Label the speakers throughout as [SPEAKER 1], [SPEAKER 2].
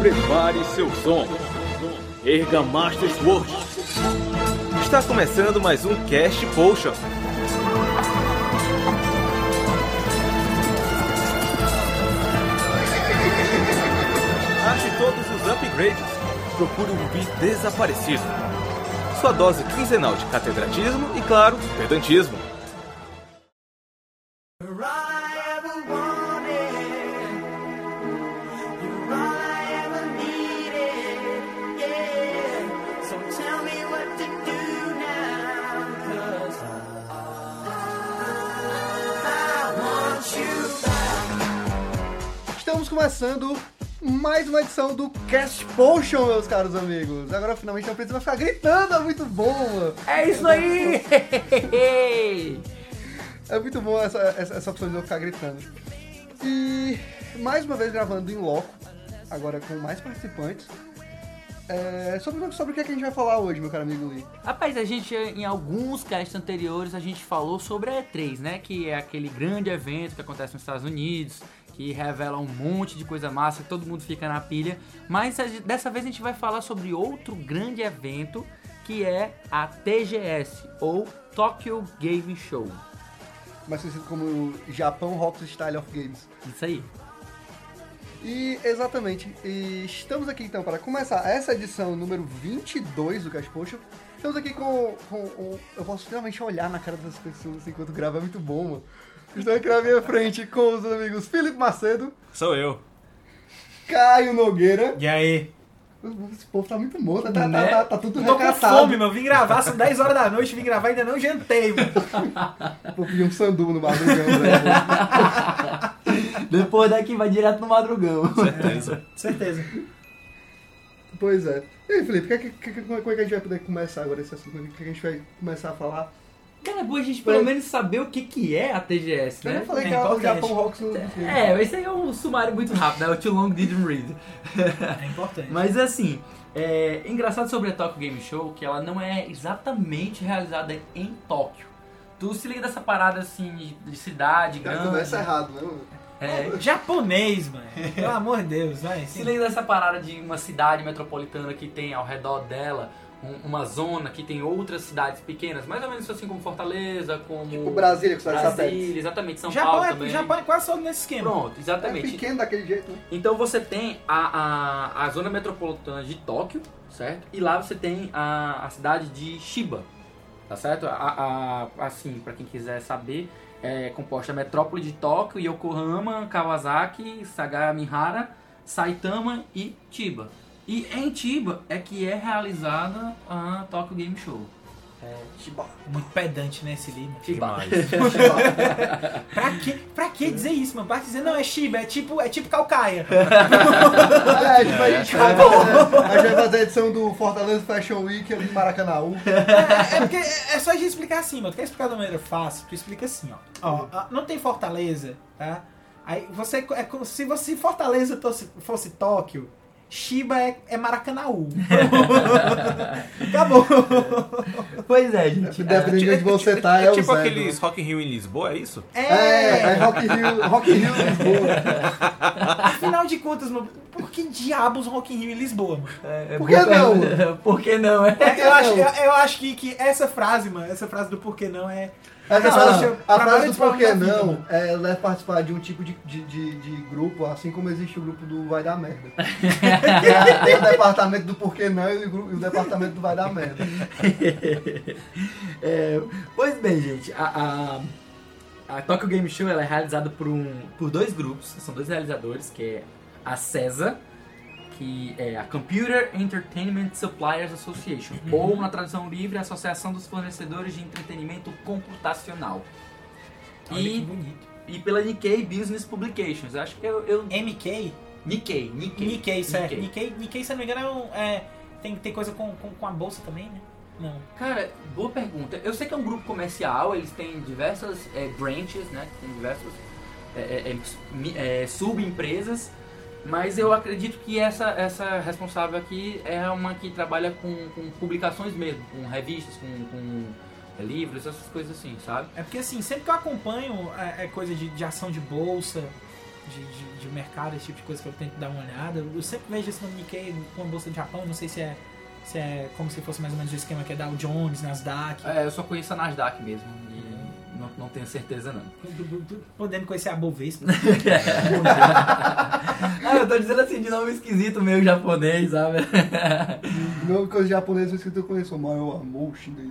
[SPEAKER 1] Prepare seu som. Erga Master Sword. Está começando mais um Cast Potion. Ache todos os upgrades. Procure um bi desaparecido. Sua dose quinzenal de catedratismo e, claro, pedantismo.
[SPEAKER 2] Estamos começando mais uma edição do Cast Potion, meus caros amigos. Agora finalmente não precisa ficar gritando, é muito bom, mano.
[SPEAKER 3] É isso aí!
[SPEAKER 2] É muito bom essa, essa, essa opção de não ficar gritando. E mais uma vez gravando em loco, agora com mais participantes. É, sobre, sobre o que, é que a gente vai falar hoje, meu caro amigo Lee?
[SPEAKER 3] Rapaz, a gente, em alguns casts anteriores, a gente falou sobre a E3, né? Que é aquele grande evento que acontece nos Estados Unidos, que revela um monte de coisa massa, todo mundo fica na pilha. Mas a gente- dessa vez a gente vai falar sobre outro grande evento, que é a TGS, ou Tokyo Game Show.
[SPEAKER 2] Mais conhecido como Japão Rock Style of Games.
[SPEAKER 3] Isso aí.
[SPEAKER 2] E exatamente, e estamos aqui então para começar essa edição número 22 do Cash Potion. Estamos aqui com, com- com- Eu posso finalmente olhar na cara das pessoas enquanto gravo, é muito bom, mano. Estou aqui na minha frente com os amigos Felipe Macedo,
[SPEAKER 4] Sou eu.
[SPEAKER 2] Caio Nogueira.
[SPEAKER 4] E aí?
[SPEAKER 2] Esse povo tá muito morto, tá, tá-
[SPEAKER 4] Né?
[SPEAKER 2] tá- tá tudo
[SPEAKER 4] Tô com
[SPEAKER 2] recatado.
[SPEAKER 4] fome, meu. Vim gravar, são 10 horas da noite, vim gravar e ainda não jantei, mano.
[SPEAKER 2] Vou pedir um sandu no madrugão, velho.
[SPEAKER 3] Depois daqui vai direto no madrugão.
[SPEAKER 4] Certeza.
[SPEAKER 2] Pois é. E aí, Felipe, que- que- que- como é que a gente vai poder começar agora esse assunto? O que que a gente vai começar a falar?
[SPEAKER 3] Cara, é bom a gente pelo menos saber o que, que é a TGS,
[SPEAKER 2] Eu
[SPEAKER 3] né?
[SPEAKER 2] já falei
[SPEAKER 4] É
[SPEAKER 2] que era o
[SPEAKER 4] importante.
[SPEAKER 2] Japão Rocks no...
[SPEAKER 3] É, esse aí é um sumário muito rápido, é o Too Long Didn't Read.
[SPEAKER 4] É importante.
[SPEAKER 3] Mas assim, é engraçado sobre a Tokyo Game Show que ela não é exatamente realizada em Tóquio. Tu se liga dessa parada assim de cidade
[SPEAKER 2] Já
[SPEAKER 3] grande.
[SPEAKER 2] começa errado, né, mano?
[SPEAKER 3] é,
[SPEAKER 4] Japonês, mano. Pelo amor de Deus, vai.
[SPEAKER 3] se
[SPEAKER 4] sim.
[SPEAKER 3] liga dessa parada de uma cidade metropolitana que tem ao redor dela um- uma zona que tem outras cidades pequenas, mais ou menos assim como Fortaleza, como
[SPEAKER 2] Tipo Brasília, com cidade satélite.
[SPEAKER 3] Brasília, exatamente São
[SPEAKER 4] Japão,
[SPEAKER 3] Paulo
[SPEAKER 4] é,
[SPEAKER 3] também.
[SPEAKER 4] Japão é quase todo nesse esquema.
[SPEAKER 3] Pronto,
[SPEAKER 2] É
[SPEAKER 3] exatamente.
[SPEAKER 2] pequeno daquele jeito, né?
[SPEAKER 3] Então você tem a, a, a zona metropolitana de Tóquio, certo? E lá você tem a, a cidade de Shiba, tá certo? A, a- assim, pra quem quiser saber, é composta a metrópole de Tóquio, Yokohama, Kawasaki, Sagamihara, Saitama e Chiba. E em Chiba é que é realizada a Tokyo Game Show. É,
[SPEAKER 2] Chiba.
[SPEAKER 4] Muito pedante, né, esse livro.
[SPEAKER 3] Chiba.
[SPEAKER 4] Pra que, pra que dizer isso, mano? Pra dizer, não, é Shiba, é tipo, é tipo calcaia.
[SPEAKER 2] Ah, é, tipo, a, gente vai fazer, a gente vai fazer a edição do Fortaleza Fashion Week ali em Maracanãú.
[SPEAKER 4] É porque é só a gente explicar assim, mano. Tu quer explicar de uma maneira fácil? Tu explica assim, ó. Ó, a- não tem Fortaleza, tá? Aí você é como se você Fortaleza fosse, fosse Tóquio, Shiba é, é Maracanaú. Acabou.
[SPEAKER 3] Pois é,
[SPEAKER 2] Dependendo de onde você tá, é,
[SPEAKER 5] É
[SPEAKER 2] o
[SPEAKER 5] tipo
[SPEAKER 2] Zé,
[SPEAKER 5] aqueles Rock in Rio em Lisboa, é isso?
[SPEAKER 2] né? É, é Rock in Rio, Rock in Rio Lisboa.
[SPEAKER 4] Afinal de contas, mano, por que diabos Rock in Rio em Lisboa, mano? É,
[SPEAKER 2] Por que
[SPEAKER 3] é
[SPEAKER 2] não?
[SPEAKER 3] Por que não? É.
[SPEAKER 2] Por que
[SPEAKER 4] Eu acho,
[SPEAKER 2] não?
[SPEAKER 4] eu, eu acho que, que essa frase, mano, essa frase do porquê não é.
[SPEAKER 2] Essa
[SPEAKER 4] Não,
[SPEAKER 2] frase-
[SPEAKER 4] não,
[SPEAKER 2] a
[SPEAKER 4] pra
[SPEAKER 2] frase
[SPEAKER 4] maioria
[SPEAKER 2] do
[SPEAKER 4] dos povos
[SPEAKER 2] porquê
[SPEAKER 4] da vida,
[SPEAKER 2] não
[SPEAKER 4] mano.
[SPEAKER 2] é ela é participar de um tipo de, de, de, de grupo, assim como existe o grupo do Vai Dar Merda. Tem o departamento do porquê não e o, gru- e o departamento do Vai Dar Merda.
[SPEAKER 3] É, pois bem, gente, a, a, a Tokyo Game Show ela é realizada por, um, por dois grupos, são dois realizadores, que é a CESA, que é a Computer Entertainment Suppliers Association,
[SPEAKER 4] Uhum.
[SPEAKER 3] ou na tradução livre, a Associação dos Fornecedores de Entretenimento Computacional.
[SPEAKER 4] Olha que
[SPEAKER 3] E,
[SPEAKER 4] bonito.
[SPEAKER 3] e pela Nikkei Business Publications, acho que eu... eu
[SPEAKER 4] MK?
[SPEAKER 3] Nikkei, Nikkei.
[SPEAKER 4] Nikkei, certo.
[SPEAKER 3] Nikkei.
[SPEAKER 4] Nikkei, Nikkei, se eu não me engano, é um- é, tem, tem coisa com, com, com a bolsa também, né? Não.
[SPEAKER 3] Cara, boa pergunta. Eu sei que é um grupo comercial, eles têm diversas é, branches, né? Tem diversas é, é, é, mi- é, subempresas, mas eu acredito que essa, essa responsável aqui é uma que trabalha com, com publicações mesmo, com revistas, com, com livros, essas coisas assim, sabe?
[SPEAKER 4] É porque assim, sempre que eu acompanho é, é coisa de, de ação de bolsa, de, de- de mercado, esse tipo de coisa que eu tento dar uma olhada. Eu sempre vejo esse nome Nikkei com a bolsa de Japão, não sei se é, se é como se fosse mais ou menos o esquema que é Dow Jones, Nasdaq.
[SPEAKER 3] É, eu só conheço a Nasdaq mesmo. E não, não tenho certeza, não.
[SPEAKER 4] Do- do- do- Podendo conhecer a Bovespa.
[SPEAKER 3] Ah, eu tô dizendo assim de nome esquisito, meio japonês, sabe?
[SPEAKER 2] Não, coisa japonesa que eu conheço, mas eu amo o chinês.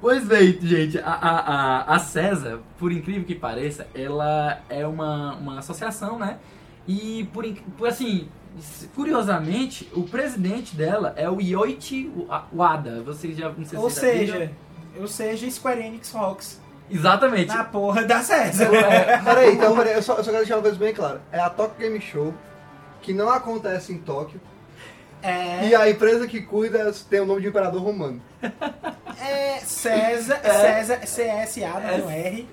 [SPEAKER 3] Pois bem, gente, a, a, a, a CESA, por incrível que pareça, ela é uma, uma associação, né? E, por, inc- por assim, curiosamente, o presidente dela é o Yoichi Wada. Vocês já não sei se
[SPEAKER 4] ou
[SPEAKER 3] vocês já viram.
[SPEAKER 4] seja, ou seja, Square Enix Hawks.
[SPEAKER 3] Exatamente.
[SPEAKER 4] Na porra da César.
[SPEAKER 3] É,
[SPEAKER 2] Peraí, então, peraí, eu só, eu só quero deixar uma coisa bem clara. É a Tokyo Game Show, que não acontece em Tóquio,
[SPEAKER 4] É,
[SPEAKER 2] e a empresa que cuida tem o nome de imperador romano.
[SPEAKER 4] é César, César, CSA, não é um R.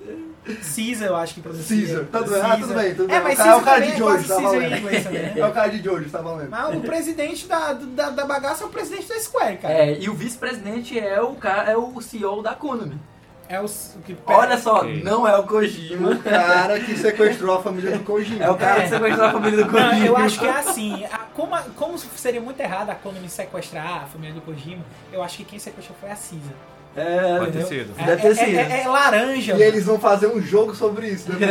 [SPEAKER 4] Caesar, eu acho que pronuncia.
[SPEAKER 2] Caesar, tudo bem, ah, tudo bem, tudo
[SPEAKER 4] É,
[SPEAKER 2] bem.
[SPEAKER 4] mas
[SPEAKER 2] O cara-
[SPEAKER 4] Caesar
[SPEAKER 2] o cara
[SPEAKER 4] também
[SPEAKER 2] de
[SPEAKER 4] é
[SPEAKER 2] Jojo,
[SPEAKER 4] quase
[SPEAKER 2] tá
[SPEAKER 4] Caesar
[SPEAKER 2] valendo.
[SPEAKER 4] em inglês também,
[SPEAKER 2] É
[SPEAKER 4] né?
[SPEAKER 2] o cara de Jojo, tá valendo.
[SPEAKER 4] Mas o presidente da, da, da bagaça é o presidente da Square, cara.
[SPEAKER 3] é, e o vice-presidente é o cara, é o CEO da Konami.
[SPEAKER 4] É o s- o que
[SPEAKER 3] Olha só,
[SPEAKER 5] Ok.
[SPEAKER 3] não é o Kojima.
[SPEAKER 2] O cara que sequestrou a família do Kojima.
[SPEAKER 3] É o cara
[SPEAKER 4] É.
[SPEAKER 3] que sequestrou a família do Kojima.
[SPEAKER 4] Não, eu acho que é assim. a- como, a- como seria muito errado a Konami sequestrar a família do Kojima, eu acho que quem sequestrou foi a Cisa.
[SPEAKER 3] É,
[SPEAKER 5] Pode ter
[SPEAKER 4] Entendeu?
[SPEAKER 5] sido.
[SPEAKER 4] É,
[SPEAKER 3] Deve ter
[SPEAKER 4] é-
[SPEAKER 3] sido.
[SPEAKER 4] é- é laranja.
[SPEAKER 2] E eles vão fazer um jogo sobre isso depois.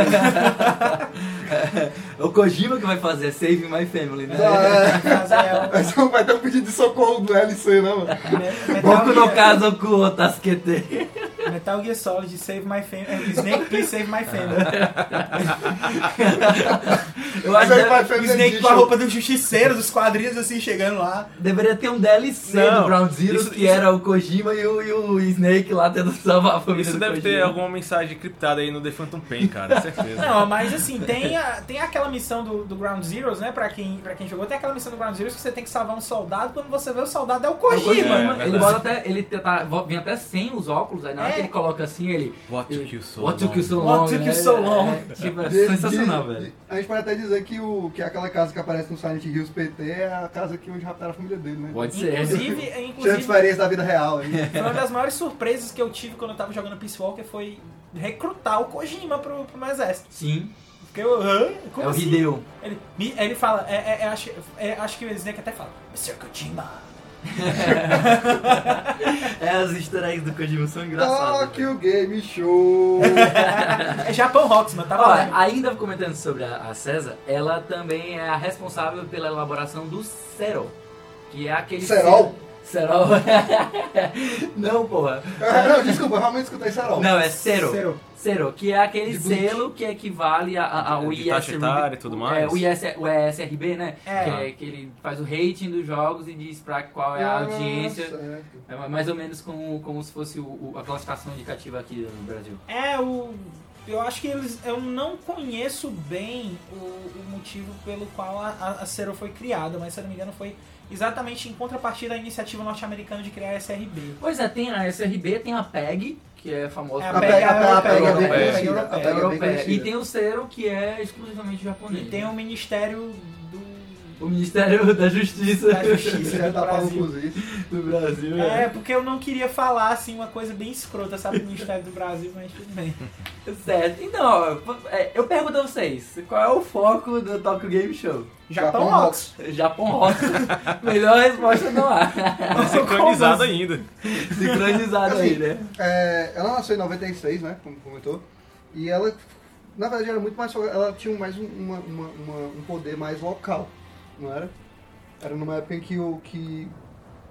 [SPEAKER 3] É o Kojima que vai fazer Save My Family, né?
[SPEAKER 2] Ah,
[SPEAKER 4] Mas é,
[SPEAKER 2] é. Mas não vai ter um pedido de socorro do LC, não, mano?
[SPEAKER 4] Me- Metal,
[SPEAKER 3] Boku no
[SPEAKER 4] Gear,
[SPEAKER 3] caso com o Tasquete.
[SPEAKER 4] Metal Gear Solid, Save My Family. Snake Plissken, Save My Tipo, Family.
[SPEAKER 3] Eu acho
[SPEAKER 2] Save My
[SPEAKER 3] que
[SPEAKER 2] Family.
[SPEAKER 4] O Snake com a roupa do justiceiro, dos quadrinhos assim, chegando lá.
[SPEAKER 3] deveria ter um DLC
[SPEAKER 5] Não,
[SPEAKER 3] do Ground Zero
[SPEAKER 5] isso-
[SPEAKER 3] que
[SPEAKER 5] isso-
[SPEAKER 3] era o Kojima e o, e o Snake lá tentando salvar a família
[SPEAKER 5] Isso
[SPEAKER 3] do
[SPEAKER 5] deve
[SPEAKER 3] Kojima.
[SPEAKER 5] ter alguma mensagem criptada aí no The Phantom Pain, cara, certeza.
[SPEAKER 4] Não, mas assim, tem, a- tem aquela missão do, do Ground Zeroes, né? Pra quem, pra quem jogou, tem aquela missão do Ground Zeroes que você tem que salvar um soldado. Quando você vê o soldado, é o
[SPEAKER 3] O Kojima, né?
[SPEAKER 4] Kojima.
[SPEAKER 5] É,
[SPEAKER 3] ele
[SPEAKER 5] verdade.
[SPEAKER 3] bota até, ele tenta, vo- vem até sem os óculos, aí na hora
[SPEAKER 4] É.
[SPEAKER 3] que ele coloca assim, ele...
[SPEAKER 5] What
[SPEAKER 3] ele,
[SPEAKER 5] took you so
[SPEAKER 3] What took you so
[SPEAKER 5] long?"
[SPEAKER 3] long?
[SPEAKER 4] What took
[SPEAKER 3] né?
[SPEAKER 4] you so long?
[SPEAKER 3] É, tipo, é
[SPEAKER 2] De-
[SPEAKER 3] sensacional,
[SPEAKER 2] de-
[SPEAKER 3] velho.
[SPEAKER 2] A gente pode até dizer que, o, que aquela casa que aparece no Silent Hills PT é a casa que onde raptaram a família dele, né?
[SPEAKER 3] Pode ser.
[SPEAKER 4] Inclusive, inclusive
[SPEAKER 2] Transferência da vida real aí.
[SPEAKER 4] foi uma das maiores surpresas que eu tive quando eu tava jogando Peace Walker foi recrutar o Kojima pro, pro meu exército.
[SPEAKER 3] Sim,
[SPEAKER 4] Porque eu. hã? Como
[SPEAKER 3] é o
[SPEAKER 4] assim?
[SPEAKER 3] Hideo.
[SPEAKER 4] Ele, me- ele fala, é, é- é, acho, é, acho que o Snake até fala, Mr. Kojima.
[SPEAKER 3] É, as easter eggs do Kojima são engraçadas. velho.
[SPEAKER 2] Tóquio Game Show!
[SPEAKER 4] É Japão Rocksman, tava
[SPEAKER 3] Olha,
[SPEAKER 4] lá.
[SPEAKER 3] ainda comentando sobre a, a César, ela também é a responsável pela elaboração do cerol, que é aquele...
[SPEAKER 2] Cerol?
[SPEAKER 3] Cerol. Não, porra.
[SPEAKER 2] Ah, não, desculpa, eu realmente escutei Sarol.
[SPEAKER 3] Não, é cerol.
[SPEAKER 4] Cerol.
[SPEAKER 3] Cerol, que é aquele
[SPEAKER 2] De Blink.
[SPEAKER 3] selo que equivale a- a- ao
[SPEAKER 5] De taxa
[SPEAKER 3] ISRB.
[SPEAKER 5] etária e tudo mais.
[SPEAKER 3] É, o, IS, o ESRB, né?
[SPEAKER 4] É.
[SPEAKER 3] Que, é, que ele faz o rating dos jogos e diz pra qual é a audiência.
[SPEAKER 2] né?
[SPEAKER 3] É mais ou menos como, como se fosse o- o- a classificação indicativa aqui no Brasil.
[SPEAKER 4] É, o. Eu acho que eles. Eu não conheço bem o, o motivo pelo qual a, a, a Cero foi criada, mas se eu não me engano foi exatamente em contrapartida à iniciativa norte-americana de criar a SRB.
[SPEAKER 3] Pois é, tem a SRB, tem a PEG, que é famosa
[SPEAKER 4] É,
[SPEAKER 2] A
[SPEAKER 3] por-
[SPEAKER 2] pega, a pega,
[SPEAKER 4] Europeia,
[SPEAKER 2] é bem
[SPEAKER 5] europeia,
[SPEAKER 2] conhecida. A pega é bem
[SPEAKER 3] europeia. E
[SPEAKER 2] conhecida.
[SPEAKER 3] tem o Cero, que é exclusivamente japonês.
[SPEAKER 4] E tem o
[SPEAKER 3] né?
[SPEAKER 4] Ministério do.
[SPEAKER 3] o Ministério da Justiça,
[SPEAKER 4] Da Justiça.
[SPEAKER 2] Isso é da Paulo Cusí.
[SPEAKER 3] do Brasil. É.
[SPEAKER 4] É, porque eu não queria falar assim uma coisa bem escrota, sabe, do Ministério do Brasil, mas tudo bem.
[SPEAKER 3] Certo. Então, ó, é, eu pergunto a vocês, qual é o foco do Tokyo Game Show?
[SPEAKER 4] Japão,
[SPEAKER 2] Japão
[SPEAKER 4] Ox.
[SPEAKER 3] Japão Rock. Melhor resposta não há.
[SPEAKER 5] Sincronizado ainda.
[SPEAKER 3] Sincronizado
[SPEAKER 2] Assim,
[SPEAKER 3] aí, né?
[SPEAKER 2] É, ela nasceu em 96, né? Como comentou. E ela, na verdade, era muito mais. fo- Ela tinha mais um, uma- uma- uma- um poder mais local, não era? Era numa época em que o que.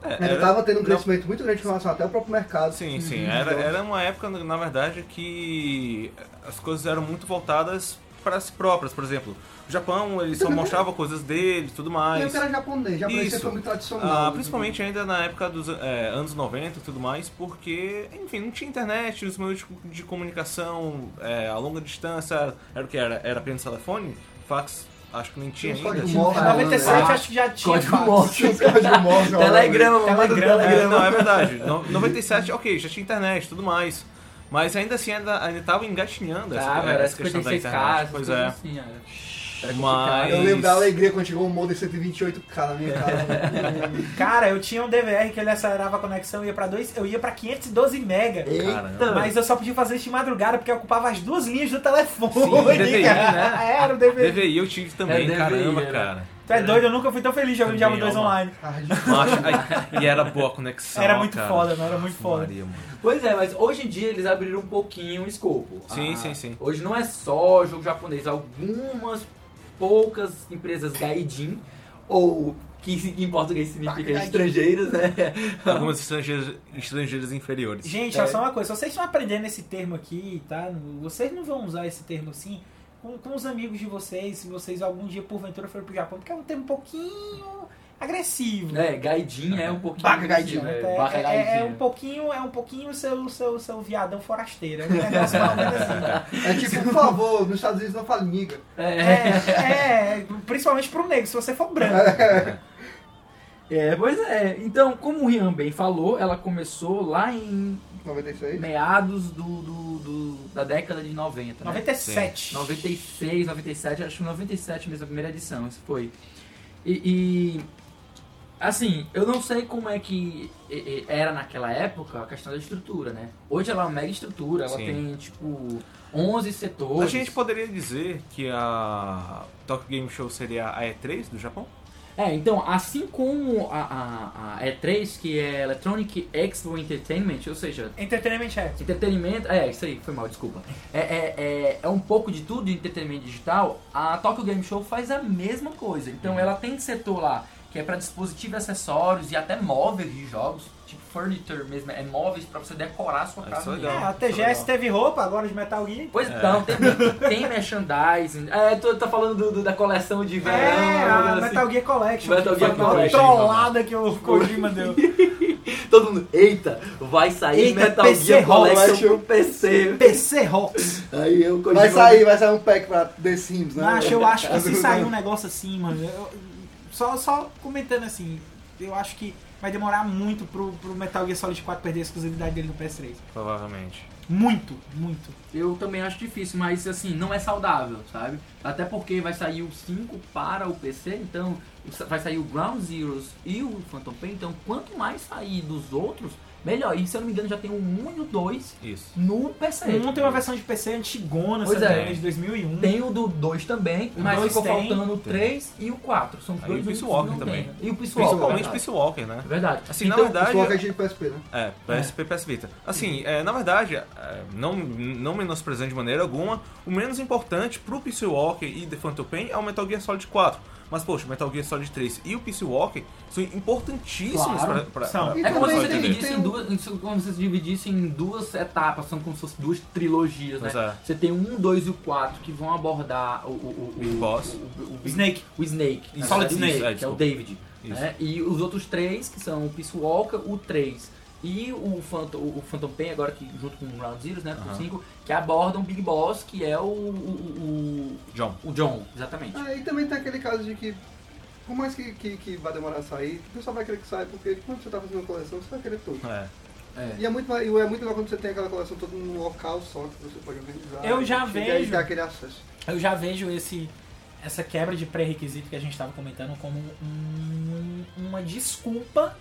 [SPEAKER 2] ainda
[SPEAKER 5] É, era-
[SPEAKER 2] tava tendo um
[SPEAKER 5] não.
[SPEAKER 2] crescimento muito grande em relação até ao próprio mercado. Uhum.
[SPEAKER 5] Sim, sim. Era, era uma época, na verdade, que as coisas eram muito voltadas para si próprias. Por exemplo, o Japão, ele só mostrava coisas dele e tudo
[SPEAKER 2] E
[SPEAKER 5] mais.
[SPEAKER 2] eu que era é japonês, japonês sempre
[SPEAKER 5] Isso.
[SPEAKER 2] foi muito tradicional. né?
[SPEAKER 5] Ah, principalmente ainda na época dos é, anos 90 e tudo mais, porque, enfim, não tinha internet, os meios de, co- de comunicação é, a longa distância era o que era? Era apenas telefone? Fax? Acho que nem tinha
[SPEAKER 2] Tinha
[SPEAKER 5] ainda.
[SPEAKER 2] código
[SPEAKER 4] Em
[SPEAKER 2] Morse.
[SPEAKER 4] 97
[SPEAKER 2] né?
[SPEAKER 3] Ah,
[SPEAKER 4] acho que já tinha.
[SPEAKER 3] Código
[SPEAKER 4] fax.
[SPEAKER 3] Morse.
[SPEAKER 2] Os caras de Morse, ó,
[SPEAKER 3] Telegrama, manda o
[SPEAKER 4] Telegrama.
[SPEAKER 5] É,
[SPEAKER 3] telegrama.
[SPEAKER 5] não, é verdade. No- 97, ok, já tinha internet e tudo mais. Mas ainda assim, ainda, ainda tava engatinhando essa,
[SPEAKER 3] Ah, velho,
[SPEAKER 5] essa questão da
[SPEAKER 3] 56
[SPEAKER 5] internet.
[SPEAKER 3] casos.
[SPEAKER 5] pois
[SPEAKER 3] coisa
[SPEAKER 5] é.
[SPEAKER 3] assim, olha.
[SPEAKER 5] Mas.
[SPEAKER 2] Eu lembro da alegria quando chegou o modem 128k na minha cara.
[SPEAKER 4] Cara, eu tinha um DVR que ele acelerava a conexão e ia pra dois, eu ia pra 512 mega.
[SPEAKER 5] Caramba.
[SPEAKER 4] Mas eu só podia fazer isso de madrugada porque eu ocupava as duas linhas do telefone.
[SPEAKER 5] Sim, DVI,
[SPEAKER 4] cara.
[SPEAKER 5] né?
[SPEAKER 4] Era um o DVI.
[SPEAKER 5] DVI eu tive também,
[SPEAKER 3] É, DVI,
[SPEAKER 5] caramba,
[SPEAKER 3] era.
[SPEAKER 5] cara.
[SPEAKER 4] Tu é doido, eu nunca fui tão feliz jogando Diablo
[SPEAKER 5] Também,
[SPEAKER 4] 2
[SPEAKER 5] ó, mano.
[SPEAKER 4] online.
[SPEAKER 5] Macho, ai, e era boa a conexão.
[SPEAKER 4] Era muito
[SPEAKER 5] cara.
[SPEAKER 4] foda, mano, era muito
[SPEAKER 5] Ave
[SPEAKER 4] foda.
[SPEAKER 5] Maria, mano.
[SPEAKER 3] Pois é, mas hoje em dia eles abriram um pouquinho o escopo.
[SPEAKER 5] Sim, sim, sim.
[SPEAKER 3] Hoje não é só jogo japonês, algumas poucas empresas gaijin, ou que em português significa
[SPEAKER 2] Gaijin.
[SPEAKER 3] estrangeiras, né?
[SPEAKER 5] Algumas estrangeiras, estrangeiras inferiores.
[SPEAKER 4] Gente, ó, só uma coisa, se vocês estão aprendendo esse termo aqui, tá? Vocês não vão usar esse termo assim com, com os amigos de vocês, se vocês algum dia porventura forem pro Japão, porque é um termo um pouquinho agressivo.
[SPEAKER 3] É, gaijin é um pouquinho...
[SPEAKER 2] Baka gaijin,
[SPEAKER 4] Então,
[SPEAKER 3] É,
[SPEAKER 4] é-
[SPEAKER 3] baka
[SPEAKER 4] é-
[SPEAKER 3] gaijin.
[SPEAKER 4] é um pouquinho, é um pouquinho seu, seu, seu viadão forasteiro. É um negócio mais ou menos assim.
[SPEAKER 2] É tipo, por favor, nos Estados Unidos não fala niga.
[SPEAKER 3] É.
[SPEAKER 4] É, é, principalmente pro negro, se você for branco.
[SPEAKER 3] É, pois é. Então, como o Rian bem falou, ela começou lá em
[SPEAKER 2] 96?
[SPEAKER 3] meados do, do- do- da década de 90, né?
[SPEAKER 4] 97.
[SPEAKER 3] 96, 97, acho que 97 mesmo, a primeira edição, isso foi. E, e, assim, eu não sei como é que e- e, era naquela época a questão da estrutura, né? Hoje ela é uma mega estrutura, ela
[SPEAKER 5] Sim.
[SPEAKER 3] tem, tipo, 11 setores.
[SPEAKER 5] A gente poderia dizer que a Tokyo Game Show seria a E3 do Japão?
[SPEAKER 3] É, então, assim como a, a- a E3, que é Electronic Expo Entertainment, ou seja,
[SPEAKER 4] Entertainment é.
[SPEAKER 3] entretenimento... É, isso aí, foi mal, desculpa. É, é, é, é um pouco de tudo de entretenimento digital. A Tokyo Game Show faz a mesma coisa.
[SPEAKER 5] Uhum.
[SPEAKER 3] Então, ela tem setor lá que é pra dispositivos e acessórios e até móveis de jogos, tipo furniture mesmo, é móveis pra você decorar a sua
[SPEAKER 5] Ah,
[SPEAKER 3] casa.
[SPEAKER 5] isso é
[SPEAKER 4] É,
[SPEAKER 5] legal. É.
[SPEAKER 3] mesmo.
[SPEAKER 4] a TGS teve roupa agora de Metal Gear.
[SPEAKER 3] Pois então, tem, tem merchandising. É, tu tá falando do- do- da coleção de verão.
[SPEAKER 4] É, a
[SPEAKER 3] assim.
[SPEAKER 4] Metal Gear Collection.
[SPEAKER 3] Metal
[SPEAKER 4] que foi
[SPEAKER 3] Gear
[SPEAKER 4] a maior
[SPEAKER 3] Collection,
[SPEAKER 4] trollada que o Kojima deu.
[SPEAKER 3] assim. Todo mundo, eita, vai sair
[SPEAKER 4] Eita,
[SPEAKER 3] Metal
[SPEAKER 4] PC
[SPEAKER 3] Gear Collection
[SPEAKER 2] Collection.
[SPEAKER 3] pro PC.
[SPEAKER 4] PC Rocks.
[SPEAKER 3] Aí eu
[SPEAKER 2] Vai sair, vai sair um pack pra The Sims, né?
[SPEAKER 5] Ah,
[SPEAKER 4] Acho, eu acho que se sair um negócio assim, mano. eu- só, só comentando assim, eu acho que vai demorar muito pro, pro Metal Gear Solid 4 perder a exclusividade dele no PS3.
[SPEAKER 5] Provavelmente.
[SPEAKER 4] Muito, muito.
[SPEAKER 3] Eu também acho difícil, mas assim, não é saudável, sabe? Até porque vai sair o 5 para o PC, então vai sair o Ground Zeroes e o Phantom Pain, então quanto mais sair dos outros, melhor. E se eu não me engano já tem o 1 e o 2
[SPEAKER 5] Isso.
[SPEAKER 3] no PC.
[SPEAKER 4] Um tem uma versão de PC antigona,
[SPEAKER 3] É. Pois
[SPEAKER 4] sabe,
[SPEAKER 5] é.
[SPEAKER 4] de 2001.
[SPEAKER 3] Tem o do 2 também, mas
[SPEAKER 4] dois
[SPEAKER 3] ficou
[SPEAKER 4] tem.
[SPEAKER 3] faltando o 3 e o 4. São os
[SPEAKER 5] Aí
[SPEAKER 3] dois
[SPEAKER 5] o Peace
[SPEAKER 3] únicos que
[SPEAKER 5] Walker
[SPEAKER 3] não
[SPEAKER 5] também.
[SPEAKER 3] tem. né? E o Peace Walker,
[SPEAKER 5] Principalmente
[SPEAKER 3] verdade.
[SPEAKER 5] Peace Walker, né?
[SPEAKER 3] Verdade.
[SPEAKER 5] Assim, na
[SPEAKER 3] Então,
[SPEAKER 5] verdade.
[SPEAKER 2] Só um que a gente PSP, né?
[SPEAKER 5] É, PSP, PS Vita. Assim, é, na verdade, é, não, não menosprezando de maneira alguma, o menos importante pro Peace Walker e The Phantom Pain é o Metal Gear Solid 4. Mas, poxa, o Metal Gear Solid 3 e o Peace Walker são importantíssimos pra,
[SPEAKER 3] Claro,
[SPEAKER 5] pra,
[SPEAKER 4] são.
[SPEAKER 5] pra-
[SPEAKER 2] E
[SPEAKER 3] É como
[SPEAKER 5] pra pessoa
[SPEAKER 3] se
[SPEAKER 2] também
[SPEAKER 3] você
[SPEAKER 2] tem-
[SPEAKER 5] entender.
[SPEAKER 3] dividisse em
[SPEAKER 2] um-
[SPEAKER 3] duas, em- como se você dividisse em duas etapas, são como se fossem duas trilogias, né?
[SPEAKER 5] Pois é.
[SPEAKER 3] Você tem o 1, 2 e o 4 que vão abordar o, o, o
[SPEAKER 5] Big
[SPEAKER 3] o-
[SPEAKER 5] Boss.
[SPEAKER 3] o, o- o Big-
[SPEAKER 4] Snake.
[SPEAKER 3] o Snake,
[SPEAKER 5] Isso,
[SPEAKER 3] Solid
[SPEAKER 5] isso,
[SPEAKER 3] Snake,
[SPEAKER 5] é,
[SPEAKER 3] que é
[SPEAKER 5] desculpa.
[SPEAKER 3] o David,
[SPEAKER 5] Isso.
[SPEAKER 3] né? E os outros três que são o Peace Walker, o 3 e o Phantom, o Phantom Pain agora que junto com o Round Zero, né, com o
[SPEAKER 5] Aham.
[SPEAKER 3] 5, que abordam o Big Boss, que é o o,
[SPEAKER 5] John.
[SPEAKER 3] o, o John, exatamente.
[SPEAKER 2] Ah, e também tem aquele caso de que, por mais que, que, que vai demorar a sair, o pessoal vai querer que saia, porque quando você tá fazendo uma coleção, você vai querer tudo.
[SPEAKER 5] É.
[SPEAKER 3] É.
[SPEAKER 2] E é muito, e é muito legal quando você tem aquela coleção toda num local só, que você pode organizar.
[SPEAKER 4] Eu já
[SPEAKER 2] e aí
[SPEAKER 4] vejo.
[SPEAKER 2] dá aquele acesso.
[SPEAKER 4] Eu já vejo esse, essa quebra de pré-requisito que a gente estava comentando como um- uma desculpa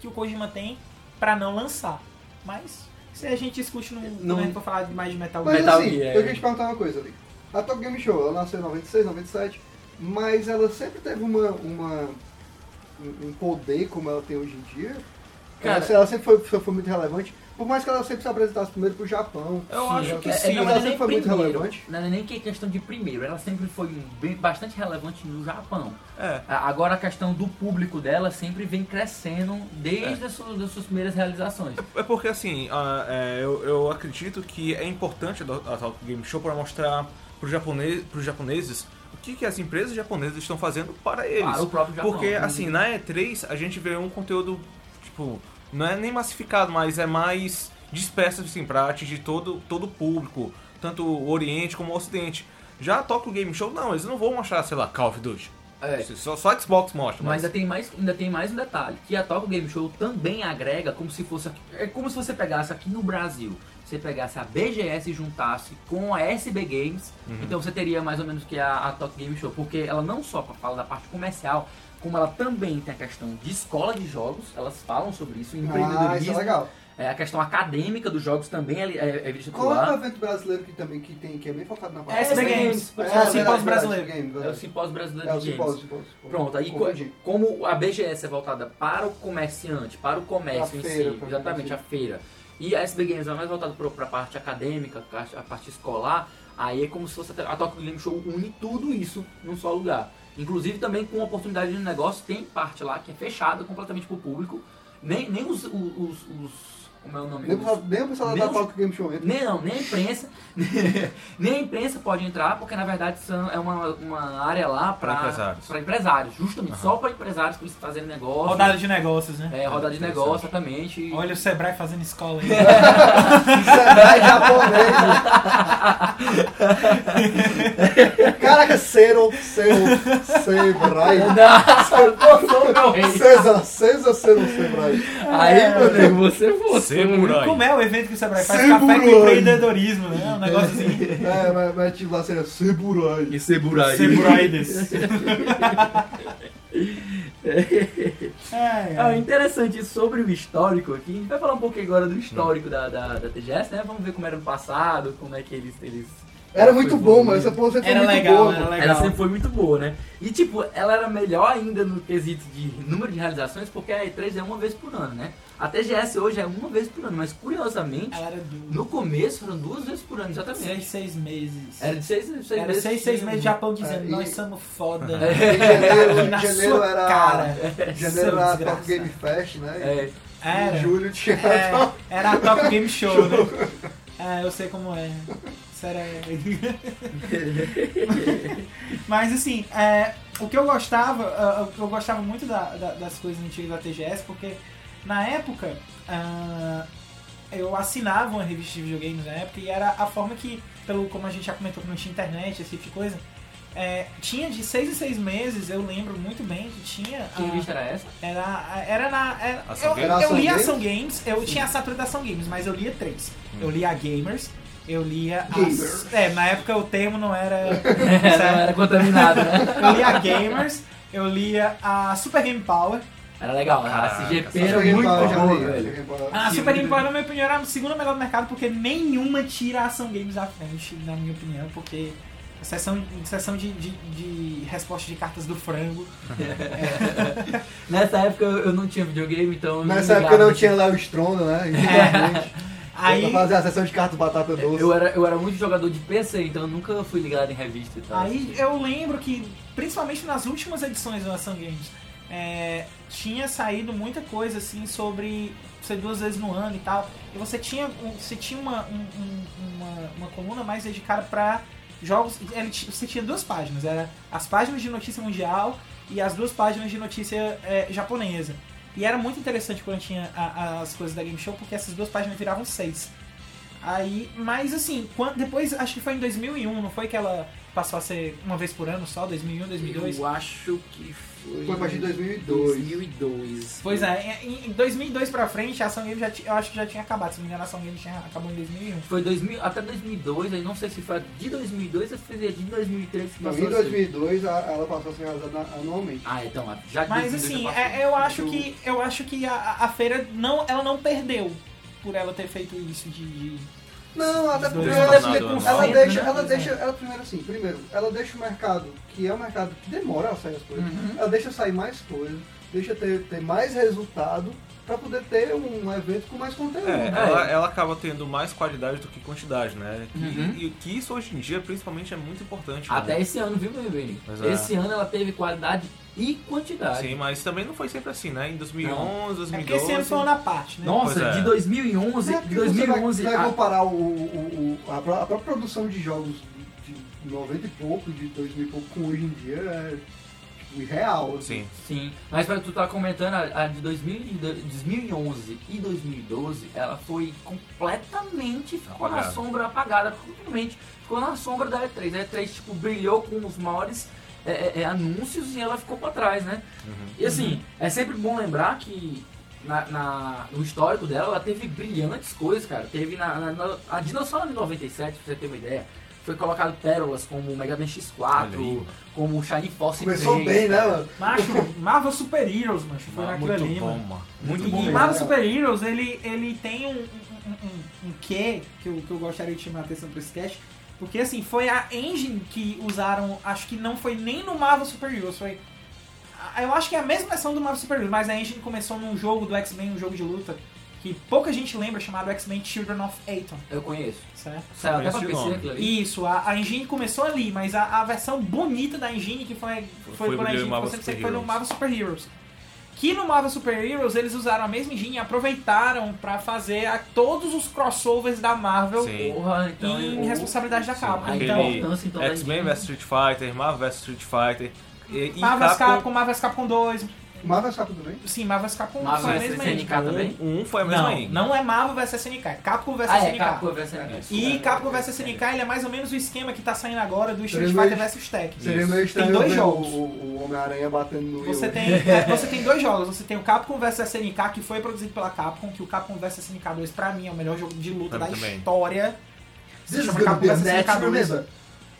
[SPEAKER 4] que o Kojima tem pra não lançar. Mas se a gente discute no
[SPEAKER 3] Não-
[SPEAKER 4] momento pra falar mais de Metal
[SPEAKER 2] Mas
[SPEAKER 4] Gear.
[SPEAKER 3] Metal
[SPEAKER 2] assim,
[SPEAKER 3] Gear.
[SPEAKER 2] eu queria te perguntar uma coisa ali. A Top Game Show, ela nasceu em 96, 97, mas ela sempre teve uma, uma, um um poder como ela tem hoje em dia.
[SPEAKER 3] Cara-
[SPEAKER 2] ela, ela sempre foi, foi, foi muito relevante, por mais que ela sempre se apresentasse primeiro pro Japão.
[SPEAKER 5] Eu
[SPEAKER 2] Sim,
[SPEAKER 5] acho que
[SPEAKER 2] é- é-
[SPEAKER 5] sim.
[SPEAKER 2] não,
[SPEAKER 3] mas
[SPEAKER 2] ela
[SPEAKER 3] é
[SPEAKER 2] sempre
[SPEAKER 3] nem
[SPEAKER 2] foi muito
[SPEAKER 3] primeiro,
[SPEAKER 2] relevante.
[SPEAKER 3] Não é nem que é questão de primeiro, ela sempre foi um bem- bastante relevante no Japão.
[SPEAKER 5] É.
[SPEAKER 3] A- Agora a questão do público dela sempre vem crescendo desde as suas, das suas primeiras realizações.
[SPEAKER 5] É porque assim, a- é, eu, eu acredito que é importante a do- a Tokyo Game Show para mostrar para japonês, os japoneses o que, que as empresas japonesas estão fazendo para eles.
[SPEAKER 3] Para o né? próprio Japão.
[SPEAKER 5] Porque assim, na E3 a gente vê um conteúdo, tipo, não é nem massificado, mas é mais disperso assim, pra atingir todo, todo o público, tanto o Oriente como o Ocidente. Já a Tokyo Game Show, não, eles não vão mostrar, sei lá, Call of Duty.
[SPEAKER 3] É.
[SPEAKER 5] Só, só Xbox mostra, mas,
[SPEAKER 3] Mas é ainda tem, mais, ainda tem mais um detalhe, que a Tokyo Game Show também agrega como se fosse... aqui- É como se você pegasse aqui no Brasil, você pegasse a BGS e juntasse com a SB Games, então você teria mais ou menos que a, a Tokyo Game Show, porque ela não só fala da parte comercial, como ela também tem a questão de escola de jogos, elas falam sobre isso, empreendedorismo,
[SPEAKER 2] Ah, isso é legal.
[SPEAKER 3] é, a questão acadêmica dos jogos também é, é, é vista por
[SPEAKER 2] Qual é o
[SPEAKER 3] lá.
[SPEAKER 2] evento brasileiro que também que tem, que é bem focado na
[SPEAKER 4] É
[SPEAKER 2] parte?
[SPEAKER 4] SB Games. É o simpósio brasileiro.
[SPEAKER 3] É o simpósio brasileiro
[SPEAKER 2] É o
[SPEAKER 3] de games.
[SPEAKER 2] simpósio, simpósio.
[SPEAKER 3] Pronto, aí co-
[SPEAKER 2] Confundi.
[SPEAKER 3] como a BGS é voltada para o comerciante, para o comércio
[SPEAKER 2] A
[SPEAKER 3] em
[SPEAKER 2] feira, né?
[SPEAKER 3] si,
[SPEAKER 2] pra
[SPEAKER 3] exatamente,
[SPEAKER 2] gente.
[SPEAKER 3] a feira, e a SB Games é mais voltada para a parte acadêmica, a a parte escolar, aí é como se fosse a Tokyo Game Show une tudo isso num só lugar. Inclusive também com oportunidade de negócio, tem parte lá que é fechada completamente para o público, nem, nem os, os, os- os- Como é o nome?
[SPEAKER 2] Nem o
[SPEAKER 3] Os-
[SPEAKER 2] pessoal- nem o pessoal
[SPEAKER 3] Nem
[SPEAKER 2] da
[SPEAKER 3] os-
[SPEAKER 2] Tokyo Game Show entra.
[SPEAKER 3] nem, não, nem a imprensa. nem a imprensa pode entrar, porque na verdade são- é uma, uma área lá para
[SPEAKER 5] Pra empresários.
[SPEAKER 3] pra empresários, justamente só para empresários para eles fazerem negócio.
[SPEAKER 4] Rodada de negócios, né?
[SPEAKER 3] É, rodada de negócio, exatamente.
[SPEAKER 4] Olha o Sebrae fazendo escola aí.
[SPEAKER 2] Senai japonês. Caraca, Cero, Cero, Sebrai.
[SPEAKER 3] Nossa, pô, sou meu rei.
[SPEAKER 2] César, César, Cero, Sebrai.
[SPEAKER 3] Aí,
[SPEAKER 4] É.
[SPEAKER 3] meu Deus, você fosse.
[SPEAKER 5] Samurai.
[SPEAKER 4] Como é o evento que o Sebrae faz?
[SPEAKER 2] Sem
[SPEAKER 4] Café com
[SPEAKER 2] burlone.
[SPEAKER 4] empreendedorismo, né? Um negócio assim.
[SPEAKER 2] É, mas, mas tipo lá seria Seburai.
[SPEAKER 3] E Seburai.
[SPEAKER 4] Sebraides.
[SPEAKER 3] Ah, interessante sobre o histórico aqui. A gente vai falar um pouco agora do histórico da, da, da TGS, né? Vamos ver como era no passado, como é que eles. eles
[SPEAKER 2] Era muito
[SPEAKER 3] foi
[SPEAKER 2] bom, mas
[SPEAKER 3] evoluindo.
[SPEAKER 2] essa porra sempre foi
[SPEAKER 4] Era
[SPEAKER 2] muito
[SPEAKER 4] legal,
[SPEAKER 2] boa.
[SPEAKER 4] era
[SPEAKER 3] Ela
[SPEAKER 4] legal.
[SPEAKER 3] sempre foi muito boa, né? E tipo, ela era melhor ainda no quesito de número de realizações, porque a E3 é uma vez por ano, né? A TGS hoje é uma vez por ano, mas curiosamente,
[SPEAKER 4] Ela era do
[SPEAKER 3] no começo foram duas vezes por ano,
[SPEAKER 4] seis,
[SPEAKER 3] exatamente.
[SPEAKER 4] seis meses.
[SPEAKER 3] Era de seis, seis
[SPEAKER 4] Era
[SPEAKER 3] meses.
[SPEAKER 4] seis, seis meses de Japão
[SPEAKER 2] É,
[SPEAKER 4] dizendo,
[SPEAKER 2] e-
[SPEAKER 4] nós somos foda.
[SPEAKER 2] Em janeiro,
[SPEAKER 4] Na
[SPEAKER 2] em janeiro
[SPEAKER 4] sua
[SPEAKER 2] era.
[SPEAKER 4] cara.
[SPEAKER 2] em Janeiro era
[SPEAKER 4] Seu
[SPEAKER 2] a Top
[SPEAKER 4] desgraçado.
[SPEAKER 2] Game Fest, né?
[SPEAKER 3] É,
[SPEAKER 2] Em
[SPEAKER 4] Era.
[SPEAKER 2] julho tinha.
[SPEAKER 4] É, era a Top Game Show, né? É, eu sei como é. Será. Mas assim, é, o que eu gostava, ah, o que eu gostava muito da- da- das coisas antigas da TGS, porque na época ah, eu assinava uma revista de videogames na época e era a forma que, pelo como a gente já comentou que não tinha internet, esse tipo de coisa, é, tinha de seis em seis meses, eu lembro muito bem que tinha.
[SPEAKER 3] que
[SPEAKER 4] ah,
[SPEAKER 3] revista era essa?
[SPEAKER 4] era, era na. Era,
[SPEAKER 5] Ação
[SPEAKER 4] eu,
[SPEAKER 5] Games?
[SPEAKER 4] eu
[SPEAKER 2] Era Ação
[SPEAKER 4] lia
[SPEAKER 2] Games? Hum.
[SPEAKER 4] Ação Games, eu tinha a assinatura da Ação Games, mas eu lia três. Eu lia a Gamers, eu lia. as-
[SPEAKER 2] Gamers.
[SPEAKER 4] é, na época o termo não era.
[SPEAKER 3] Não era contaminada, né?
[SPEAKER 4] eu lia a Gamers, eu lia a Super Game Power.
[SPEAKER 3] Era legal, a
[SPEAKER 5] Caraca,
[SPEAKER 3] CGP
[SPEAKER 2] Só
[SPEAKER 3] era
[SPEAKER 2] Game
[SPEAKER 3] muito
[SPEAKER 2] Power, já
[SPEAKER 3] boa,
[SPEAKER 2] vi,
[SPEAKER 3] velho.
[SPEAKER 2] Game Power.
[SPEAKER 4] A
[SPEAKER 3] Sim,
[SPEAKER 4] Ah, Super
[SPEAKER 3] muito
[SPEAKER 4] Game Power, na minha opinião, era a segunda melhor do mercado, porque nenhuma tira a Ação Games à frente, na minha opinião, porque. a Sessão, sessão de, de, de resposta de cartas do frango.
[SPEAKER 3] Nessa época eu eu não tinha videogame, então. eu
[SPEAKER 2] Nessa
[SPEAKER 3] ligava,
[SPEAKER 2] época não
[SPEAKER 3] assim.
[SPEAKER 2] tinha lá o Strondo, né? Infelizmente. Pra
[SPEAKER 4] É, Aí,
[SPEAKER 2] fazer a sessão de cartas batata doce.
[SPEAKER 3] tipo, Eu era, eu era muito jogador de PC, então eu nunca fui ligado em revista e tal.
[SPEAKER 4] Aí eu lembro que, principalmente nas últimas edições do Ação Games, é, tinha saído muita coisa assim sobre ser duas vezes no ano e tal. E você tinha, um- você tinha uma, um- um- uma, uma coluna mais dedicada pra jogos. ele ti- Você tinha duas páginas, era as páginas de notícia mundial e as duas páginas de notícia é, japonesa. E era muito interessante quando tinha a- as coisas da Game Show, porque essas duas páginas viravam seis. Aí, mas assim, quan- depois, acho que foi em 2001, não foi que ela passou a ser uma vez por ano só, 2001, 2002?
[SPEAKER 3] Eu acho que foi.
[SPEAKER 2] Foi a partir de 2002.
[SPEAKER 3] 2002.
[SPEAKER 4] Pois é, em em 2002 pra frente, a Ação Games já ti- eu acho que já tinha acabado, se não me engano, a Ação Games tinha, acabou em 2001.
[SPEAKER 3] Foi 2000, até 2002, aí não sei se foi de 2002 ou se foi de 2003 que
[SPEAKER 2] Não,
[SPEAKER 3] passou.
[SPEAKER 2] em
[SPEAKER 3] a ser.
[SPEAKER 2] 2002 a- ela passou a ser realizada anualmente.
[SPEAKER 3] Ah, então, já de
[SPEAKER 4] Mas
[SPEAKER 3] 2002 já
[SPEAKER 4] assim,
[SPEAKER 3] passou.
[SPEAKER 4] é- eu acho que eu acho que a, a feira não, ela não perdeu por ela ter feito isso de, de-
[SPEAKER 2] Não, até porque
[SPEAKER 4] Dois
[SPEAKER 2] ela,
[SPEAKER 5] tornados,
[SPEAKER 2] ela,
[SPEAKER 5] né?
[SPEAKER 2] ela
[SPEAKER 3] Sim,
[SPEAKER 2] deixa,
[SPEAKER 3] né?
[SPEAKER 2] ela deixa, ela primeiro assim, primeiro, ela deixa o mercado, que é um mercado que demora a sair as
[SPEAKER 4] Uhum.
[SPEAKER 2] coisas, ela deixa sair mais coisas, deixa ter, ter mais resultado pra poder ter um evento com mais conteúdo.
[SPEAKER 5] É,
[SPEAKER 2] É.
[SPEAKER 5] ela, ela acaba tendo mais qualidade do que quantidade, né? E-
[SPEAKER 3] Uhum.
[SPEAKER 5] E, que isso hoje em dia, principalmente, é muito importante. né?
[SPEAKER 3] Até esse ano, viu, meu bem?
[SPEAKER 5] Pois é.
[SPEAKER 3] Esse ano ela teve qualidade e quantidade.
[SPEAKER 5] Sim, mas também não foi sempre assim, né? Em 2011,
[SPEAKER 4] É porque
[SPEAKER 5] 2012...
[SPEAKER 4] esse ano foi uma na parte, né?
[SPEAKER 3] Nossa,
[SPEAKER 5] Pois é.
[SPEAKER 3] de 2011,
[SPEAKER 2] porque
[SPEAKER 3] de
[SPEAKER 2] você
[SPEAKER 3] 2011
[SPEAKER 2] vai, vai
[SPEAKER 3] a-
[SPEAKER 2] comparar o, o- o- a, pró- a própria produção de jogos de 90 e pouco, de 2000 e pouco com hoje em dia é tipo, irreal. assim.
[SPEAKER 5] Sim.
[SPEAKER 3] Sim, mas pra tu tá comentando, a, a de 2000 e do- 2011 e 2012, ela foi completamente, ficou na
[SPEAKER 5] Apagada.
[SPEAKER 3] sombra, apagada, completamente, ficou na sombra da E3. A E3, tipo, brilhou com os maiores
[SPEAKER 5] Uhum.
[SPEAKER 3] é, é, é, anúncios e ela ficou pra trás, né? E assim, é sempre bom lembrar que na, na- no histórico dela, ela teve brilhantes coisas, cara. Teve na, na, na a Dinossauro de 97, pra você ter uma ideia, foi colocado pérolas como o Mega Man X4,
[SPEAKER 5] Olha aí, mano.
[SPEAKER 3] como o Shining Force
[SPEAKER 2] Começou
[SPEAKER 3] 3,
[SPEAKER 2] bem, né,
[SPEAKER 3] cara.
[SPEAKER 2] mano?
[SPEAKER 4] Macho, Marvel Super Heroes, mano. Foi naquilo
[SPEAKER 5] muito
[SPEAKER 4] ali,
[SPEAKER 5] bom,
[SPEAKER 4] mano.
[SPEAKER 5] mano.
[SPEAKER 4] e
[SPEAKER 5] Muito bom.
[SPEAKER 4] e
[SPEAKER 2] mesmo.
[SPEAKER 4] Marvel Super Heroes, ele, ele tem um, um, um- um- um quê que eu, que eu gostaria de chamar a atenção pra esse cast. Porque, assim, foi a engine que usaram, acho que não foi nem no Marvel Super Heroes, foi... a- Eu acho que é a mesma versão do Marvel Super Heroes, mas a engine começou num jogo do X-Men, um jogo de luta, que pouca gente lembra, chamado X-Men Children of Atom,
[SPEAKER 3] Eu conheço.
[SPEAKER 4] certo?
[SPEAKER 3] Saiu até
[SPEAKER 5] Conheço
[SPEAKER 3] pra
[SPEAKER 5] de
[SPEAKER 3] PC
[SPEAKER 5] nome.
[SPEAKER 3] aquilo ali.
[SPEAKER 4] Isso, a, a engine começou ali, mas a, a versão bonita da engine que foi, foi,
[SPEAKER 5] Foi
[SPEAKER 4] por
[SPEAKER 5] no
[SPEAKER 4] engine que
[SPEAKER 5] Marvel
[SPEAKER 4] você sempre foi
[SPEAKER 5] Super
[SPEAKER 4] no
[SPEAKER 5] Heroes.
[SPEAKER 4] Marvel Super Heroes. Que no Marvel Super Heroes eles usaram a mesma engine e aproveitaram pra fazer a- todos os crossovers da Marvel
[SPEAKER 5] Sim.
[SPEAKER 3] Porra, então.
[SPEAKER 4] em
[SPEAKER 3] eu-
[SPEAKER 4] responsabilidade da Capcom.
[SPEAKER 3] A
[SPEAKER 4] Então,
[SPEAKER 5] Aquele
[SPEAKER 3] importância, então, da
[SPEAKER 5] X-Men
[SPEAKER 3] gente-
[SPEAKER 5] vs Street Fighter, Marvel vs Street Fighter. E, e
[SPEAKER 4] Marvel
[SPEAKER 5] Capcom,
[SPEAKER 4] Capcom, Marvel Capcom 2,
[SPEAKER 2] Marvel está tudo bem?
[SPEAKER 4] sim, Marvel Capcom um
[SPEAKER 3] Marvel
[SPEAKER 4] foi a
[SPEAKER 3] vs
[SPEAKER 4] mesma
[SPEAKER 3] SNK
[SPEAKER 4] engine.
[SPEAKER 3] também?
[SPEAKER 5] Um foi a mesma
[SPEAKER 4] Não,
[SPEAKER 5] engine.
[SPEAKER 4] não é Marvel vs SNK, é Capcom vs
[SPEAKER 3] Ah, é,
[SPEAKER 4] SNK.
[SPEAKER 3] Capcom vs SNK.
[SPEAKER 4] E Capcom vs SNK ele é mais ou menos o esquema que tá saindo agora do Street
[SPEAKER 2] Tremendo.
[SPEAKER 4] Fighter vs Tekken.
[SPEAKER 2] Seria meio estranho
[SPEAKER 4] dois
[SPEAKER 2] ver
[SPEAKER 4] jogos.
[SPEAKER 2] o, o- o Homem-Aranha batendo no
[SPEAKER 4] Você
[SPEAKER 2] Will.
[SPEAKER 4] tem, é, você tem dois jogos. Você tem o Capcom vs SNK, que foi produzido pela Capcom, que o Capcom vs SNK 2, pra mim, é o melhor jogo de
[SPEAKER 5] Pra
[SPEAKER 4] luta da
[SPEAKER 5] mim também.
[SPEAKER 4] história.
[SPEAKER 2] This
[SPEAKER 4] Se
[SPEAKER 2] is
[SPEAKER 4] chama
[SPEAKER 2] gonna
[SPEAKER 4] Capcom
[SPEAKER 2] be a
[SPEAKER 4] vs SNK
[SPEAKER 2] match,
[SPEAKER 4] 2.
[SPEAKER 2] beleza?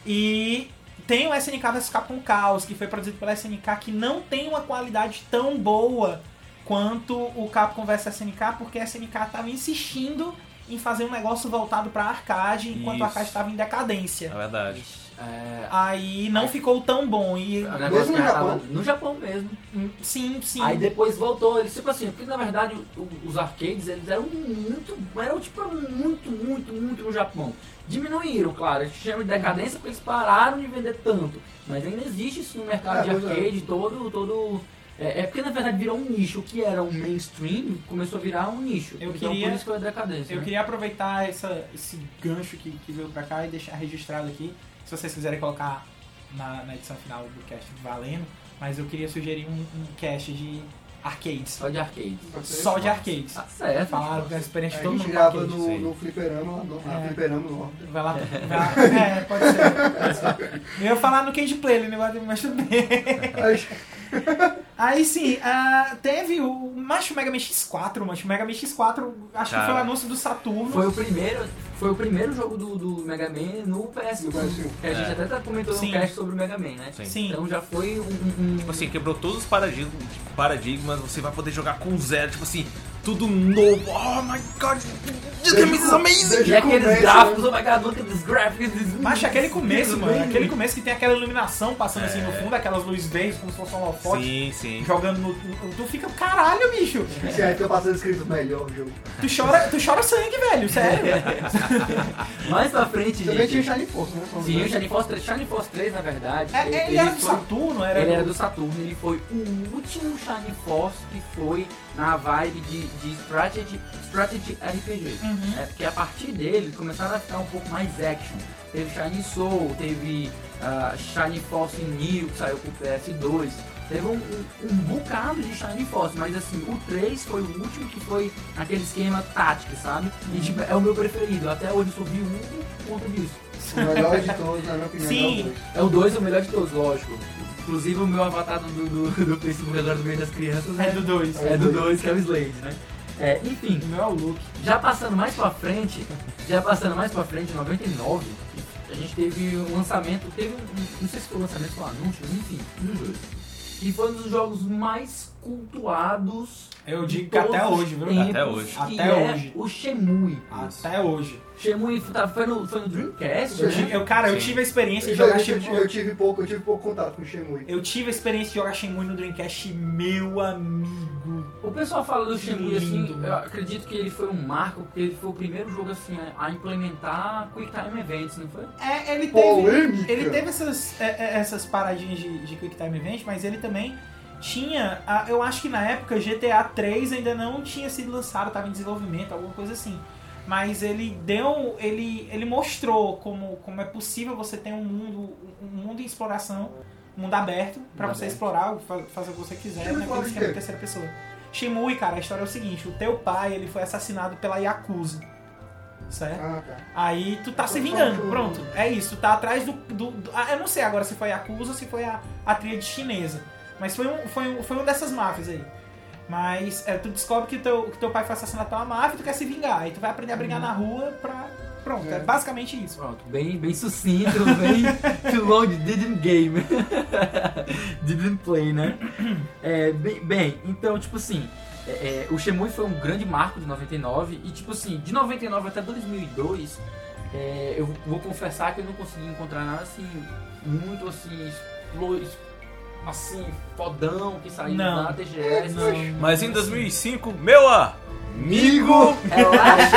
[SPEAKER 4] E tem o SNK vs Capcom Chaos, que foi produzido pela SNK, que não tem uma qualidade tão boa quanto o Capcom vs SNK, porque a SNK tava insistindo em fazer um negócio voltado pra arcade, enquanto
[SPEAKER 5] Isso.
[SPEAKER 4] a arcade tava em decadência.
[SPEAKER 5] É verdade.
[SPEAKER 3] É,
[SPEAKER 4] Aí não ficou tão bom. E
[SPEAKER 3] o negócio
[SPEAKER 2] Mesmo
[SPEAKER 3] que
[SPEAKER 2] no
[SPEAKER 3] já tava-
[SPEAKER 2] Japão?
[SPEAKER 3] No Japão mesmo.
[SPEAKER 4] sim, sim.
[SPEAKER 3] Aí depois voltou, eles tipo assim, porque na verdade o- o- os arcades eles eram muito, eram tipo muito, muito, muito no Japão. Diminuíram, claro, a gente chama de decadência porque eles pararam de vender tanto. Mas ainda existe isso no mercado
[SPEAKER 2] É,
[SPEAKER 3] de
[SPEAKER 2] pois é.
[SPEAKER 3] arcade, todo, todo. É, é porque na verdade virou um nicho, o que era um mainstream começou a virar um nicho.
[SPEAKER 4] Eu
[SPEAKER 3] então
[SPEAKER 4] queria-
[SPEAKER 3] por isso que é decadência.
[SPEAKER 4] Eu
[SPEAKER 3] né?
[SPEAKER 4] queria aproveitar essa- esse gancho que, que veio pra cá e deixar registrado aqui. Se vocês quiserem colocar na, na edição final do cast valendo, mas eu queria sugerir um, um cast de arcades.
[SPEAKER 3] Só de arcades.
[SPEAKER 4] Só de arcades.
[SPEAKER 3] Tá certo.
[SPEAKER 4] Falar da experiência
[SPEAKER 2] A
[SPEAKER 4] de todo
[SPEAKER 2] gente
[SPEAKER 4] mundo com
[SPEAKER 2] grava
[SPEAKER 4] arcades.
[SPEAKER 2] no,
[SPEAKER 5] sim.
[SPEAKER 2] no fliperama, lá no, na
[SPEAKER 4] É.
[SPEAKER 2] fliperama, no
[SPEAKER 4] Vai lá, vai lá. É, pode ser. pode ser. Eu ia falar no Cage Play, ele negócio, mas tudo bem. Aí sim, ah, teve o Macho Mega Man X4, Macho Mega Man X4, acho que
[SPEAKER 5] Cara.
[SPEAKER 4] foi o anúncio do Saturno.
[SPEAKER 3] Foi o primeiro, foi o primeiro jogo do, do Mega Man no
[SPEAKER 2] No
[SPEAKER 3] PS1.
[SPEAKER 2] PS1.
[SPEAKER 3] Que a gente
[SPEAKER 5] É.
[SPEAKER 3] até tá comentou
[SPEAKER 4] Sim.
[SPEAKER 3] no cast sobre o Mega Man, né?
[SPEAKER 5] Sim.
[SPEAKER 4] Sim.
[SPEAKER 3] Então já foi um. um-
[SPEAKER 5] Tipo assim, quebrou todos os paradigmas, paradigmas, você vai poder jogar com zero, tipo assim, tudo novo. Oh my god, this game is amazing!
[SPEAKER 3] E
[SPEAKER 2] né?
[SPEAKER 3] aqueles gráficos, oh my god, look at these graphics. this-
[SPEAKER 4] Mas é aquele começo,
[SPEAKER 3] this-
[SPEAKER 4] mano. Aquele começo que tem aquela iluminação passando assim no
[SPEAKER 5] É.
[SPEAKER 4] fundo, aquelas luzes verdes como se fosse um holofote.
[SPEAKER 5] Sim, sim.
[SPEAKER 4] Jogando no. no- Tu fica, caralho, bicho!
[SPEAKER 2] Esse assim, aí fica passando escrito melhor jogo.
[SPEAKER 4] Tu chora, tu chora sangue, velho, sério.
[SPEAKER 3] Mais pra frente,
[SPEAKER 2] Também tinha
[SPEAKER 3] gente.
[SPEAKER 2] Shiny Force, né?
[SPEAKER 3] Sim, o Shining Force 3, Shining Force 3, na verdade.
[SPEAKER 4] É, ele era do
[SPEAKER 3] foi-
[SPEAKER 4] Saturno, era.
[SPEAKER 3] Ele era
[SPEAKER 4] do-
[SPEAKER 3] do Saturno, ele foi o último Shining Force que foi na vibe de, de strategy, strategy RPG.
[SPEAKER 4] Uhum.
[SPEAKER 3] É, porque a partir dele começaram a ficar um pouco mais action. Teve Shining Soul, teve ah, Shining Force New, que saiu pro PS2. Teve um, um, um bocado de Shining Force, mas assim, o 3 foi o último que foi aquele esquema tático, sabe?
[SPEAKER 4] Uhum.
[SPEAKER 3] E tipo, é o meu preferido. Até hoje eu sou viúvo por conta disso.
[SPEAKER 2] O melhor de todos, na minha opinião.
[SPEAKER 4] Sim.
[SPEAKER 2] é o dois.
[SPEAKER 3] É o 2 o melhor de todos, lógico. Inclusive o meu avatar do, do, do Facebook agora do meio das crianças
[SPEAKER 4] É do 2.
[SPEAKER 3] é do 2, que é o Slade, né? É, enfim,
[SPEAKER 4] O meu é o Luke.
[SPEAKER 3] já passando mais pra frente, já passando mais pra frente, em 99, a gente teve um lançamento, teve um, não sei se foi um lançamento ou um anúncio, mas enfim, um jogo. E foi um dos jogos mais cultuados.
[SPEAKER 4] Eu
[SPEAKER 3] de
[SPEAKER 4] digo que até
[SPEAKER 3] todos os
[SPEAKER 4] hoje, viu?
[SPEAKER 3] tempos,
[SPEAKER 5] Até hoje.
[SPEAKER 3] Que
[SPEAKER 4] Até
[SPEAKER 3] é
[SPEAKER 4] hoje.
[SPEAKER 3] O Shemui.
[SPEAKER 4] Até hoje.
[SPEAKER 3] Shemui tá- foi no, foi no Dreamcast,
[SPEAKER 4] Eu,
[SPEAKER 2] Sim.
[SPEAKER 4] tive-
[SPEAKER 3] né?
[SPEAKER 4] eu- cara, eu
[SPEAKER 5] Sim.
[SPEAKER 4] tive a experiência de jogar
[SPEAKER 2] Eu tive, eu
[SPEAKER 4] Shimui.
[SPEAKER 2] tive pouco, eu tive pouco contato com o Shemui.
[SPEAKER 4] Eu tive a experiência de jogar Shimui no Dreamcast, meu amigo.
[SPEAKER 3] O pessoal fala do Shemui
[SPEAKER 4] Lindo.
[SPEAKER 3] assim, eu acredito que ele foi um marco, porque ele foi o primeiro jogo assim a- a implementar Quick Time Events, não foi?
[SPEAKER 4] É, ele teve.
[SPEAKER 2] Polêmica!
[SPEAKER 4] Ele teve essas, é, é, essas paradinhas de, de Quick Time Event, mas ele também tinha. a- eu acho que na época GTA 3 ainda não tinha sido lançado, estava em desenvolvimento, alguma coisa assim. Mas ele deu. Ele, ele mostrou como, como é possível você ter um mundo. um mundo em exploração, um mundo aberto, pra
[SPEAKER 3] Mundo
[SPEAKER 4] você
[SPEAKER 3] aberto.
[SPEAKER 4] explorar, fa- fazer o que você quiser, né,
[SPEAKER 2] Shemui
[SPEAKER 4] naquele
[SPEAKER 2] fala de
[SPEAKER 4] esquema
[SPEAKER 2] quê?
[SPEAKER 4] de terceira pessoa. Shimui, cara, a história é o seguinte, o teu pai ele foi assassinado pela Yakuza. Certo?
[SPEAKER 2] Ah, tá.
[SPEAKER 4] Aí tu tá se vingando, pronto. É isso, tu tá atrás do. do- do- ah, eu não sei agora se foi a Acusa ou se foi a, a tríade chinesa. Mas foi, um, foi, um, foi uma dessas máfias aí. Mas é, tu descobre que teu, que teu pai foi assassinado pela máfia e tu quer se vingar. Aí tu vai aprender a brigar na rua pra. Pronto, é,
[SPEAKER 2] É.
[SPEAKER 4] basicamente isso.
[SPEAKER 3] Pronto, bem, bem sucinto, bem too long didn't game. didn't play, né? É, bem, bem, então, tipo assim, é, é, o Shemui foi um grande marco de 99 e, tipo assim, de 99 até 2002, é, eu vou confessar que eu não consegui encontrar nada assim, muito assim, explo- assim, fodão que saiu
[SPEAKER 4] Não.
[SPEAKER 3] da TGS.
[SPEAKER 2] É,
[SPEAKER 4] Não.
[SPEAKER 5] Mas em 2005, meu amigo,
[SPEAKER 3] Ela acha,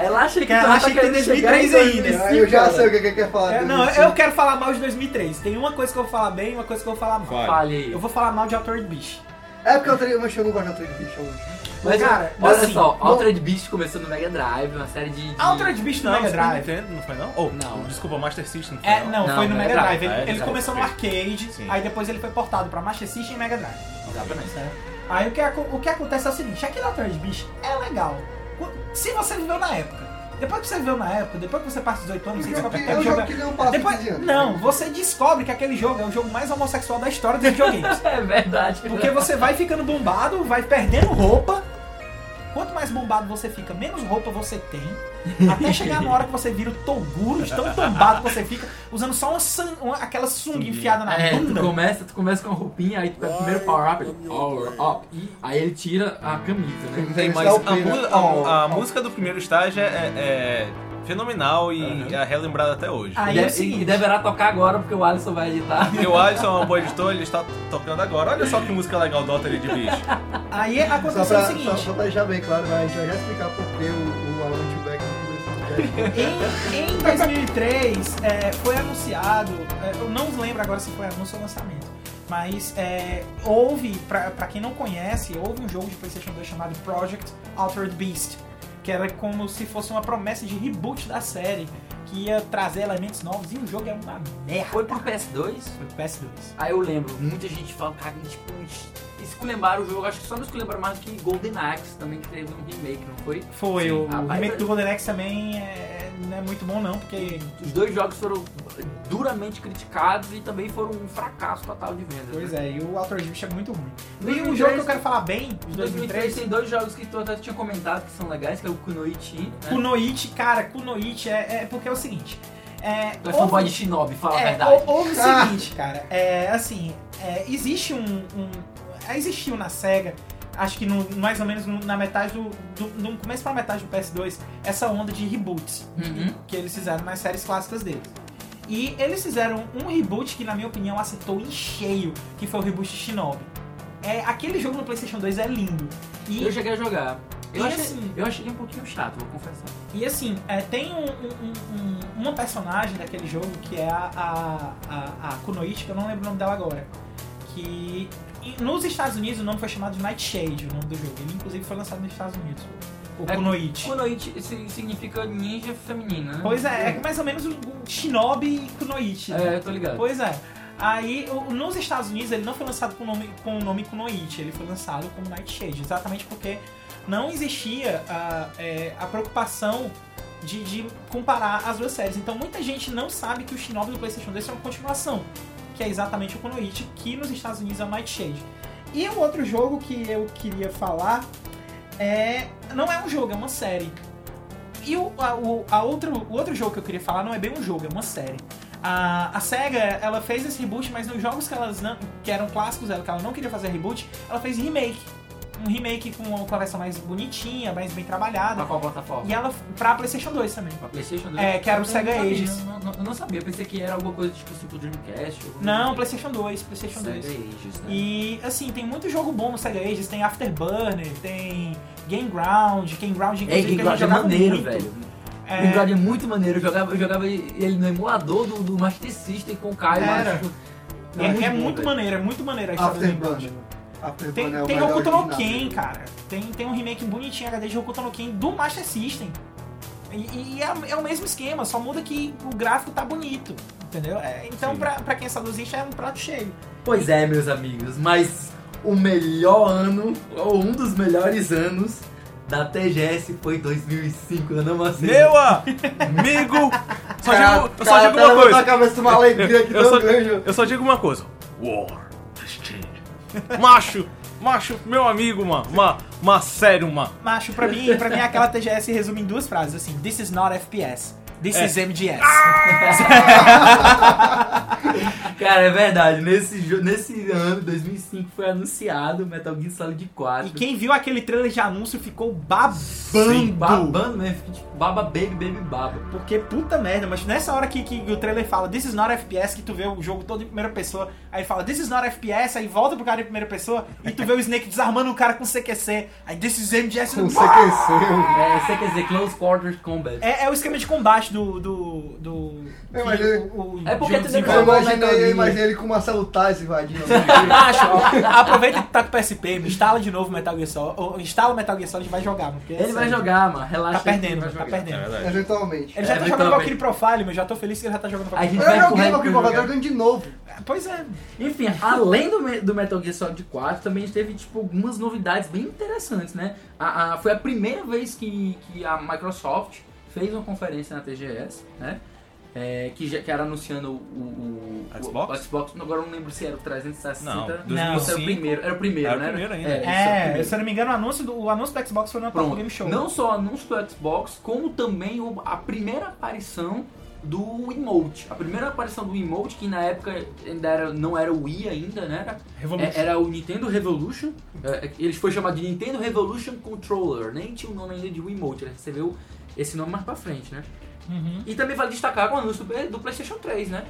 [SPEAKER 3] ela acha que,
[SPEAKER 4] Ela
[SPEAKER 3] tu já
[SPEAKER 4] acha
[SPEAKER 3] tá
[SPEAKER 4] que tem
[SPEAKER 3] querendo chegar
[SPEAKER 4] 2003
[SPEAKER 3] em
[SPEAKER 4] ainda.
[SPEAKER 2] Ah,
[SPEAKER 3] 2005,
[SPEAKER 2] eu já
[SPEAKER 3] cara.
[SPEAKER 2] sei o que que quer falar.
[SPEAKER 4] É,
[SPEAKER 2] do
[SPEAKER 4] não,
[SPEAKER 2] Lucy.
[SPEAKER 4] eu quero falar mal de 2003. Tem uma coisa que eu vou falar bem e uma coisa que eu vou falar mal.
[SPEAKER 5] Fale.
[SPEAKER 3] Fale aí.
[SPEAKER 4] Eu vou falar mal de Autor de Bicho.
[SPEAKER 2] É porque eu, tenho- eu não chego com a de bicho hoje.
[SPEAKER 3] Mas,
[SPEAKER 4] cara,
[SPEAKER 3] olha
[SPEAKER 4] assim,
[SPEAKER 3] só,
[SPEAKER 4] bom-
[SPEAKER 3] Altered Beast começou no Mega Drive, uma série de. de...
[SPEAKER 4] Altered Ah, Beast no
[SPEAKER 5] Não,
[SPEAKER 4] Mega
[SPEAKER 5] Super
[SPEAKER 4] Drive.
[SPEAKER 5] Nintendo, não foi não? Oh,
[SPEAKER 3] Não.
[SPEAKER 5] Desculpa, Master System. foi
[SPEAKER 4] É, não,
[SPEAKER 3] Não,
[SPEAKER 4] foi no Mega
[SPEAKER 3] Mega
[SPEAKER 4] Drive.
[SPEAKER 3] Drive,
[SPEAKER 4] Ele,
[SPEAKER 5] é,
[SPEAKER 4] ele
[SPEAKER 5] Mega
[SPEAKER 4] começou no
[SPEAKER 5] Drive.
[SPEAKER 4] arcade,
[SPEAKER 5] Sim.
[SPEAKER 4] aí depois ele foi portado pra Master System e Mega Drive.
[SPEAKER 3] Exatamente.
[SPEAKER 4] né? Aí o que, aco- o que acontece é o seguinte, aquele Altered Beast é legal. Qu- Se você viveu na época. Depois que você viveu na época, depois que você passa 18 anos, você
[SPEAKER 2] Eu
[SPEAKER 4] descobre
[SPEAKER 2] jogo
[SPEAKER 4] que
[SPEAKER 2] que- É um
[SPEAKER 4] aquele
[SPEAKER 2] jogo
[SPEAKER 4] jogo é...
[SPEAKER 2] que não passa
[SPEAKER 4] Depois-
[SPEAKER 2] 15 anos.
[SPEAKER 4] não, você descobre que aquele jogo é o jogo mais homossexual da história dos videogames.
[SPEAKER 3] É verdade.
[SPEAKER 4] Porque você vai ficando bombado, vai perdendo roupa. Quanto mais bombado você fica, menos roupa você tem. Até chegar na hora que você vira o Toguro, de tão tombado que você fica, usando só uma, san- uma- aquela sunga enfiada na
[SPEAKER 3] É, tu
[SPEAKER 4] bunda.
[SPEAKER 3] começa, tu começa com a roupinha, aí tu pega o primeiro power up, ele power up, e aí ele tira a camisa, né?
[SPEAKER 5] Tem, mas
[SPEAKER 2] Esse é o
[SPEAKER 5] a,
[SPEAKER 2] P, né?
[SPEAKER 5] mu- a- a música do primeiro estágio é, é fenomenal e é relembrada até hoje.
[SPEAKER 4] Aí
[SPEAKER 3] e,
[SPEAKER 4] é o
[SPEAKER 3] de-
[SPEAKER 4] seguinte.
[SPEAKER 3] e deverá tocar agora, porque o Alisson vai editar.
[SPEAKER 5] E o Alisson é um bom editor, ele está tocando agora. Olha só que música legal do Altered Beast.
[SPEAKER 4] Aí
[SPEAKER 2] Só
[SPEAKER 4] aconteceu o
[SPEAKER 2] pra, só,
[SPEAKER 4] seguinte.
[SPEAKER 2] só pra deixar bem claro, mas a gente vai já explicar por que o, o Alan Tudyk não começou
[SPEAKER 4] Em, em 2003 é, foi anunciado, é, eu não lembro agora se foi anúncio ou lançamento, mas é, houve, pra, pra quem não conhece, houve um jogo de PlayStation 2 chamado Project Altered Beast, que era como se fosse uma promessa de reboot da série, que ia trazer elementos novos, e o jogo é uma merda.
[SPEAKER 3] Foi pro PS2?
[SPEAKER 4] Foi PS2.
[SPEAKER 3] Aí eu lembro, muita gente fala, cara, tipo, es- esculhambaram o jogo, acho que só não esculhambaram mais que Golden Axe também, que teve um remake, não foi?
[SPEAKER 4] Foi,
[SPEAKER 3] Sim,
[SPEAKER 4] o
[SPEAKER 3] rapaz,
[SPEAKER 4] remake
[SPEAKER 3] mas-
[SPEAKER 4] do Golden Axe também é- não é muito bom não, porque...
[SPEAKER 3] Os dois jogos foram duramente criticados e também foram um fracasso total de vendas.
[SPEAKER 4] Pois
[SPEAKER 3] né?
[SPEAKER 4] é, e o Altered Beast é muito ruim. E um
[SPEAKER 3] 2003
[SPEAKER 4] jogo que eu quero falar bem,
[SPEAKER 3] Em
[SPEAKER 4] de
[SPEAKER 3] 2003
[SPEAKER 4] 2003,
[SPEAKER 3] tem dois jogos que tu até tinha comentado que são legais, que é o Kunoichi, né?
[SPEAKER 4] Kunoichi, cara, Kunoichi é, é porque é o seguinte. É,
[SPEAKER 3] Tu é fanboy de
[SPEAKER 4] houve,
[SPEAKER 3] Shinobi, fala a
[SPEAKER 4] é,
[SPEAKER 3] verdade.
[SPEAKER 4] hou- houve o
[SPEAKER 2] Ah.
[SPEAKER 4] seguinte, cara. É assim, é, existe um, um- é, Existiu na SEGA, acho que no- mais ou menos no- na metade do, do. No começo pra metade do PS2, essa onda de reboots
[SPEAKER 3] Uhum.
[SPEAKER 4] que eles fizeram nas séries clássicas deles. E eles fizeram um reboot que, na minha opinião, acertou em cheio, que foi o reboot de Shinobi. É, aquele jogo no PlayStation 2 é lindo. E
[SPEAKER 3] Eu cheguei a jogar. Eu
[SPEAKER 4] E
[SPEAKER 3] achei,
[SPEAKER 4] assim?
[SPEAKER 3] eu achei um pouquinho chato, vou confessar.
[SPEAKER 4] E assim, é, tem um, um- um- um- uma personagem daquele jogo que é a, a, a, a Kunoichi, que eu não lembro o nome dela agora. Que e nos Estados Unidos o nome foi chamado de Nightshade, o nome do jogo. Ele inclusive foi lançado nos Estados Unidos. O
[SPEAKER 3] É,
[SPEAKER 4] Kunoichi.
[SPEAKER 3] Kunoichi si- significa ninja feminina, né?
[SPEAKER 4] Pois é, é mais ou menos o o Shinobi Kunoichi. né?
[SPEAKER 3] É, eu tô ligado.
[SPEAKER 4] Pois é. Aí, o- nos Estados Unidos, ele não foi lançado com o nome, com o nome Kunoichi, ele foi lançado como Nightshade, exatamente porque não existia a, é, a preocupação de, de comparar as duas séries. Então, muita gente não sabe que o Shinobi do PlayStation 2 é uma continuação, que é exatamente o Kunoichi, que nos Estados Unidos é o Nightshade. E o outro jogo que eu queria falar é. Não é um jogo, é uma série. E o, a, o, a outro, o outro jogo que eu queria falar não é bem um jogo, é uma série. A, a SEGA, ela fez esse reboot, mas nos jogos que, elas não, que eram clássicos dela, que ela não queria fazer reboot, ela fez remake. Um remake com uma conversa mais bonitinha, mais bem
[SPEAKER 3] é. Pra
[SPEAKER 4] trabalhada.
[SPEAKER 3] qual plataforma?
[SPEAKER 4] E ela, pra PlayStation 2 também.
[SPEAKER 3] Pra Playstation 2?
[SPEAKER 4] É, que era o
[SPEAKER 3] Eu não
[SPEAKER 4] Sega
[SPEAKER 3] sabia,
[SPEAKER 4] Ages.
[SPEAKER 3] Eu não, não- eu não sabia, eu pensei que era alguma coisa tipo tipo Dreamcast. alguma coisa
[SPEAKER 4] Não, PlayStation 2,
[SPEAKER 3] assim.
[SPEAKER 4] PlayStation
[SPEAKER 3] Sega
[SPEAKER 4] 2.
[SPEAKER 3] Ages, né?
[SPEAKER 4] E assim, tem muito jogo bom no Sega Ages, tem Afterburner, tem Game Ground, Game Ground
[SPEAKER 3] É, Game
[SPEAKER 4] inclusive que a gente
[SPEAKER 3] Ground é
[SPEAKER 4] jogava
[SPEAKER 3] maneiro,
[SPEAKER 4] muito.
[SPEAKER 3] velho.
[SPEAKER 4] É,
[SPEAKER 3] Game Ground é muito maneiro. Eu jogava, eu jogava ele no emulador do, do Master System com o Caio.
[SPEAKER 4] Era.
[SPEAKER 3] acho.
[SPEAKER 4] é- é
[SPEAKER 3] bom,
[SPEAKER 4] muito
[SPEAKER 3] velho.
[SPEAKER 4] maneiro, é muito maneiro a história do Game Ground.
[SPEAKER 2] Afterburner. Afterburner
[SPEAKER 4] Tem,
[SPEAKER 2] é o
[SPEAKER 4] tem
[SPEAKER 2] melhor
[SPEAKER 4] Hokuto no
[SPEAKER 2] original.
[SPEAKER 4] Ken, cara. Tem, tem um remake bonitinho HD de Hokuto no Ken do Master System. E, e é, é o mesmo esquema, só muda que o gráfico tá bonito. Entendeu? É, então,
[SPEAKER 5] Sim.
[SPEAKER 4] pra, pra quem é saduzista, é um prato cheio.
[SPEAKER 3] Pois é, meus amigos, mas o melhor ano, ou um dos melhores anos da TGS foi 2005, eu não aceito.
[SPEAKER 5] Meu amigo! Só
[SPEAKER 2] Cara,
[SPEAKER 5] digo, eu só digo uma
[SPEAKER 2] cara, tá na
[SPEAKER 5] coisa.
[SPEAKER 2] cabeça uma alegria um aqui
[SPEAKER 5] Eu só,
[SPEAKER 2] tão grande.
[SPEAKER 5] eu só digo uma coisa. War has changed. Macho, Macho, meu amigo, mano. Ma, ma, sério, mano.
[SPEAKER 4] Macho, pra mim, pra mim aquela TGS resume em duas frases, assim, this is not FPS, this
[SPEAKER 5] É.
[SPEAKER 4] is MGS.
[SPEAKER 3] Cara, é verdade. Nesse, jo- nesse ano, 2005, foi anunciado Metal Gear Solid 4.
[SPEAKER 4] E quem viu aquele trailer de anúncio ficou babando.
[SPEAKER 3] Sim, babando mesmo. fica Tipo, baba, baby, baby, baba.
[SPEAKER 4] Porque puta merda, mas nessa hora que, que o trailer fala This is not FPS, que tu vê o jogo todo em primeira pessoa, aí fala This is not FPS, aí volta pro cara em primeira pessoa, e tu vê o Snake desarmando o cara com CQC, aí This is MGS
[SPEAKER 2] Com
[SPEAKER 4] no-
[SPEAKER 5] né?
[SPEAKER 2] CQC.
[SPEAKER 3] É, você quer dizer Close Quarters Combat.
[SPEAKER 4] É, é o esquema de combate do. do. do.
[SPEAKER 2] Eu
[SPEAKER 4] que
[SPEAKER 2] imaginei-
[SPEAKER 4] o- o
[SPEAKER 3] É porque
[SPEAKER 4] jogo
[SPEAKER 3] tu
[SPEAKER 4] desenvolve.
[SPEAKER 2] Eu
[SPEAKER 3] Acabou, né,
[SPEAKER 2] imaginei, eu
[SPEAKER 3] Doninho?
[SPEAKER 2] imaginei ele com o Marcelo Taz invadindo.
[SPEAKER 4] Macho,
[SPEAKER 3] é
[SPEAKER 4] ó, aproveita que tá com o PSP, me instala de novo Metal Gear Solid. Ou instala o Metal Gear Solid e vai jogar, mano. porque é
[SPEAKER 3] Ele vai
[SPEAKER 4] sério.
[SPEAKER 3] jogar, mano. Relaxa.
[SPEAKER 4] Tá perdendo,
[SPEAKER 3] ele vai
[SPEAKER 4] tá
[SPEAKER 3] jogar.
[SPEAKER 5] É
[SPEAKER 4] perdendo.
[SPEAKER 5] verdade.
[SPEAKER 2] Eventualmente.
[SPEAKER 4] Ele já
[SPEAKER 3] É,
[SPEAKER 4] tá
[SPEAKER 3] ele
[SPEAKER 4] jogando
[SPEAKER 3] também.
[SPEAKER 4] Valkyrie Profile, mas já tô feliz que ele já tá jogando
[SPEAKER 3] A
[SPEAKER 4] Valkyrie
[SPEAKER 3] gente
[SPEAKER 2] Eu
[SPEAKER 3] vai
[SPEAKER 2] joguei
[SPEAKER 3] empurrar
[SPEAKER 2] Valkyrie
[SPEAKER 3] ele pra
[SPEAKER 2] Profile, eu
[SPEAKER 3] jogar.
[SPEAKER 2] tô jogando de novo.
[SPEAKER 4] Pois é.
[SPEAKER 3] Enfim, além do, Me- do Metal Gear Solid 4, também a gente teve tipo, algumas novidades bem interessantes, né? A, a- foi a primeira vez que, que a Microsoft fez uma conferência na TGS, né? É, que, já, que era anunciando o, o- o-
[SPEAKER 5] Xbox?
[SPEAKER 3] o Xbox. Agora eu não lembro se era o 360.
[SPEAKER 5] Não,
[SPEAKER 3] era o
[SPEAKER 5] 2005.
[SPEAKER 3] primeiro. Era o primeiro,
[SPEAKER 5] Era o
[SPEAKER 3] né?
[SPEAKER 5] primeiro ainda.
[SPEAKER 3] É, isso, era o
[SPEAKER 4] É,
[SPEAKER 3] primeiro.
[SPEAKER 4] se eu não me engano, o anúncio do, o anúncio do Xbox foi no Natal
[SPEAKER 3] Pronto.
[SPEAKER 4] Game Show.
[SPEAKER 3] Não só o anúncio do Xbox, como também o- a primeira aparição do emote. A primeira aparição do emote, que na época ainda era, não era o Wii ainda, né? Era
[SPEAKER 4] Revolution.
[SPEAKER 3] É, Era o Nintendo Revolution. é, Ele foi chamado de Nintendo Revolution Controller. Nem tinha o nome ainda de Wiimote. né? Ele recebeu esse nome mais pra frente, né?
[SPEAKER 4] Uhum.
[SPEAKER 3] E também vale destacar o anúncio do, do PlayStation 3, né?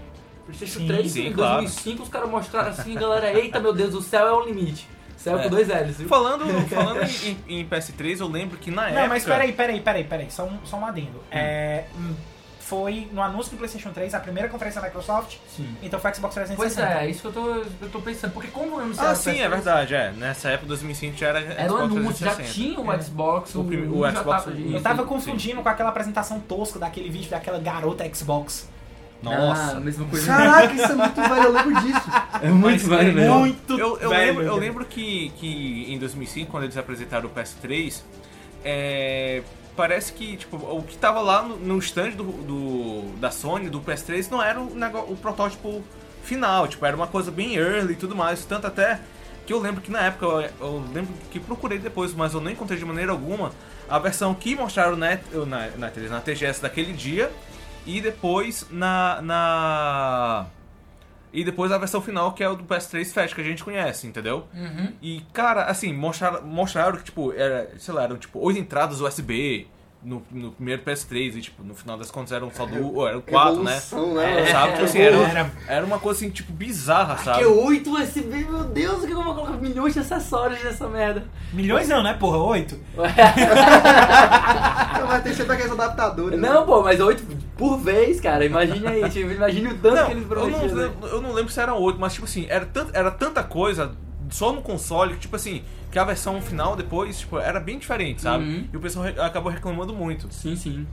[SPEAKER 3] PlayStation
[SPEAKER 4] Sim,
[SPEAKER 3] 3,
[SPEAKER 5] sim,
[SPEAKER 3] em
[SPEAKER 5] claro.
[SPEAKER 3] 2005, os caras mostraram assim, galera, eita, meu Deus, o céu é o limite. Céu é
[SPEAKER 5] É.
[SPEAKER 3] com dois L's, viu?
[SPEAKER 5] Falando, falando em, em- em PS3, eu lembro que na época.
[SPEAKER 4] Não, mas peraí, peraí, peraí, peraí. Só um, só um adendo. É, hum, foi no anúncio do PlayStation 3, a primeira conferência da Microsoft,
[SPEAKER 3] Sim.
[SPEAKER 4] então foi o Xbox 360.
[SPEAKER 3] Pois é, é isso que eu tô, eu tô pensando. Porque como eu não sei
[SPEAKER 5] Ah, sim, é verdade, é. Nessa época, 2005 já era.
[SPEAKER 3] Era o
[SPEAKER 5] Xbox
[SPEAKER 3] anúncio, já
[SPEAKER 5] 360.
[SPEAKER 3] tinha o Xbox,
[SPEAKER 5] É. O prim- o
[SPEAKER 3] já
[SPEAKER 5] Xbox
[SPEAKER 3] tava-
[SPEAKER 5] One.
[SPEAKER 4] Eu tava
[SPEAKER 5] Sim.
[SPEAKER 4] confundindo com aquela apresentação tosca daquele vídeo daquela garota Xbox.
[SPEAKER 3] Ah,
[SPEAKER 5] Nossa.
[SPEAKER 3] mesma coisa.
[SPEAKER 2] Caraca, isso é muito velho, eu lembro disso.
[SPEAKER 3] é muito velho,
[SPEAKER 4] Muito
[SPEAKER 5] Eu, eu
[SPEAKER 4] velho,
[SPEAKER 5] lembro, eu
[SPEAKER 4] velho.
[SPEAKER 5] lembro que, que em 2005, quando eles apresentaram o PS3, é, parece que tipo, o que tava lá no, no stand do, do- da Sony, do PS3, não era o, nego- o protótipo final, tipo, era uma coisa bem early e tudo mais, tanto até que eu lembro que na época, eu, eu lembro que procurei depois, mas eu não encontrei de maneira alguma a versão que mostraram na, na, na, na TGS daquele dia e depois na- na e depois a versão final, que é o do PS3 Fat, que a gente conhece, entendeu?
[SPEAKER 3] Uhum.
[SPEAKER 5] E, cara, assim, mostraram, mostraram que, tipo, era, sei lá, eram, tipo, oito entradas USB no, no primeiro PS3 e, tipo, no final das contas eram só do... ou eram quatro, né?
[SPEAKER 2] Evolução, né?
[SPEAKER 5] É, sabe? Tipo assim,
[SPEAKER 4] Era-
[SPEAKER 5] era, era uma coisa, assim, tipo, bizarra,
[SPEAKER 3] Que
[SPEAKER 5] sabe?
[SPEAKER 3] 8 USB, meu Deus, o que eu vou colocar milhões de acessórios nessa merda?
[SPEAKER 4] Milhões não, né, porra? Oito?
[SPEAKER 2] Então vai ter que pegar esse adaptador. né?
[SPEAKER 3] Não, pô, mas 8 por vez, cara. Imagina aí, tipo, imagina o tanto
[SPEAKER 5] Não,
[SPEAKER 3] que eles
[SPEAKER 5] eu não,
[SPEAKER 3] prometiam. né?
[SPEAKER 5] lembro, eu não lembro se eram oito, mas, tipo assim, era, tant, era tanta coisa só no console, que, tipo assim, que a versão final depois, tipo, era bem diferente, sabe?
[SPEAKER 3] Uhum.
[SPEAKER 5] E o pessoal re- acabou reclamando muito.
[SPEAKER 3] Sim, sim.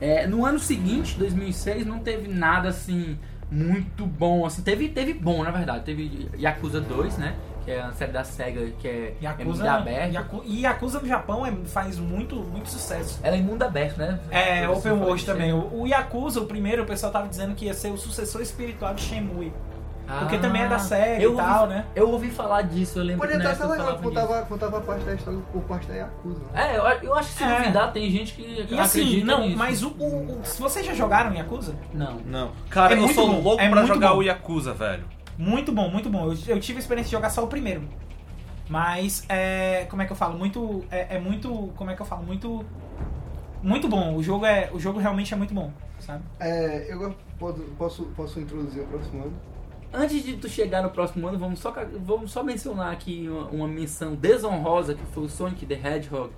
[SPEAKER 3] É, no ano seguinte, 2006, não teve nada assim muito bom. Assim, teve, teve bom, na verdade. Teve Yakuza 2, né? Que é a série da SEGA, que é é mundo
[SPEAKER 4] Yakuza,
[SPEAKER 3] aberto.
[SPEAKER 4] Yaku- e Yakuza no Japão é- faz muito, muito sucesso.
[SPEAKER 3] Ela é mundo aberto, né?
[SPEAKER 4] É,
[SPEAKER 3] Pra você
[SPEAKER 4] Open World
[SPEAKER 3] falar.
[SPEAKER 4] também. O o Yakuza, o primeiro, o pessoal tava dizendo que ia ser o sucessor espiritual de Shenmue. Porque
[SPEAKER 3] Ah,
[SPEAKER 4] também é da série
[SPEAKER 3] eu
[SPEAKER 4] e
[SPEAKER 3] ouvi-
[SPEAKER 4] tal, né?
[SPEAKER 3] Eu ouvi falar disso, eu lembro
[SPEAKER 2] Podia
[SPEAKER 3] que na
[SPEAKER 2] estar, sei
[SPEAKER 3] época
[SPEAKER 2] lá,
[SPEAKER 3] falavam disso.
[SPEAKER 2] contava, contava parte da história por parte da Yakuza.
[SPEAKER 3] É, eu, eu acho que se
[SPEAKER 4] É.
[SPEAKER 3] duvidar, tem gente que
[SPEAKER 4] E
[SPEAKER 3] acredita
[SPEAKER 4] assim, não,
[SPEAKER 3] nisso.
[SPEAKER 4] mas o, o, o- se Vocês já jogaram Yakuza?
[SPEAKER 3] Não.
[SPEAKER 5] Não. Cara,
[SPEAKER 4] É
[SPEAKER 5] eu
[SPEAKER 4] muito
[SPEAKER 5] sou
[SPEAKER 4] bom,
[SPEAKER 5] louco
[SPEAKER 4] é
[SPEAKER 5] pra
[SPEAKER 4] muito
[SPEAKER 5] jogar
[SPEAKER 4] bom.
[SPEAKER 5] o Yakuza, velho.
[SPEAKER 4] Muito bom, muito bom. Eu, eu tive a experiência de jogar só o primeiro. Mas, é, como é que eu falo? Muito. É, é muito. Como é que eu falo? Muito. Muito bom. O jogo, é, o jogo realmente é muito bom, sabe?
[SPEAKER 2] É, eu posso, posso, posso introduzir o próximo ano?
[SPEAKER 3] Antes de tu chegar no próximo ano, vamos só, ca- vamos só mencionar aqui uma, uma menção desonrosa que foi o Sonic the Hedgehog.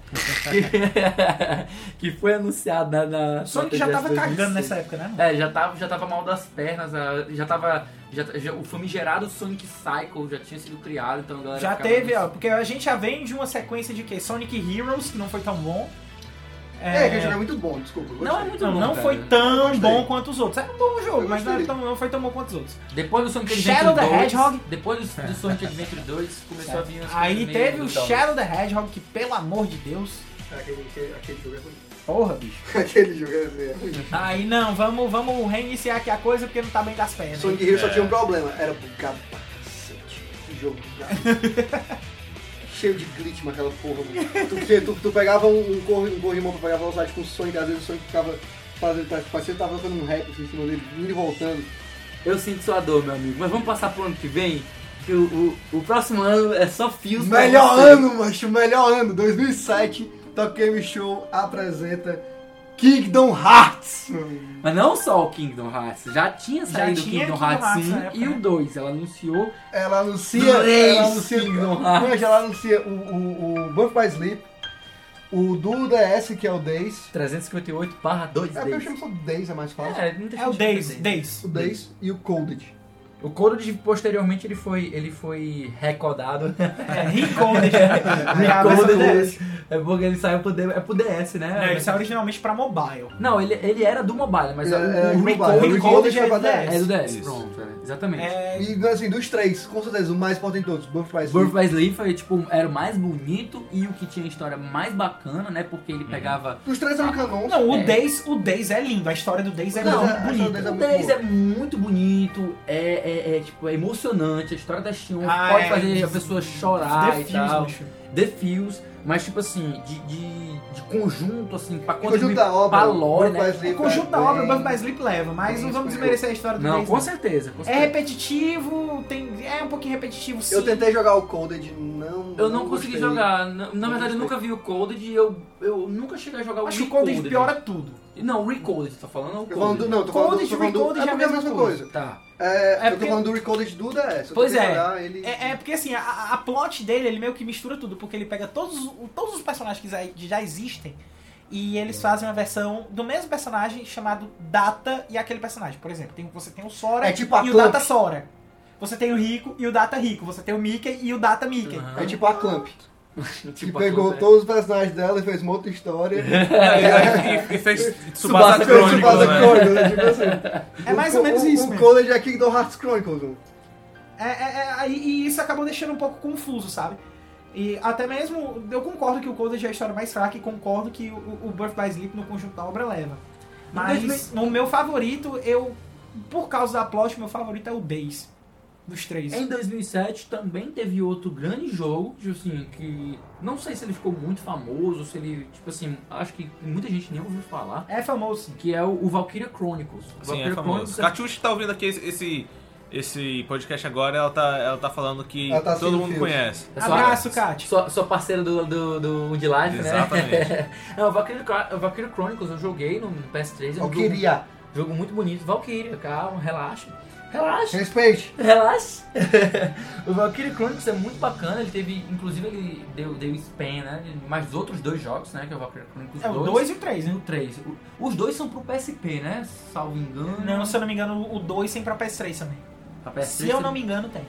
[SPEAKER 3] que, que foi anunciado na. na
[SPEAKER 2] É,
[SPEAKER 4] O Sonic
[SPEAKER 3] na
[SPEAKER 4] já tava
[SPEAKER 3] 2006.
[SPEAKER 4] cagando nessa época, né? mano?
[SPEAKER 3] É, já tava, já tava mal das pernas, a- já tava. Já, já- o famigerado Sonic Cycle já tinha sido criado, então a galera.
[SPEAKER 4] Já
[SPEAKER 3] ficava
[SPEAKER 4] teve,
[SPEAKER 3] nessa-
[SPEAKER 4] ó. Porque a gente já vem de uma sequência de quê? Sonic Heroes, que não foi tão bom.
[SPEAKER 2] É, que o jogo é muito bom, desculpa. eu gostei.
[SPEAKER 3] Não é muito
[SPEAKER 4] Não,
[SPEAKER 3] bom.
[SPEAKER 4] não
[SPEAKER 3] cara.
[SPEAKER 4] foi tão
[SPEAKER 2] Gostei.
[SPEAKER 4] bom quanto os outros. Era um bom jogo,
[SPEAKER 2] Eu
[SPEAKER 4] mas não, era
[SPEAKER 2] gostei.
[SPEAKER 4] tão, não foi tão bom quanto os outros.
[SPEAKER 3] Depois do Sonic Adventure
[SPEAKER 4] Shadow the
[SPEAKER 3] 2.
[SPEAKER 4] Hedgehog.
[SPEAKER 3] Depois do, do Sonic Adventure 2, começou a vir as
[SPEAKER 4] Aí
[SPEAKER 3] coisas meio
[SPEAKER 4] teve o
[SPEAKER 3] doidão.
[SPEAKER 4] Shadow the Hedgehog, que pelo amor de Deus.
[SPEAKER 3] é.
[SPEAKER 2] Aquele, aquele, aquele jogo é ruim.
[SPEAKER 4] Porra, bicho.
[SPEAKER 2] Aquele jogo é ruim, é ruim.
[SPEAKER 4] Aí não, vamos, vamos reiniciar aqui a coisa porque não tá bem das pernas.
[SPEAKER 2] Sonic Hero só tinha um problema, era bugado pra cacete. Que jogo bugado. cheio de glitch, mas aquela porra. mano. Tu, que- tu, tu pegava um, um, corri- um corrimão pra pegar velocidade com o Sonic, às vezes o Sonic ficava fazendo, parecia que tava dando um rap assim, em cima dele, indo e voltando.
[SPEAKER 3] Eu sinto sua dor, meu amigo, mas vamos passar pro ano que vem, que o, o, o próximo ano é só fios. pra
[SPEAKER 2] Melhor
[SPEAKER 3] você.
[SPEAKER 2] ano, macho, melhor ano. 2007, Top Game Show apresenta Kingdom Hearts. meu amigo.
[SPEAKER 3] Mas não só o Kingdom Hearts, já tinha
[SPEAKER 4] Já
[SPEAKER 3] saído
[SPEAKER 4] tinha
[SPEAKER 3] o Kingdom,
[SPEAKER 4] Kingdom Hearts
[SPEAKER 3] Hearts 1
[SPEAKER 4] na época,
[SPEAKER 3] e
[SPEAKER 4] né?
[SPEAKER 3] o 2. Ela anunciou
[SPEAKER 2] Ela anuncia.
[SPEAKER 3] Três
[SPEAKER 2] ela anuncia,
[SPEAKER 3] Kingdom Hearts.
[SPEAKER 2] Mas ela anuncia o, o, o Birth by Sleep, o do DS, que é o Days.
[SPEAKER 3] 358 barra 2
[SPEAKER 2] É porque eu chamo só Days, é mais fácil.
[SPEAKER 3] É, não tem
[SPEAKER 4] É o
[SPEAKER 3] sentido
[SPEAKER 4] Days,
[SPEAKER 3] fazer.
[SPEAKER 4] Days.
[SPEAKER 2] O Days e o Colded.
[SPEAKER 3] O Coded posteriormente ele foi, ele foi recodado.
[SPEAKER 4] É, Recoded. É, a versão do DS.
[SPEAKER 3] Recoded. É porque ele saiu pro, D- é pro DS, né?
[SPEAKER 4] Não, ele saiu originalmente pra mobile.
[SPEAKER 3] Não, ele, ele era do mobile, mas
[SPEAKER 2] É,
[SPEAKER 3] o,
[SPEAKER 2] é,
[SPEAKER 3] o
[SPEAKER 2] do mobile.
[SPEAKER 3] Recoded
[SPEAKER 2] O
[SPEAKER 4] Recoded
[SPEAKER 2] foi pra
[SPEAKER 4] é
[SPEAKER 3] é do DS.
[SPEAKER 5] Isso.
[SPEAKER 3] Pronto, é, exatamente.
[SPEAKER 4] É,
[SPEAKER 2] E assim, dos três, com certeza, o mais importante de todos, Birth by
[SPEAKER 3] Birth
[SPEAKER 2] Sleep.
[SPEAKER 3] by Sleep foi, tipo, era o mais bonito e o que tinha a história mais bacana, né? Porque ele pegava...
[SPEAKER 2] Os três eram canons.
[SPEAKER 4] não, o
[SPEAKER 3] É.
[SPEAKER 4] Days, o Days é lindo. A história do Days é
[SPEAKER 2] Não,
[SPEAKER 4] muito
[SPEAKER 2] a história do Days
[SPEAKER 4] bonita.
[SPEAKER 2] é
[SPEAKER 3] O 10
[SPEAKER 2] muito boa.
[SPEAKER 3] é muito bonito, é, é, é, tipo, é emocionante, a história da Shion
[SPEAKER 4] Ah,
[SPEAKER 3] pode
[SPEAKER 4] é.
[SPEAKER 3] fazer a pessoa chorar
[SPEAKER 4] The
[SPEAKER 3] e tal.
[SPEAKER 4] Fuse, bicho.
[SPEAKER 3] The Feels, mas tipo assim, de, de, de conjunto, assim, pra
[SPEAKER 2] Conjunto
[SPEAKER 3] contribuir
[SPEAKER 2] da obra.
[SPEAKER 3] pra lore,
[SPEAKER 2] Birth
[SPEAKER 3] né?
[SPEAKER 2] by
[SPEAKER 4] O
[SPEAKER 2] Sleep
[SPEAKER 4] conjunto
[SPEAKER 2] é
[SPEAKER 4] da obra,
[SPEAKER 2] bem-
[SPEAKER 4] Buff by Sleep leva, mas não vamos desmerecer a história do
[SPEAKER 3] Não,
[SPEAKER 4] Days.
[SPEAKER 3] com
[SPEAKER 4] não.
[SPEAKER 3] certeza, com
[SPEAKER 4] É
[SPEAKER 3] certeza.
[SPEAKER 4] repetitivo, tem, é um pouquinho repetitivo, sim.
[SPEAKER 2] Eu tentei jogar o Colded, não.
[SPEAKER 3] Eu não consegui
[SPEAKER 2] gostei.
[SPEAKER 3] jogar. Na, na
[SPEAKER 2] Não
[SPEAKER 3] verdade, eu
[SPEAKER 2] gostei.
[SPEAKER 3] nunca vi o Coded e eu, eu nunca cheguei a jogar
[SPEAKER 4] Acho que
[SPEAKER 3] o
[SPEAKER 4] o Colded
[SPEAKER 3] Recoded.
[SPEAKER 4] piora tudo.
[SPEAKER 3] Não, o Recoded, tá falando? ou O
[SPEAKER 2] Tô falando do,
[SPEAKER 3] Coded?
[SPEAKER 2] não, tô falando do.
[SPEAKER 4] Coded,
[SPEAKER 2] Tô falando do
[SPEAKER 4] Recoded
[SPEAKER 2] é
[SPEAKER 4] é a
[SPEAKER 2] porque é a
[SPEAKER 4] mesma
[SPEAKER 2] mesma coisa.
[SPEAKER 3] Tá.
[SPEAKER 2] É,
[SPEAKER 4] É
[SPEAKER 2] eu tô
[SPEAKER 4] porque-
[SPEAKER 2] falando do Recorded do DS. eu
[SPEAKER 4] Pois
[SPEAKER 2] tentei
[SPEAKER 4] é.
[SPEAKER 2] jogar, ele-
[SPEAKER 4] É, é porque assim, a, a plot dele, ele meio que mistura tudo, porque ele pega todos, o- todos os personagens que já, que já existem e eles fazem uma versão do mesmo personagem chamado Data e aquele personagem. Por exemplo, tem, você tem o Sora
[SPEAKER 2] É tipo a
[SPEAKER 4] e o
[SPEAKER 2] Clamp.
[SPEAKER 4] Data Sora. Você tem o Rico e o Data Rico. Você tem o Mickey e o Data Mickey.
[SPEAKER 3] Aham.
[SPEAKER 2] É tipo a Clamp, que
[SPEAKER 3] Tipo,
[SPEAKER 2] pegou
[SPEAKER 3] a-
[SPEAKER 2] todos os personagens dela e fez uma outra história. Tipo,
[SPEAKER 5] E, e- e fez Tsubasa
[SPEAKER 3] Tsubasa
[SPEAKER 5] Chronicles,
[SPEAKER 2] Tsubasa
[SPEAKER 5] né?
[SPEAKER 2] Chronicles, né? Tipo assim.
[SPEAKER 4] É mais
[SPEAKER 2] O-
[SPEAKER 4] ou menos
[SPEAKER 2] o-
[SPEAKER 4] isso
[SPEAKER 2] O
[SPEAKER 4] mesmo.
[SPEAKER 2] College é Kingdom Hearts Chronicles. um. mano.
[SPEAKER 4] É, é, é, aí- e isso acabou deixando um pouco confuso, sabe? E até mesmo, eu concordo que o Colded é a história mais fraca e concordo que o, o Birth by Sleep no conjunto da obra leva. Mas no meu favorito, eu, por causa da plot, meu favorito é o Days, dos três.
[SPEAKER 3] Em 2007 também teve outro grande jogo, tipo assim, que não sei se ele ficou muito famoso, se ele, tipo assim, acho que muita gente nem ouviu falar,
[SPEAKER 4] É famoso, sim.
[SPEAKER 3] que é o, o Valkyria Chronicles. O
[SPEAKER 5] Sim,
[SPEAKER 3] Valkyria
[SPEAKER 5] é famoso.
[SPEAKER 3] Chronicles
[SPEAKER 5] Catiushi tá ouvindo aqui esse, esse, esse podcast agora, ela tá, ela tá falando que
[SPEAKER 2] Ela tá
[SPEAKER 5] todo
[SPEAKER 2] sendo
[SPEAKER 5] mundo
[SPEAKER 2] fiel.
[SPEAKER 5] conhece.
[SPEAKER 3] é só-
[SPEAKER 4] Abraço, Kat.
[SPEAKER 3] Sua, sua parceira do, do, do de Life, né?
[SPEAKER 5] Exatamente.
[SPEAKER 3] Não, o Valkyria, Chron- o Valkyria Chronicles eu joguei no PS3, é um
[SPEAKER 2] Eu
[SPEAKER 3] jogo,
[SPEAKER 2] queria.
[SPEAKER 3] jogo muito bonito. Valkyria, calma, relaxa. Relaxa.
[SPEAKER 2] Respeite.
[SPEAKER 3] Relaxa! o Valkyrie Chronicles é muito bacana, ele teve, inclusive ele deu, deu spam, né? Mais os outros dois jogos, né? Que é o Valkyrie Chronicles
[SPEAKER 4] É o
[SPEAKER 3] 2
[SPEAKER 4] 2 e o 3,
[SPEAKER 3] e
[SPEAKER 4] né?
[SPEAKER 3] o 3. O- Os dois são pro PSP, né? Salvo engano.
[SPEAKER 4] Não, se eu não me engano, o 2 tem pra PS3 também.
[SPEAKER 3] Pra PS3
[SPEAKER 4] Se eu não me engano, tem.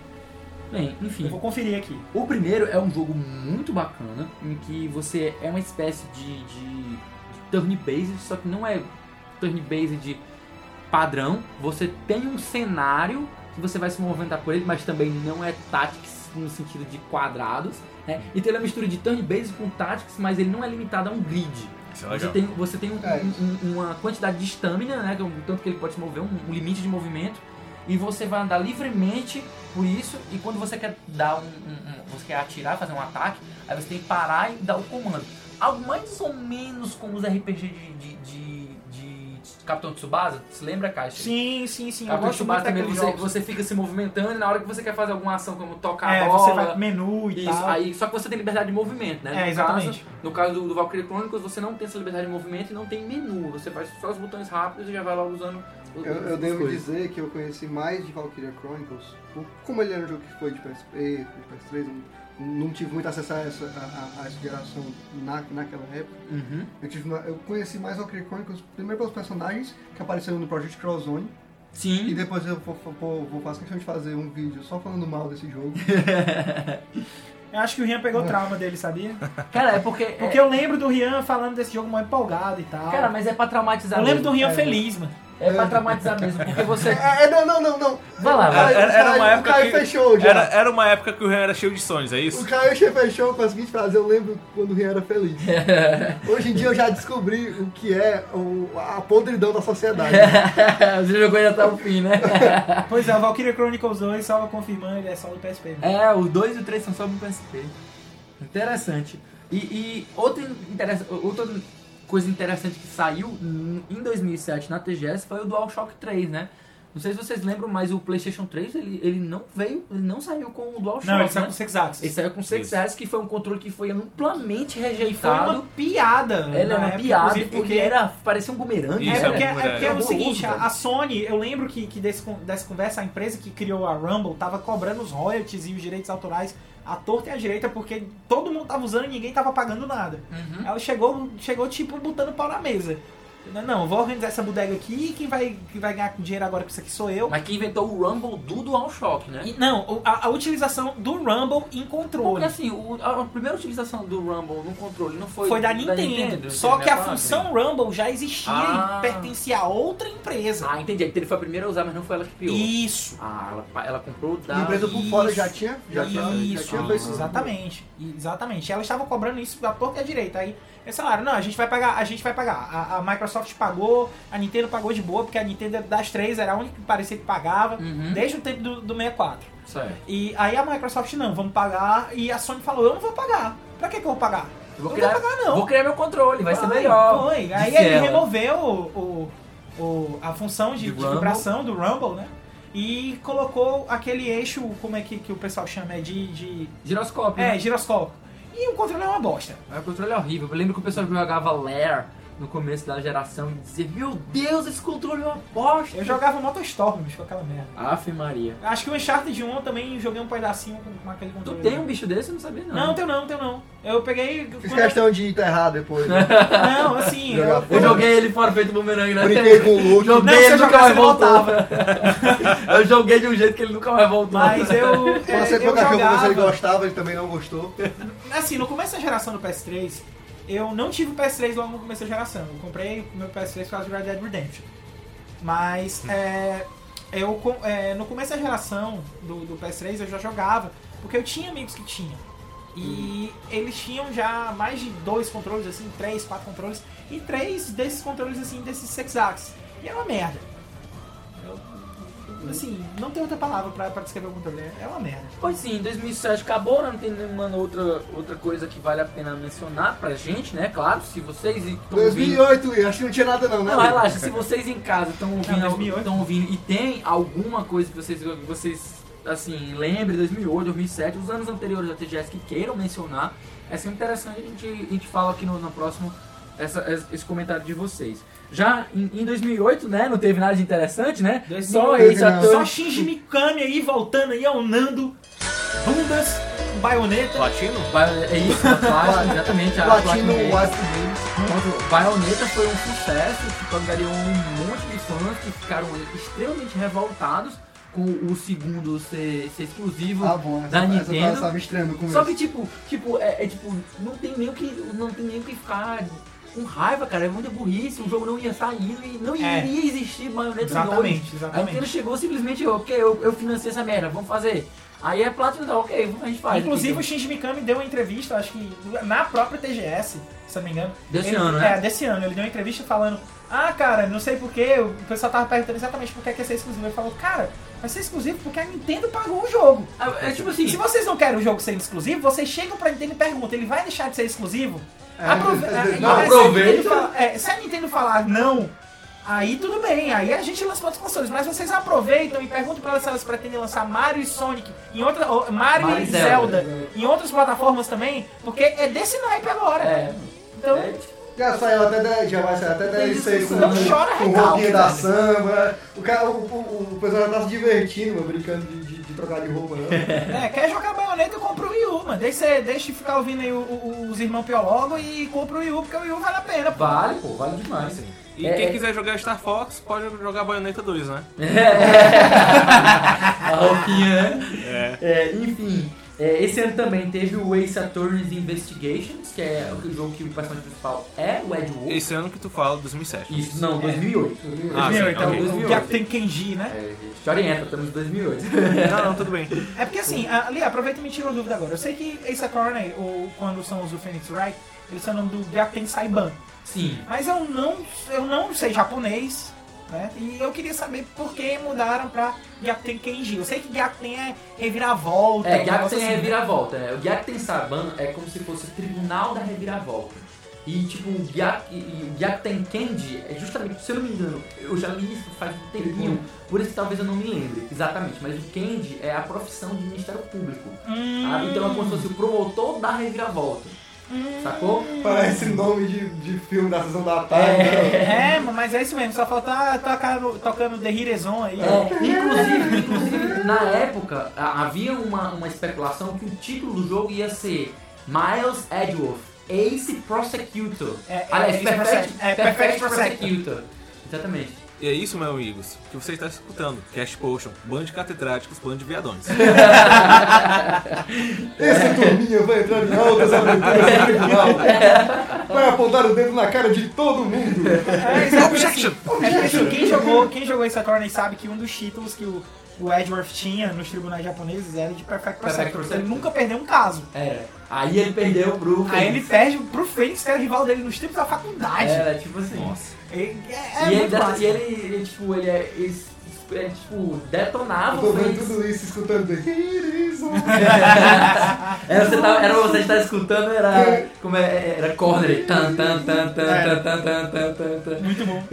[SPEAKER 3] Bem,
[SPEAKER 4] Eu
[SPEAKER 3] enfim.
[SPEAKER 4] vou conferir aqui.
[SPEAKER 3] O primeiro é um jogo muito bacana, em que você é uma espécie de, de, de turn-based, só que não é turn-based padrão. Você tem um cenário que você vai se movimentar por ele, mas também não é tactics no sentido de quadrados. Né? Então ele é uma mistura de turn-based com tactics, mas ele não é limitado a um grid.
[SPEAKER 5] Isso é
[SPEAKER 3] Você
[SPEAKER 5] legal.
[SPEAKER 3] tem, você tem um-
[SPEAKER 2] É isso.
[SPEAKER 3] um- uma quantidade de estamina, né? que é um- Tanto que ele pode se mover, um, um limite de movimento. E você vai andar livremente por isso. E quando você quer dar um, um- um- Você quer atirar, fazer um ataque, aí você tem que parar e dar o comando. Algo mais ou menos como os RPG de, de, de- de Capitão Tsubasa. Se lembra, Caixa?
[SPEAKER 4] Sim, sim, sim. Eu
[SPEAKER 3] Capitão
[SPEAKER 4] gosto muito
[SPEAKER 3] Tsubasa também
[SPEAKER 4] daquele
[SPEAKER 3] você,
[SPEAKER 4] jogo.
[SPEAKER 3] você fica se movimentando e na hora que você quer fazer alguma ação como tocar
[SPEAKER 4] É,
[SPEAKER 3] a
[SPEAKER 4] você
[SPEAKER 3] bola.
[SPEAKER 4] vai pro menu e
[SPEAKER 3] Isso,
[SPEAKER 4] tal.
[SPEAKER 3] aí, só que você tem liberdade de movimento, né? No
[SPEAKER 4] É, exatamente.
[SPEAKER 3] Caso, no caso do, do Valkyrie Chronicles, você não tem essa liberdade de movimento e não tem menu. Você faz só os botões rápidos e já vai logo usando o-
[SPEAKER 2] Eu, eu
[SPEAKER 3] as
[SPEAKER 2] devo
[SPEAKER 3] coisas.
[SPEAKER 2] dizer que eu conheci mais de Valkyria Chronicles, por- como ele era um jogo que foi de PSP, de PS3, eu não, não tive muito acesso a essa, a, a- a essa geração na, naquela época.
[SPEAKER 3] Uhum.
[SPEAKER 2] Eu, tive uma- eu conheci mais Valkyria Chronicles primeiro pelos personagens que apareceram no Project Crowzone, E
[SPEAKER 3] Sim.
[SPEAKER 2] depois eu vou, vou- vou, vou fazer questão de fazer um vídeo só falando mal desse jogo.
[SPEAKER 4] Eu acho que o Rian pegou trauma dele, sabia?
[SPEAKER 3] Cara, é porque. é-
[SPEAKER 4] Porque eu lembro do Rian falando desse jogo mó empolgado e tal.
[SPEAKER 3] cara, mas é pra traumatizar
[SPEAKER 4] eu lembro do
[SPEAKER 3] mesmo.
[SPEAKER 4] Rian feliz, mano.
[SPEAKER 3] É pra traumatizar mesmo. Porque você.
[SPEAKER 2] É, é, não, não, não, não.
[SPEAKER 3] Vai lá,
[SPEAKER 2] O
[SPEAKER 3] vai.
[SPEAKER 2] Caio-
[SPEAKER 5] Era- era
[SPEAKER 2] o Ah, Caio-
[SPEAKER 5] uma época
[SPEAKER 2] O Caio
[SPEAKER 5] que-
[SPEAKER 2] fechou já.
[SPEAKER 5] Era, era uma época que o Ren era cheio de sonhos, é
[SPEAKER 2] O
[SPEAKER 5] isso?
[SPEAKER 2] Caio che- fechou com a seguinte frase, eu lembro quando o Rian era feliz. Hoje em dia eu já descobri o que é o- a podridão da sociedade.
[SPEAKER 3] você jogou ele até o fim, né?
[SPEAKER 4] Pois é, o Valkyria Chronicles 2, só confirmando, ele é só do PSP. né?
[SPEAKER 3] é, o 2 e o 3 são só pro PSP. Interessante. E, e outra, interessa- outra coisa interessante que saiu n- em 2007 na TGS foi o DualShock 3, né? Não sei se vocês lembram, mas o PlayStation 3 ele, ele não veio, ele não saiu com o DualShock.
[SPEAKER 4] Não, ele saiu
[SPEAKER 3] né?
[SPEAKER 4] com 6 axis.
[SPEAKER 3] Ele saiu com o 6S, que foi um controle que foi amplamente
[SPEAKER 4] Foi uma
[SPEAKER 3] rejeitado.
[SPEAKER 4] piada.
[SPEAKER 3] Ele
[SPEAKER 4] na
[SPEAKER 3] é uma
[SPEAKER 4] época,
[SPEAKER 3] piada,
[SPEAKER 4] inclusive,
[SPEAKER 3] porque, era, parecia um bumerangue.
[SPEAKER 5] Isso,
[SPEAKER 3] né?
[SPEAKER 4] É porque,
[SPEAKER 5] é
[SPEAKER 4] é, porque é o
[SPEAKER 3] horroroso,
[SPEAKER 4] seguinte, a,
[SPEAKER 3] velho.
[SPEAKER 4] a Sony, eu lembro que, que desse con- dessa conversa, a empresa que criou a Rumble tava cobrando os royalties e os direitos autorais à torta e à direita, porque todo mundo tava usando e ninguém tava pagando nada.
[SPEAKER 3] Uhum.
[SPEAKER 4] Ela chegou, chegou tipo, botando pau na mesa. Não, não, eu vou organizar essa bodega aqui e quem vai, quem vai ganhar dinheiro agora com isso aqui sou eu.
[SPEAKER 3] Mas que inventou o Rumble do DualShock, né?
[SPEAKER 4] E, não, o- a, a utilização do Rumble em controle.
[SPEAKER 3] Porque assim, o- a a primeira utilização do Rumble no controle não foi,
[SPEAKER 4] Foi da Nintendo. só que a
[SPEAKER 3] assim,
[SPEAKER 4] função Rumble já existia
[SPEAKER 3] Ah.
[SPEAKER 4] e pertencia a outra empresa.
[SPEAKER 3] Ah, entendi. Ele foi a primeira a usar, mas não foi ela que criou.
[SPEAKER 4] Isso.
[SPEAKER 3] Ah, ela, pa- ela comprou da.
[SPEAKER 2] A empresa por
[SPEAKER 4] isso.
[SPEAKER 2] fora já tinha, já tinha, já
[SPEAKER 4] Isso,
[SPEAKER 2] tinha
[SPEAKER 4] isso,
[SPEAKER 2] feito isso.
[SPEAKER 4] exatamente. Exatamente. Ela estava cobrando isso da torta e à direita. Aí eles falaram, não, a gente vai pagar, a gente vai pagar. A, a Microsoft pagou, a Nintendo pagou de boa, porque a Nintendo das três era a única que parecia que pagava,
[SPEAKER 3] Uhum.
[SPEAKER 4] desde o tempo do, do 64.
[SPEAKER 3] Certo.
[SPEAKER 4] E aí a Microsoft, não, vamos pagar. E a Sony falou, eu não vou pagar. Pra que, que eu vou pagar?
[SPEAKER 3] Eu vou
[SPEAKER 4] não
[SPEAKER 3] criar,
[SPEAKER 4] vou pagar, não.
[SPEAKER 3] vou criar meu controle, vai ser
[SPEAKER 4] Foi,
[SPEAKER 3] melhor.
[SPEAKER 4] Foi. Aí
[SPEAKER 3] disse
[SPEAKER 4] ele
[SPEAKER 3] ela.
[SPEAKER 4] removeu o, o- o- a função de,
[SPEAKER 3] De
[SPEAKER 4] de
[SPEAKER 3] rumble.
[SPEAKER 4] vibração do Rumble, né? E colocou aquele eixo, como é que, que o pessoal chama? É de. de
[SPEAKER 3] Giroscópio.
[SPEAKER 4] é,
[SPEAKER 3] né?
[SPEAKER 4] giroscópio. E o controle é uma bosta.
[SPEAKER 3] Mas o controle é horrível. Eu lembro que o pessoal jogava Lair no começo da geração e dizia: Meu Deus, esse controle é uma bosta.
[SPEAKER 4] Eu jogava Motostorm, bicho, com aquela merda.
[SPEAKER 3] Aff, Maria.
[SPEAKER 4] Acho que o Uncharted 1 eu também joguei um pedacinho com, com aquele
[SPEAKER 3] Tu
[SPEAKER 4] controle.
[SPEAKER 3] tem um bicho desse? Eu não sabia, não.
[SPEAKER 4] Não, não tenho não, tenho não. Eu peguei.
[SPEAKER 2] Fiz
[SPEAKER 4] quando-
[SPEAKER 2] questão de enterrar depois. Né?
[SPEAKER 4] Não, assim.
[SPEAKER 2] tá. Jogar
[SPEAKER 4] eu-
[SPEAKER 2] fora.
[SPEAKER 3] Eu joguei ele fora feito bumerangue, né?
[SPEAKER 2] Brinquei com o Luke.
[SPEAKER 4] Não,
[SPEAKER 3] Joguei
[SPEAKER 4] se
[SPEAKER 3] ele
[SPEAKER 4] eu
[SPEAKER 3] nunca
[SPEAKER 4] jogasse,
[SPEAKER 3] mais
[SPEAKER 4] ele
[SPEAKER 3] voltou. eu joguei de um jeito que ele nunca mais voltou.
[SPEAKER 4] Mas eu.
[SPEAKER 2] Quando
[SPEAKER 4] é,
[SPEAKER 2] você
[SPEAKER 4] eu
[SPEAKER 2] foi cachorro, você
[SPEAKER 4] jogava.
[SPEAKER 2] ele gostava, ele também não gostou.
[SPEAKER 4] Assim, no começo da geração do PS3, eu não tive o PS3 logo no começo da geração. Eu comprei meu PS3 por causa do Red Dead Redemption. Mas
[SPEAKER 2] Hum.
[SPEAKER 4] é, eu, co- é, no começo da geração do, do PS3 eu já jogava, porque eu tinha amigos que tinham.
[SPEAKER 2] Hum.
[SPEAKER 4] E eles tinham já mais de dois controles, assim, três, quatro controles, e três desses controles, assim, desses sex axis. E era uma merda. Eu- assim, não tem outra palavra pra, pra descrever o controle, é uma merda.
[SPEAKER 3] Pois sim, 2007 acabou, né? não tem nenhuma outra, outra coisa que vale a pena mencionar pra gente, né? Claro, se vocês estão ouvindo...
[SPEAKER 2] 2008, Ian, acho que não tinha nada não, né?
[SPEAKER 3] Não, relaxa, se vocês em casa estão
[SPEAKER 4] Não,
[SPEAKER 3] ouvindo,
[SPEAKER 4] 2008.
[SPEAKER 3] estão ouvindo e tem alguma coisa que vocês, que vocês assim, lembrem, 2008, 2007, os anos anteriores da TGS que queiram mencionar, é sempre interessante, a gente, a gente fala aqui no, no próximo essa- esse comentário de vocês. Já em, em 2008, né, não teve nada de interessante, né? Só
[SPEAKER 4] 2008,
[SPEAKER 3] esse
[SPEAKER 2] não.
[SPEAKER 3] ator...
[SPEAKER 4] Só Shinji Mikami aí voltando aí, é o Nando. Bundas, baioneta.
[SPEAKER 5] Platino?
[SPEAKER 3] Bio- É isso, a Platinum, exatamente. A
[SPEAKER 2] Platino
[SPEAKER 3] Platinum
[SPEAKER 2] White
[SPEAKER 3] Games.
[SPEAKER 2] Games.
[SPEAKER 3] Quando Bayonetta foi um sucesso, que angariou um monte de fãs que ficaram extremamente revoltados com o segundo ser, ser exclusivo
[SPEAKER 2] Ah, bom, essa,
[SPEAKER 3] da
[SPEAKER 2] essa,
[SPEAKER 3] Nintendo.
[SPEAKER 2] essa tava estranha no começo.
[SPEAKER 3] Só que tipo, tipo, é, é tipo, não tem nem o que. Não tem nem o que ficar com raiva, cara. É muita burrice, o jogo não ia sair e não
[SPEAKER 4] É.
[SPEAKER 3] iria existir Bayonetta 2.
[SPEAKER 4] Exatamente,
[SPEAKER 3] A Nintendo
[SPEAKER 4] exatamente.
[SPEAKER 3] chegou simplesmente, ok, eu, eu financei essa merda, vamos fazer. Aí é Platinum, tá, ok, a gente faz.
[SPEAKER 4] Inclusive o Shinji Mikami deu uma entrevista, acho que na própria TGS, se eu não me engano.
[SPEAKER 3] Desse
[SPEAKER 4] Ele-
[SPEAKER 3] ano, né?
[SPEAKER 4] É, desse ano. Ele deu uma entrevista falando, ah, cara, não sei porquê, o pessoal tava perguntando exatamente por que que ia ser exclusivo. Ele falou, cara, vai ser exclusivo porque a Nintendo pagou o jogo.
[SPEAKER 3] É, é tipo
[SPEAKER 4] E se
[SPEAKER 3] assim,
[SPEAKER 4] vocês não querem o jogo ser exclusivo, vocês chegam pra Nintendo e perguntam, ele vai deixar de ser exclusivo?
[SPEAKER 2] É,
[SPEAKER 4] Aprove-
[SPEAKER 2] é,
[SPEAKER 4] é,
[SPEAKER 2] não,
[SPEAKER 4] mas
[SPEAKER 2] aproveita.
[SPEAKER 4] se a Nintendo fala- é, se a Nintendo falar não, aí tudo bem, aí a gente lança outras consoles. Mas vocês aproveitam e perguntam pra elas se elas pretendem lançar Mario e Sonic em outra, ou- Mario,
[SPEAKER 3] Mario
[SPEAKER 4] e
[SPEAKER 3] e Zelda.
[SPEAKER 4] Zelda, em outras plataformas também, porque é desse naipe agora.
[SPEAKER 3] É.
[SPEAKER 4] Então,
[SPEAKER 3] é,
[SPEAKER 2] Já saiu até 10, já vai sair até 10
[SPEAKER 3] Tem
[SPEAKER 2] com,
[SPEAKER 3] discussão.
[SPEAKER 4] Não chora,
[SPEAKER 2] com
[SPEAKER 4] recalque,
[SPEAKER 2] roupinha da
[SPEAKER 4] velho.
[SPEAKER 2] samba. O, cara, o, o, o pessoal já tá se divertindo, mano, brincando de, de, de trocar de roupa. Né?
[SPEAKER 4] é, quer jogar baioneta, compra o Wii U, mano. Deixa, você- deixa ficar ouvindo aí o- o- os irmãos Pio logo e compra o Wii U, porque o Wii U vale a pena. pô.
[SPEAKER 3] vale, pô, vale demais.
[SPEAKER 5] E
[SPEAKER 3] É, é.
[SPEAKER 5] quem quiser jogar Star Fox, pode jogar Bayonetta 2, né?
[SPEAKER 3] A roupinha, né? É, enfim, é, esse ano também teve o Ace Attorney's Investigations, que é o jogo que o personagem principal é o Ed Wood.
[SPEAKER 5] Esse ano que tu fala, 2007.
[SPEAKER 3] Isso, não, 2008.
[SPEAKER 5] Ah, sim,
[SPEAKER 4] então,
[SPEAKER 5] ok.
[SPEAKER 4] o Yaku tem Kenji, né?
[SPEAKER 3] É, a gente orienta, estamos em 2008.
[SPEAKER 5] Não, não, tudo bem.
[SPEAKER 4] É porque assim, a- ali, aproveita e me tira uma dúvida agora. Eu sei que Ace Attorney, ou quando são os do Phoenix Wright, eles são o nome do Gaten Saiban.
[SPEAKER 3] Sim.
[SPEAKER 4] Mas eu não, eu não sei japonês. né? E eu queria saber por que mudaram pra Gyakuten Kenji. Eu sei que Gyakuten é reviravolta.
[SPEAKER 3] É,
[SPEAKER 4] um negócio
[SPEAKER 3] Gyakuten é
[SPEAKER 4] assim.
[SPEAKER 3] reviravolta. É. O Gyakuten Saban é como se fosse o tribunal da reviravolta. E tipo, o Gyak- e- e o Gyakuten Kenji é justamente, se eu não me engano, eu já li isso faz um tempinho, por isso que talvez eu não me lembre exatamente, mas o Kenji é a profissão de Ministério Público.
[SPEAKER 4] Hum,
[SPEAKER 3] Ah, então é como se fosse o promotor da reviravolta. Sacou?
[SPEAKER 2] Parece nome de, de filme da sessão da tarde. né?
[SPEAKER 4] É, mas é isso mesmo, só falta tocar no- tocando The Hirezon aí.
[SPEAKER 3] É, inclusive, inclusive, na época, a- havia uma, uma especulação que o título do jogo ia ser Miles Edgeworth, Ace Prosecutor.
[SPEAKER 4] É, é,
[SPEAKER 3] Aliás,
[SPEAKER 4] Ace
[SPEAKER 3] Perfect,
[SPEAKER 4] Prosec- é,
[SPEAKER 3] Perfect
[SPEAKER 4] Perfect
[SPEAKER 3] Prosecutor. Exatamente.
[SPEAKER 5] E é isso, meu amigos, que você está escutando. Cash Potion, bando de catedráticos, bando de viadões.
[SPEAKER 2] Esse turminha vai entrar em altas aventuras no tribunal. Vai apontar o dedo na cara de todo mundo.
[SPEAKER 4] É, isso é porque, assim, é porque, assim, quem jogou, quem jogou esse Attorney sabe que um dos títulos que o, o Edgeworth tinha nos tribunais japoneses era de Perfect
[SPEAKER 3] Perfect
[SPEAKER 4] Prosecutor. Ele
[SPEAKER 3] Prosecutor.
[SPEAKER 4] nunca perdeu um caso.
[SPEAKER 3] Era. Aí ele perdeu pro.
[SPEAKER 4] Aí ele perde pro Fênix, que era rival dele nos tempos da faculdade.
[SPEAKER 3] Era tipo assim.
[SPEAKER 4] Ele- É, é
[SPEAKER 3] e ele,
[SPEAKER 4] muito
[SPEAKER 3] de-
[SPEAKER 4] massa.
[SPEAKER 3] e ele, ele, tipo, ele é. Ele, ele, tipo,
[SPEAKER 2] Eu
[SPEAKER 3] detonava
[SPEAKER 2] tô
[SPEAKER 3] o
[SPEAKER 2] vendo
[SPEAKER 3] Fênix.
[SPEAKER 2] tudo isso, escutando The Heroes.
[SPEAKER 3] Era você tá, era você tá escutando, era. Como é, era corner. Tan, tan, tan, tan,
[SPEAKER 4] É.
[SPEAKER 3] tan, tan, tan, tan, tan, tan. É.
[SPEAKER 4] Muito bom.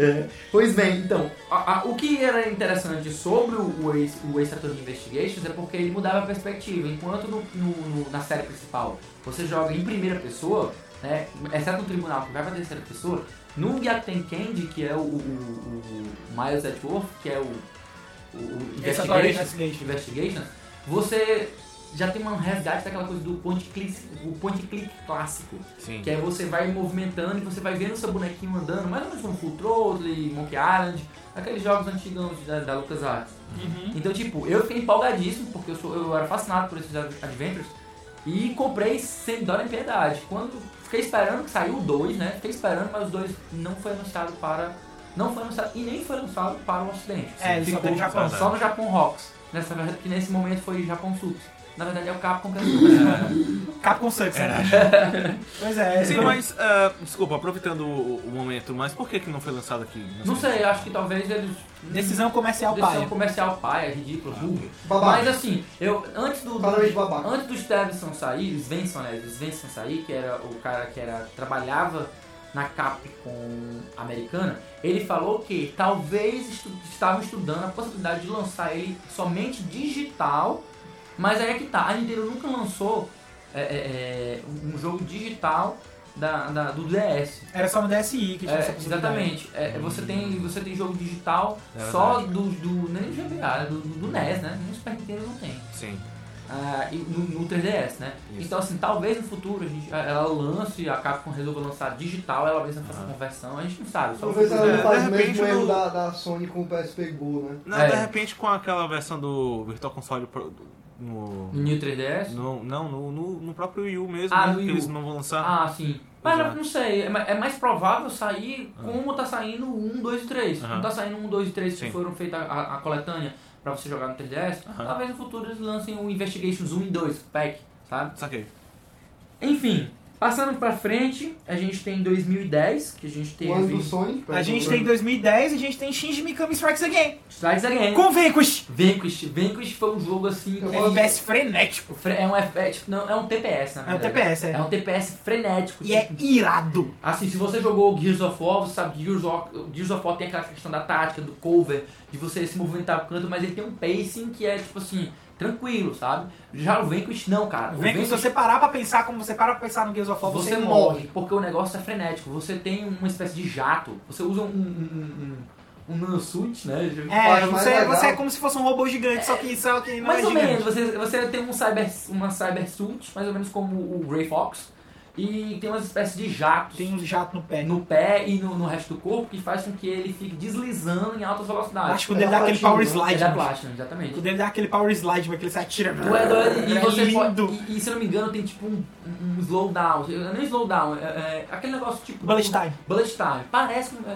[SPEAKER 3] Pois bem, então, a- a- o que era interessante sobre o, o ex, o ex Saturn Investigations é porque ele mudava a perspectiva. Enquanto no- no- no- na série principal você joga em primeira pessoa, né, exceto no tribunal que vai pra terceira pessoa, no Yakuten Candy, que é o, o, o, o Miles Edgeworth, que é o, o, o
[SPEAKER 4] Esse Attorney
[SPEAKER 3] Investigations,
[SPEAKER 4] né? Investigation.
[SPEAKER 3] Investigation, você já tem uma resgate daquela coisa do point click, o point click clássico.
[SPEAKER 5] Sim.
[SPEAKER 3] Que aí você vai movimentando e você vai vendo seu bonequinho andando, mais ou menos como Full Throttle e Monkey Island, aqueles jogos antigos da, da LucasArts. Então, tipo, eu fiquei empolgadíssimo porque eu, sou, eu era fascinado por esses ad- adventures e comprei sem dó nem piedade. Quando fiquei esperando que saiu o 2, né? Fiquei esperando, mas o 2 não foi anunciado para. Não foi anunciado e nem foi lançado para o Ocidente.
[SPEAKER 4] É, ele só
[SPEAKER 3] Ficou
[SPEAKER 4] tem no Japão.
[SPEAKER 3] só no Japão Rocks. Nessa, verdade, que nesse momento foi Japão Sul. Na verdade é o Capcom que anunciou.
[SPEAKER 4] Capcom Sucks, né? Pois é.
[SPEAKER 5] Sim,
[SPEAKER 4] eu-
[SPEAKER 5] mas, ah, desculpa, aproveitando o, o momento, mas por que, que não foi lançado aqui?
[SPEAKER 3] Não sei, acho que talvez eles.
[SPEAKER 4] Decisão comercial
[SPEAKER 3] Decisão
[SPEAKER 4] paia.
[SPEAKER 3] comercial paia, ridículo, burro.
[SPEAKER 2] Babaca.
[SPEAKER 3] Mas assim, eu antes do.
[SPEAKER 2] Claramente babaca.
[SPEAKER 3] Antes do Stevenson sair, Svensson, né? Svensson sair, que era o cara que era trabalhava na Capcom americana, ele falou que talvez estu- estavam estudando a possibilidade de lançar ele somente digital, mas aí é que tá, a Nintendo nunca lançou é, é, é, um um jogo digital da- da- do DS.
[SPEAKER 4] Era só no DSI que tinha
[SPEAKER 3] É,
[SPEAKER 4] essa possibilidade. Hum.
[SPEAKER 3] exatamente. É, você, tem, você tem jogo digital
[SPEAKER 5] É
[SPEAKER 3] só do, do. Nem do GBA, do, do, do NES, né? No Super Nintendo não tem.
[SPEAKER 5] Sim.
[SPEAKER 3] Ah, e no, no 3DS, né?
[SPEAKER 5] Isso.
[SPEAKER 3] Então, assim, talvez no futuro a gente, ela lance, a Capcom resolva lançar digital, ela mesma faça
[SPEAKER 5] Ah.
[SPEAKER 3] conversão, a gente não sabe. Só o
[SPEAKER 2] Talvez
[SPEAKER 3] futuro.
[SPEAKER 2] ela
[SPEAKER 5] É,
[SPEAKER 2] não
[SPEAKER 5] de
[SPEAKER 2] faz o
[SPEAKER 5] repente
[SPEAKER 2] mesmo erro
[SPEAKER 5] o-
[SPEAKER 2] da, da Sony com o PSP Go, né?
[SPEAKER 5] Não,
[SPEAKER 3] É.
[SPEAKER 5] De repente, com aquela versão do Virtual Console pro- no...
[SPEAKER 3] New 3DS?
[SPEAKER 5] no- não, no, no- no próprio Wii U mesmo,
[SPEAKER 3] Ah,
[SPEAKER 5] né,
[SPEAKER 3] no
[SPEAKER 5] que
[SPEAKER 3] Wii U.
[SPEAKER 5] eles não vão lançar.
[SPEAKER 3] Ah, sim. Mas
[SPEAKER 5] Exato. Ah.
[SPEAKER 3] não sei, é ma- é mais provável sair como tá saindo o 1, 2 e 3.
[SPEAKER 5] Aham.
[SPEAKER 3] Não tá saindo 1, 2 e 3 que
[SPEAKER 5] Sim.
[SPEAKER 3] foram feitas a, a coletânea pra você jogar no 3DS.
[SPEAKER 5] Aham.
[SPEAKER 3] Talvez no futuro eles lancem o Investigations 1 e 2 pack, sabe?
[SPEAKER 5] Saquei.
[SPEAKER 3] Enfim, passando pra frente, a gente tem 2010, que a gente
[SPEAKER 2] O ano do
[SPEAKER 3] teve
[SPEAKER 2] Sony.
[SPEAKER 4] A gente
[SPEAKER 2] né?
[SPEAKER 4] tem 2010 e a gente tem Shinji Mikami Strikes Again.
[SPEAKER 3] Strikes Again.
[SPEAKER 4] Com Vanquish.
[SPEAKER 3] Vanquish. Vanquish foi um jogo assim.
[SPEAKER 2] Eu
[SPEAKER 3] que-
[SPEAKER 4] É um FPS frenético.
[SPEAKER 3] Fre- É um, F- é, tipo, não, é um TPS, na
[SPEAKER 4] É um
[SPEAKER 3] verdade.
[SPEAKER 4] TPS, é.
[SPEAKER 3] É um TPS frenético.
[SPEAKER 4] E é irado.
[SPEAKER 3] Assim, se você jogou Gears of War, você sabe que Gears of, Gears of War tem aquela questão da tática, do cover, de você se movimentar pro canto, mas ele tem um pacing que é, tipo assim, tranquilo, sabe? Já o Vanquish não, cara. O
[SPEAKER 4] Vem que se você parar pra pensar, como você para pra pensar no Gears of War,
[SPEAKER 3] você morre, porque o negócio é frenético. Você tem uma espécie de jato, você usa um... um, um, um, um nanosuit, né?
[SPEAKER 4] É,
[SPEAKER 2] Mas
[SPEAKER 4] você,
[SPEAKER 2] mais
[SPEAKER 4] você é
[SPEAKER 2] legal.
[SPEAKER 4] como se fosse um robô gigante, só que, só que não
[SPEAKER 3] mais
[SPEAKER 4] é
[SPEAKER 3] ou
[SPEAKER 4] gigante.
[SPEAKER 3] menos, você, você tem um cyber, uma cybersuit, mais ou menos como o Grey Fox, e tem umas espécies de jatos
[SPEAKER 4] Tem um jato no pé.
[SPEAKER 3] no pé e no, no resto do corpo que faz com que ele fique deslizando em altas velocidades.
[SPEAKER 4] Acho que o dele dá aquele power slide.
[SPEAKER 3] Ele é
[SPEAKER 4] mano.
[SPEAKER 3] plástico,
[SPEAKER 4] O
[SPEAKER 3] exatamente.
[SPEAKER 4] dele dá aquele power slide, mano, que ele sai atirando.
[SPEAKER 3] Tu é doido, e
[SPEAKER 4] É
[SPEAKER 3] você
[SPEAKER 4] lindo.
[SPEAKER 3] pode- e, e se eu não me engano, tem tipo um, um slowdown. Não é slowdown, é, é aquele negócio tipo.
[SPEAKER 4] Bullet time.
[SPEAKER 3] Bullet time. Parece. um-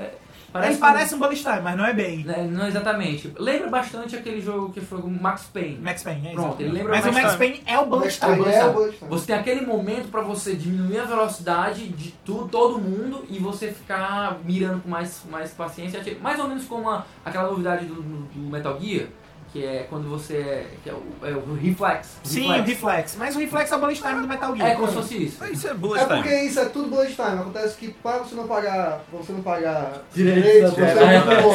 [SPEAKER 3] É,
[SPEAKER 4] Ele parece um Bolstein, mas não é bem.
[SPEAKER 3] Né, Não exatamente. Lembra bastante aquele jogo que foi o Max Payne.
[SPEAKER 4] Max Payne, é isso.
[SPEAKER 3] Pronto, ele lembra
[SPEAKER 4] Mas o
[SPEAKER 3] mais
[SPEAKER 4] Max Payne é o
[SPEAKER 2] Max
[SPEAKER 4] Bolstein.
[SPEAKER 2] Payne. é o Wolfenstein.
[SPEAKER 3] Você tem aquele momento pra você diminuir a velocidade de tu, todo mundo e você ficar mirando com mais, mais paciência. Ati- Mais ou menos como a- aquela novidade do, do- do Metal Gear, que é quando você é, que é, o, é o reflex.
[SPEAKER 4] Sim, o Reflex. Mas o Reflex é o Bolstein do Metal Gear.
[SPEAKER 3] É como se fosse isso.
[SPEAKER 5] Isso é bullet
[SPEAKER 2] É
[SPEAKER 5] time.
[SPEAKER 2] porque isso é tudo bullet time. Acontece que para você não pagar, pra você não pagar
[SPEAKER 3] Direitos
[SPEAKER 2] direitos, você
[SPEAKER 3] autorais.
[SPEAKER 2] é muito bom.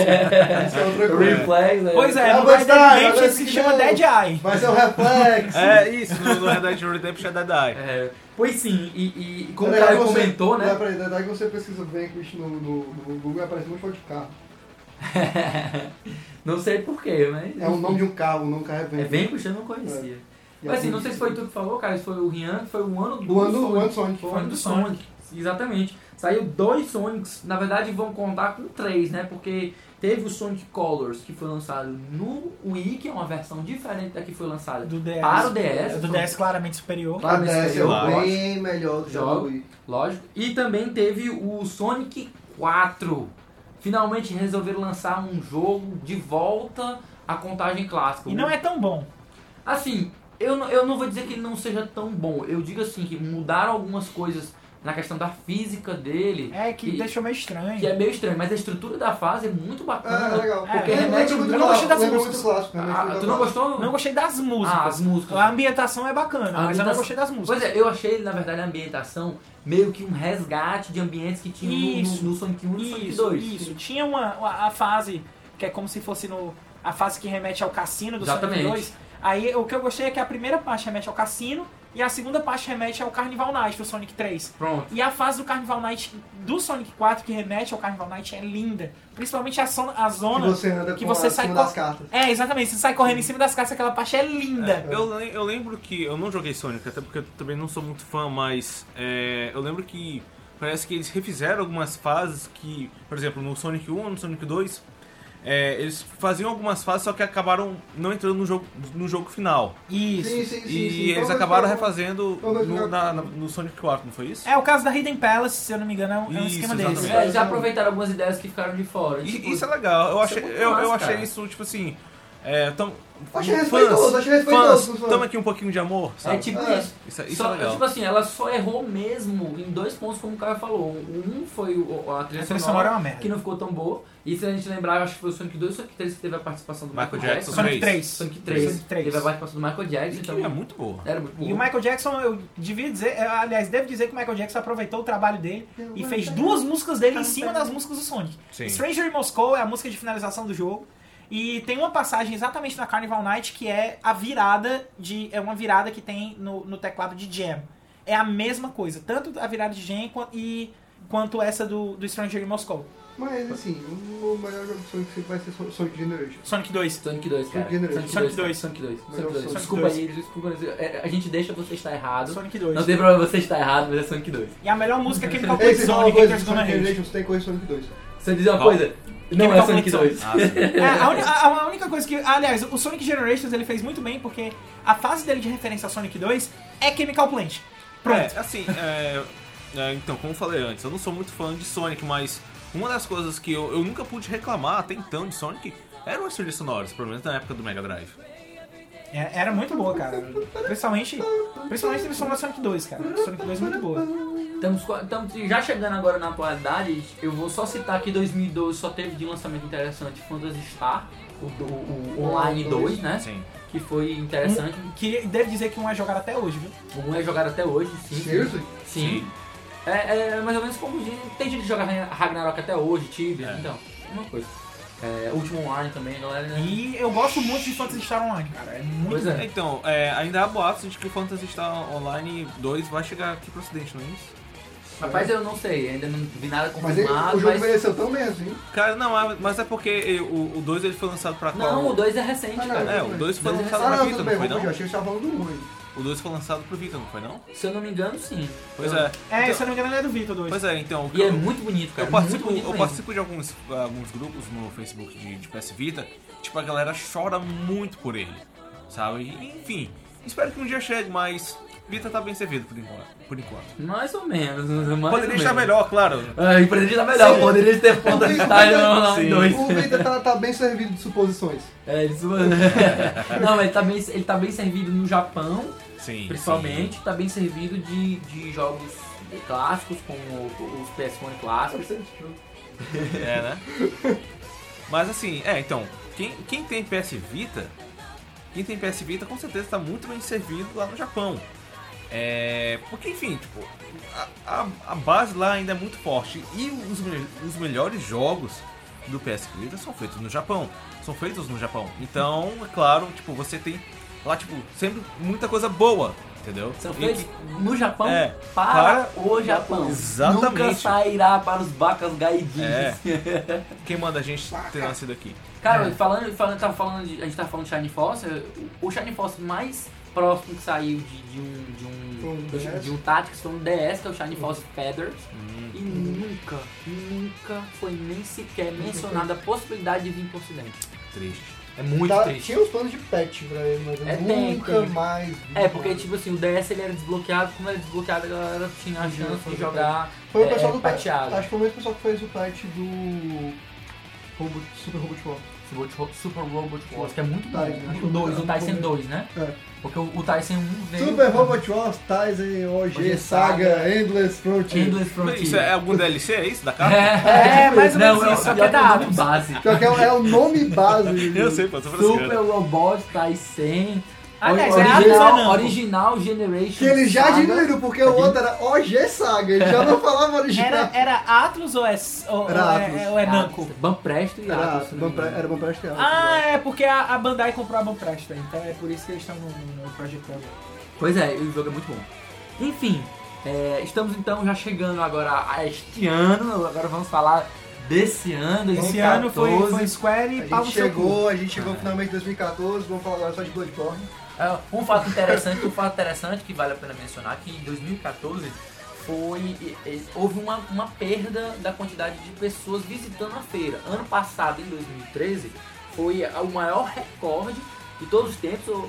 [SPEAKER 2] Isso é outra coisa.
[SPEAKER 3] Reflex, né?
[SPEAKER 4] Pois é,
[SPEAKER 2] É o
[SPEAKER 4] no Red Dead
[SPEAKER 2] Bolstein,
[SPEAKER 4] Redemption
[SPEAKER 2] agora
[SPEAKER 4] ele se
[SPEAKER 2] que
[SPEAKER 4] chama
[SPEAKER 2] não.
[SPEAKER 4] Dead Eye.
[SPEAKER 2] Vai ser um reflexo.
[SPEAKER 5] É isso, no Red Dead Redemption é Dead Eye.
[SPEAKER 3] É, pois sim, e, e como o
[SPEAKER 2] Na verdade,
[SPEAKER 3] cara
[SPEAKER 2] É você- é.
[SPEAKER 3] comentou,
[SPEAKER 2] na
[SPEAKER 3] né?
[SPEAKER 2] verdade, na verdade, você pesquisa Vanquish no, no, no Google e aparece um monte de carro.
[SPEAKER 3] Não sei porquê, mas.
[SPEAKER 2] É o nome de um carro, o nome do carro é
[SPEAKER 3] É
[SPEAKER 2] Vanquish.
[SPEAKER 3] bem puxando, eu não conhecia.
[SPEAKER 2] E
[SPEAKER 3] Mas assim,
[SPEAKER 2] aí-
[SPEAKER 3] não sei se foi tu que falou, cara, se foi o Rian, que foi o ano do
[SPEAKER 2] O ano, o
[SPEAKER 3] Sonic.
[SPEAKER 2] ano Sonic.
[SPEAKER 3] Foi um do Sonic, exatamente. Saiu dois Sonics, na verdade vão contar com três, né? Porque teve o Sonic Colors, que foi lançado no Wii, que é uma versão diferente da que foi lançada
[SPEAKER 4] Do DS.
[SPEAKER 3] para o DS.
[SPEAKER 4] Do DS claramente superior.
[SPEAKER 2] A
[SPEAKER 3] Claro, mas
[SPEAKER 2] DS é
[SPEAKER 3] eu
[SPEAKER 5] gosto.
[SPEAKER 2] bem melhor do que o
[SPEAKER 3] Jogo.
[SPEAKER 2] Wii.
[SPEAKER 3] Lógico. E também teve o Sonic 4. Finalmente resolveram lançar um jogo de volta à contagem clássica.
[SPEAKER 4] E não é tão bom.
[SPEAKER 3] Assim, eu, não- eu não vou dizer que ele não seja tão bom. Eu digo assim, que mudaram algumas coisas na questão da física dele.
[SPEAKER 4] É que
[SPEAKER 3] E-
[SPEAKER 4] deixou meio estranho.
[SPEAKER 3] Que é meio estranho, mas a estrutura da fase é muito
[SPEAKER 2] Ah,
[SPEAKER 3] bacana.
[SPEAKER 2] legal.
[SPEAKER 4] Porque
[SPEAKER 2] Lembra
[SPEAKER 3] remete
[SPEAKER 2] muito
[SPEAKER 3] muito- É, eu
[SPEAKER 2] clássico,
[SPEAKER 4] gostei das
[SPEAKER 2] lembra
[SPEAKER 4] músicas.
[SPEAKER 2] muito clássico. né? lembra
[SPEAKER 3] Ah,
[SPEAKER 2] muito
[SPEAKER 3] tu não
[SPEAKER 2] clássico.
[SPEAKER 3] gostou?
[SPEAKER 4] Não gostei das músicas.
[SPEAKER 3] Ah, as músicas.
[SPEAKER 4] A ambientação é bacana,
[SPEAKER 3] A
[SPEAKER 4] mas eu não
[SPEAKER 3] ambientação-
[SPEAKER 4] gostei das músicas.
[SPEAKER 3] Pois é, eu achei, na verdade, a ambientação meio que um resgate de ambientes que tinha no-
[SPEAKER 4] Isso.
[SPEAKER 3] no, no Sonic 1 e no Sonic
[SPEAKER 4] Isso,
[SPEAKER 3] 2.
[SPEAKER 4] isso. Tinha uma, uma- a fase que é como se fosse no a fase que remete ao cassino do
[SPEAKER 3] Exatamente.
[SPEAKER 4] Sonic 2. Aí o que eu gostei é que a primeira parte remete ao cassino e a segunda parte remete ao Carnival Night do Sonic 3.
[SPEAKER 3] Pronto.
[SPEAKER 4] E a fase do Carnival Night do Sonic 4 que remete ao Carnival Night é linda, principalmente a, zona- a
[SPEAKER 2] Que
[SPEAKER 3] né?
[SPEAKER 4] zona
[SPEAKER 2] você anda
[SPEAKER 4] que
[SPEAKER 2] com
[SPEAKER 4] você
[SPEAKER 2] a-
[SPEAKER 4] sai
[SPEAKER 2] cima
[SPEAKER 4] com-
[SPEAKER 2] das cartas.
[SPEAKER 4] É, exatamente, você sai correndo em cima das casas, aquela parte é linda.
[SPEAKER 5] Eu, lem- eu lembro que. Eu não joguei Sonic, até porque eu também não sou muito fã, mas. é, eu lembro que. Parece que eles refizeram algumas fases que. Por exemplo, no Sonic 1 no Sonic 2. é, eles faziam algumas fases, só que acabaram não entrando no jogo, no jogo final.
[SPEAKER 4] Isso.
[SPEAKER 2] Sim, sim, sim.
[SPEAKER 5] e
[SPEAKER 2] sim.
[SPEAKER 5] eles
[SPEAKER 2] Então,
[SPEAKER 5] acabaram
[SPEAKER 2] mas-
[SPEAKER 5] refazendo
[SPEAKER 2] Então, mas-
[SPEAKER 5] no, na- na- no Sonic 4, não foi isso?
[SPEAKER 4] É o caso da Hidden Palace, se eu não me engano, é um, é um
[SPEAKER 5] Isso,
[SPEAKER 4] esquema
[SPEAKER 5] exatamente.
[SPEAKER 4] desse.
[SPEAKER 3] É, eles já aproveitaram algumas ideias que ficaram de fora.
[SPEAKER 5] E-
[SPEAKER 3] Tipo,
[SPEAKER 5] isso é legal. Eu
[SPEAKER 3] isso é
[SPEAKER 5] achei,
[SPEAKER 3] muito
[SPEAKER 5] eu,
[SPEAKER 3] massa,
[SPEAKER 5] eu achei
[SPEAKER 3] cara.
[SPEAKER 5] isso, tipo assim. É, tam,
[SPEAKER 2] Achei Tá respeitoso, achei respeitoso.
[SPEAKER 5] fãs,
[SPEAKER 2] pessoal.
[SPEAKER 5] toma aqui um pouquinho de amor, sabe?
[SPEAKER 3] É tipo
[SPEAKER 2] É.
[SPEAKER 3] isso.
[SPEAKER 5] Isso, isso é
[SPEAKER 3] Só-
[SPEAKER 5] legal.
[SPEAKER 3] Tipo assim, ela só errou mesmo em dois pontos, como o cara falou. Um foi o- a trilha
[SPEAKER 4] A trilha
[SPEAKER 3] sonora,
[SPEAKER 4] sonora é uma merda.
[SPEAKER 3] que não ficou tão boa. E se a gente lembrar, eu acho que foi o Sonic 2 ou Sonic 3 que teve a participação do
[SPEAKER 5] Michael
[SPEAKER 3] Michael,
[SPEAKER 5] Jackson.
[SPEAKER 4] Sonic
[SPEAKER 5] Três.
[SPEAKER 4] 3.
[SPEAKER 3] Sonic 3.
[SPEAKER 4] Sonic 3.
[SPEAKER 3] Teve a participação do Michael
[SPEAKER 5] E
[SPEAKER 3] Jackson,
[SPEAKER 5] que
[SPEAKER 3] então
[SPEAKER 5] é muito boa.
[SPEAKER 3] era muito bom.
[SPEAKER 4] E o Michael Jackson, eu devia dizer, eu, aliás, devo dizer que o Michael Jackson aproveitou o trabalho dele e
[SPEAKER 2] Uhum.
[SPEAKER 4] fez duas músicas dele em cima das músicas do Sonic.
[SPEAKER 5] Sim.
[SPEAKER 4] Stranger in Moscow é a música de finalização do jogo. E tem uma passagem exatamente na Carnival Night que é a virada de. É uma virada que tem no, no teclado de Jam. É a mesma coisa, tanto a virada de Jam quan- e quanto essa do, do Stranger in Moscow.
[SPEAKER 2] Mas assim, o melhor jogo do Sonic sempre vai ser Son- Sonic Generation.
[SPEAKER 4] Sonic 2.
[SPEAKER 3] Sonic 2, cara.
[SPEAKER 2] Sonic 2.
[SPEAKER 3] 2.
[SPEAKER 4] Sonic 2.
[SPEAKER 3] Sonic 2.
[SPEAKER 2] Melhor
[SPEAKER 3] Sonic 2.
[SPEAKER 2] Sonic
[SPEAKER 3] Desculpa
[SPEAKER 4] 2.
[SPEAKER 3] aí, desculpa. mas, é, A gente deixa você estar errado.
[SPEAKER 4] Sonic 2.
[SPEAKER 3] Não tem problema você estar errado, mas é Sonic 2.
[SPEAKER 4] E a melhor música é Chemical
[SPEAKER 2] Ei,
[SPEAKER 4] Play
[SPEAKER 2] você fala uma
[SPEAKER 4] Zone,
[SPEAKER 2] coisa de
[SPEAKER 4] Haters Gonna
[SPEAKER 2] Sonic
[SPEAKER 4] Hate.
[SPEAKER 2] Generation, você tem coisa de Sonic 2.
[SPEAKER 3] Você diz uma
[SPEAKER 5] Qual?
[SPEAKER 3] coisa. Não é
[SPEAKER 4] Chemical
[SPEAKER 3] Sonic
[SPEAKER 4] Blade
[SPEAKER 3] 2.
[SPEAKER 5] Ah, sim.
[SPEAKER 4] É, a, uni- a- a única coisa que. Aliás, o Sonic Generations ele fez muito bem porque a fase dele de referência ao Sonic 2 é Chemical Plant. Pronto.
[SPEAKER 5] É, assim, é, é, então, como eu falei antes, eu não sou muito fã de Sonic, mas uma das coisas que eu, eu nunca pude reclamar até então de Sonic eram as trilhas sonoras, pelo menos na época do Mega Drive.
[SPEAKER 4] É, era muito boa, cara. Principalmente. Principalmente eles são da Sonic 2, cara. Sonic 2 é muito boa.
[SPEAKER 3] Estamos, qua- estamos já chegando agora na atualidade. Eu vou só citar que 2012 só teve de lançamento interessante Phantasy Star, o, do- o Online 2, né?
[SPEAKER 5] Sim.
[SPEAKER 3] Que foi interessante.
[SPEAKER 4] Que devo dizer que um é jogado até hoje, viu?
[SPEAKER 3] Um é jogado até hoje, sim.
[SPEAKER 2] Seriously?
[SPEAKER 3] Sim. É, é mais ou menos como diz- tem gente que joga Ragnarok até hoje, Tibia,
[SPEAKER 5] É.
[SPEAKER 3] então, uma coisa. É, Último Online também, galera. né?
[SPEAKER 4] E eu gosto muito de Phantasy Star Online, cara. É muito
[SPEAKER 3] Pois
[SPEAKER 4] bom.
[SPEAKER 3] é.
[SPEAKER 5] Então, é, ainda há boatos de que o Phantasy Star Online 2 vai chegar aqui pro ocidente, não é isso?
[SPEAKER 3] Rapaz, eu não sei, ainda não vi nada
[SPEAKER 2] Mas ele-
[SPEAKER 3] confirmado, mas.
[SPEAKER 2] o jogo mereceu tão bem assim.
[SPEAKER 5] Cara, não, é- mas é porque eh, o, o 2 ele foi lançado pra qual?
[SPEAKER 3] Não, o 2 é recente,
[SPEAKER 2] Ah, não,
[SPEAKER 3] cara.
[SPEAKER 5] É, o 2 foi
[SPEAKER 3] Dois é
[SPEAKER 5] lançado
[SPEAKER 2] Ah,
[SPEAKER 5] pra
[SPEAKER 2] não,
[SPEAKER 5] Vita,
[SPEAKER 2] tudo
[SPEAKER 5] não
[SPEAKER 2] bem,
[SPEAKER 5] foi
[SPEAKER 2] vamos
[SPEAKER 5] não?
[SPEAKER 2] achei que você tava falando do ruim.
[SPEAKER 5] O 2 foi lançado pro Vita, não foi não?
[SPEAKER 3] Se eu não me engano, sim.
[SPEAKER 5] É. Pois
[SPEAKER 3] Eu-
[SPEAKER 5] é.
[SPEAKER 4] É, se eu não me engano, ele é do Vitor 2.
[SPEAKER 5] Pois é, então.
[SPEAKER 3] E é muito bonito, cara.
[SPEAKER 5] Eu
[SPEAKER 3] muito
[SPEAKER 5] participo,
[SPEAKER 3] bonito
[SPEAKER 5] eu
[SPEAKER 3] mesmo.
[SPEAKER 5] participo de alguns, alguns grupos no Facebook de, de PS Vita, tipo, a galera chora muito por ele, sabe? E, Enfim, espero que um dia chegue, mas Vita tá bem servido por enquanto. Por enquanto.
[SPEAKER 3] Mais ou menos. Mais
[SPEAKER 5] Poderia
[SPEAKER 3] ou
[SPEAKER 5] estar
[SPEAKER 3] menos.
[SPEAKER 5] melhor, claro.
[SPEAKER 3] Ah, e poderia estar melhor.
[SPEAKER 2] Sim.
[SPEAKER 3] Poderia ter ponto da cidade no
[SPEAKER 5] Sim.
[SPEAKER 3] Online 2.
[SPEAKER 2] O Vita tá, tá bem servido de suposições.
[SPEAKER 3] É, ele zoa- Não, mas ele tá, bem, ele tá bem servido no Japão,
[SPEAKER 5] Sim.
[SPEAKER 3] principalmente. Tá bem servido de, de jogos clássicos, como os PS1 clássicos.
[SPEAKER 5] sim. É, né? Mas assim, é, então, quem, quem tem PS Vita, quem tem PS Vita com certeza tá muito bem servido lá no Japão. É, porque enfim, tipo, a, a- a base lá ainda é muito forte e os, me- os melhores jogos do PS Vita são feitos no Japão. São feitos no Japão. Então, é claro, tipo, você tem lá, tipo, sempre muita coisa boa, entendeu?
[SPEAKER 3] São
[SPEAKER 5] E
[SPEAKER 3] feitos
[SPEAKER 5] que-
[SPEAKER 3] no Japão
[SPEAKER 5] É,
[SPEAKER 3] para, o Japão.
[SPEAKER 5] Exatamente.
[SPEAKER 3] Nunca sairá para os bacas gaidins.
[SPEAKER 5] é. Quem manda a gente ter nascido aqui?
[SPEAKER 3] Cara, falando, falando, tava falando de- a gente tava falando de Shiny Force, o Shiny Force mais próximo que saiu de, de um de
[SPEAKER 2] Foi um
[SPEAKER 3] um,
[SPEAKER 2] DS?
[SPEAKER 3] de um Tactics foi um DS, que é o Shiny Force Feathers,
[SPEAKER 5] Hum,
[SPEAKER 2] Uhum.
[SPEAKER 3] e nunca, nunca foi nem sequer mencionada a possibilidade de vir pro ocidente.
[SPEAKER 5] Triste.
[SPEAKER 3] É muito
[SPEAKER 2] Tá-
[SPEAKER 3] triste.
[SPEAKER 2] Tinha os planos de patch pra ele, mas eu
[SPEAKER 3] É, tem,
[SPEAKER 2] nunca
[SPEAKER 3] tem.
[SPEAKER 2] mais. vi.
[SPEAKER 3] É, porque tipo assim, o DS ele era desbloqueado, como era desbloqueado a galera tinha a
[SPEAKER 2] um
[SPEAKER 3] chance de jogar
[SPEAKER 2] Foi o
[SPEAKER 3] é,
[SPEAKER 2] pessoal
[SPEAKER 3] é,
[SPEAKER 2] do patch.
[SPEAKER 3] pateado.
[SPEAKER 2] Acho que foi o mesmo pessoal que fez o patch do. Robot, Super Robot War.
[SPEAKER 3] Super Ro- Super Robot Wars, que é muito bom.
[SPEAKER 2] Tá,
[SPEAKER 3] Muito dois, o Tyson 2, né?
[SPEAKER 2] É.
[SPEAKER 3] Porque o, o Tyson 1 veio...
[SPEAKER 2] Super Robot Wars, Tyson,
[SPEAKER 3] OG,
[SPEAKER 2] OG, Saga,
[SPEAKER 3] um- é Saga,
[SPEAKER 2] Endless Frontier. tipo
[SPEAKER 3] Endless Frontier.
[SPEAKER 5] Isso é algum DLC, é isso? Da
[SPEAKER 3] É,
[SPEAKER 5] carta?
[SPEAKER 3] é,
[SPEAKER 4] mais ou menos
[SPEAKER 3] não,
[SPEAKER 4] isso,
[SPEAKER 3] é
[SPEAKER 4] só
[SPEAKER 3] o
[SPEAKER 4] que é da
[SPEAKER 3] da
[SPEAKER 4] Atlas.
[SPEAKER 3] base.
[SPEAKER 2] Pior que é, o- é o nome base. do-
[SPEAKER 5] Eu sei, pô, assim, eu sou
[SPEAKER 3] Super
[SPEAKER 5] brasileiro.
[SPEAKER 3] Robot Tyson.
[SPEAKER 4] Aliás, é Atlas, é
[SPEAKER 3] original,
[SPEAKER 4] não.
[SPEAKER 3] original Generation.
[SPEAKER 2] Que ele já
[SPEAKER 3] Saga.
[SPEAKER 2] diminuiu, porque o outro era OG Saga, ele já não falava original.
[SPEAKER 4] Era, era Atlus ou é, ou,
[SPEAKER 2] Era
[SPEAKER 4] ou
[SPEAKER 2] Atlus.
[SPEAKER 4] é, é, ou é Namco?
[SPEAKER 3] Atlas, Banpresto e né?
[SPEAKER 2] Era,
[SPEAKER 3] Atlas. se não
[SPEAKER 2] Ah, bom
[SPEAKER 3] me
[SPEAKER 2] pra,
[SPEAKER 3] engano.
[SPEAKER 2] era bom pra Astral.
[SPEAKER 4] Ah, é porque a, a Bandai comprou a Banpresto, então é por isso que eles estão no, no Project Rumble.
[SPEAKER 3] Pois é, o jogo é muito bom. Enfim, é, estamos então já chegando agora a este ano. Agora vamos falar desse ano.
[SPEAKER 4] Esse
[SPEAKER 3] 2014.
[SPEAKER 4] ano foi, foi Square
[SPEAKER 2] A
[SPEAKER 4] e
[SPEAKER 2] gente
[SPEAKER 4] Pablo Chegou.
[SPEAKER 2] chegou, a gente chegou finalmente em 2014, vamos falar agora só de Bloodborne.
[SPEAKER 3] Ah, Um fato interessante, um fato interessante que vale a pena mencionar que em 2014 foi e- e- houve uma, uma perda da quantidade de pessoas visitando a feira. Ano passado, em 2013, foi a- o maior recorde de todos os tempos o-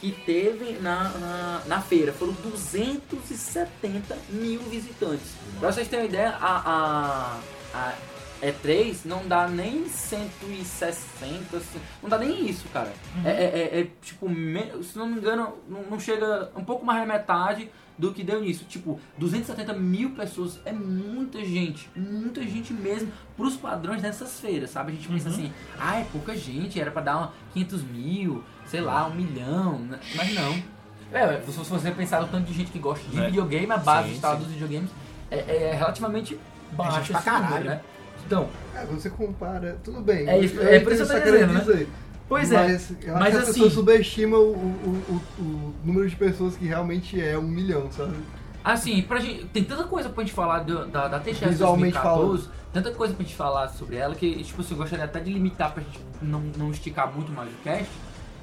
[SPEAKER 3] que teve na, na, na feira. Foram 270 mil visitantes. Pra vocês terem uma ideia, a, a, a E3 não dá nem 160, assim, não dá nem isso, cara. É, é- é- é, tipo, me- se não me engano, não, não chega um pouco mais da metade do que deu nisso. Tipo, 270 mil pessoas é muita gente, muita gente mesmo pros padrões dessas feiras, sabe? A gente pensa assim, ah, é pouca gente, era pra dar uma 500 mil, sei lá, um milhão, né? mas não. É, se você pensar no tanto de gente que gosta de
[SPEAKER 5] É.
[SPEAKER 3] videogame, a base
[SPEAKER 5] Sim,
[SPEAKER 3] de tal
[SPEAKER 5] sim.
[SPEAKER 3] dos videogames é, é relativamente baixa
[SPEAKER 4] gente pra
[SPEAKER 3] esse número,
[SPEAKER 4] caralho.
[SPEAKER 3] né? Então,
[SPEAKER 2] É, quando você compara, tudo bem.
[SPEAKER 3] É isso-
[SPEAKER 2] eu
[SPEAKER 3] é
[SPEAKER 2] entendo
[SPEAKER 3] por isso que eu
[SPEAKER 2] essa
[SPEAKER 3] tô dizendo,
[SPEAKER 2] tá querendo
[SPEAKER 3] né?
[SPEAKER 2] dizer.
[SPEAKER 3] pois é.
[SPEAKER 2] mas, Eu acho
[SPEAKER 3] mas
[SPEAKER 2] que as
[SPEAKER 3] assim-
[SPEAKER 2] pessoas subestimam o, o- o- o número de pessoas que realmente é um milhão, sabe?
[SPEAKER 3] Assim, pra gente, tem tanta coisa pra gente falar do- da, da TGS
[SPEAKER 2] Visualmente
[SPEAKER 3] 2014, tanta coisa pra gente falar sobre ela que, tipo assim, eu gostaria até de limitar pra gente não, não esticar muito mais o cast.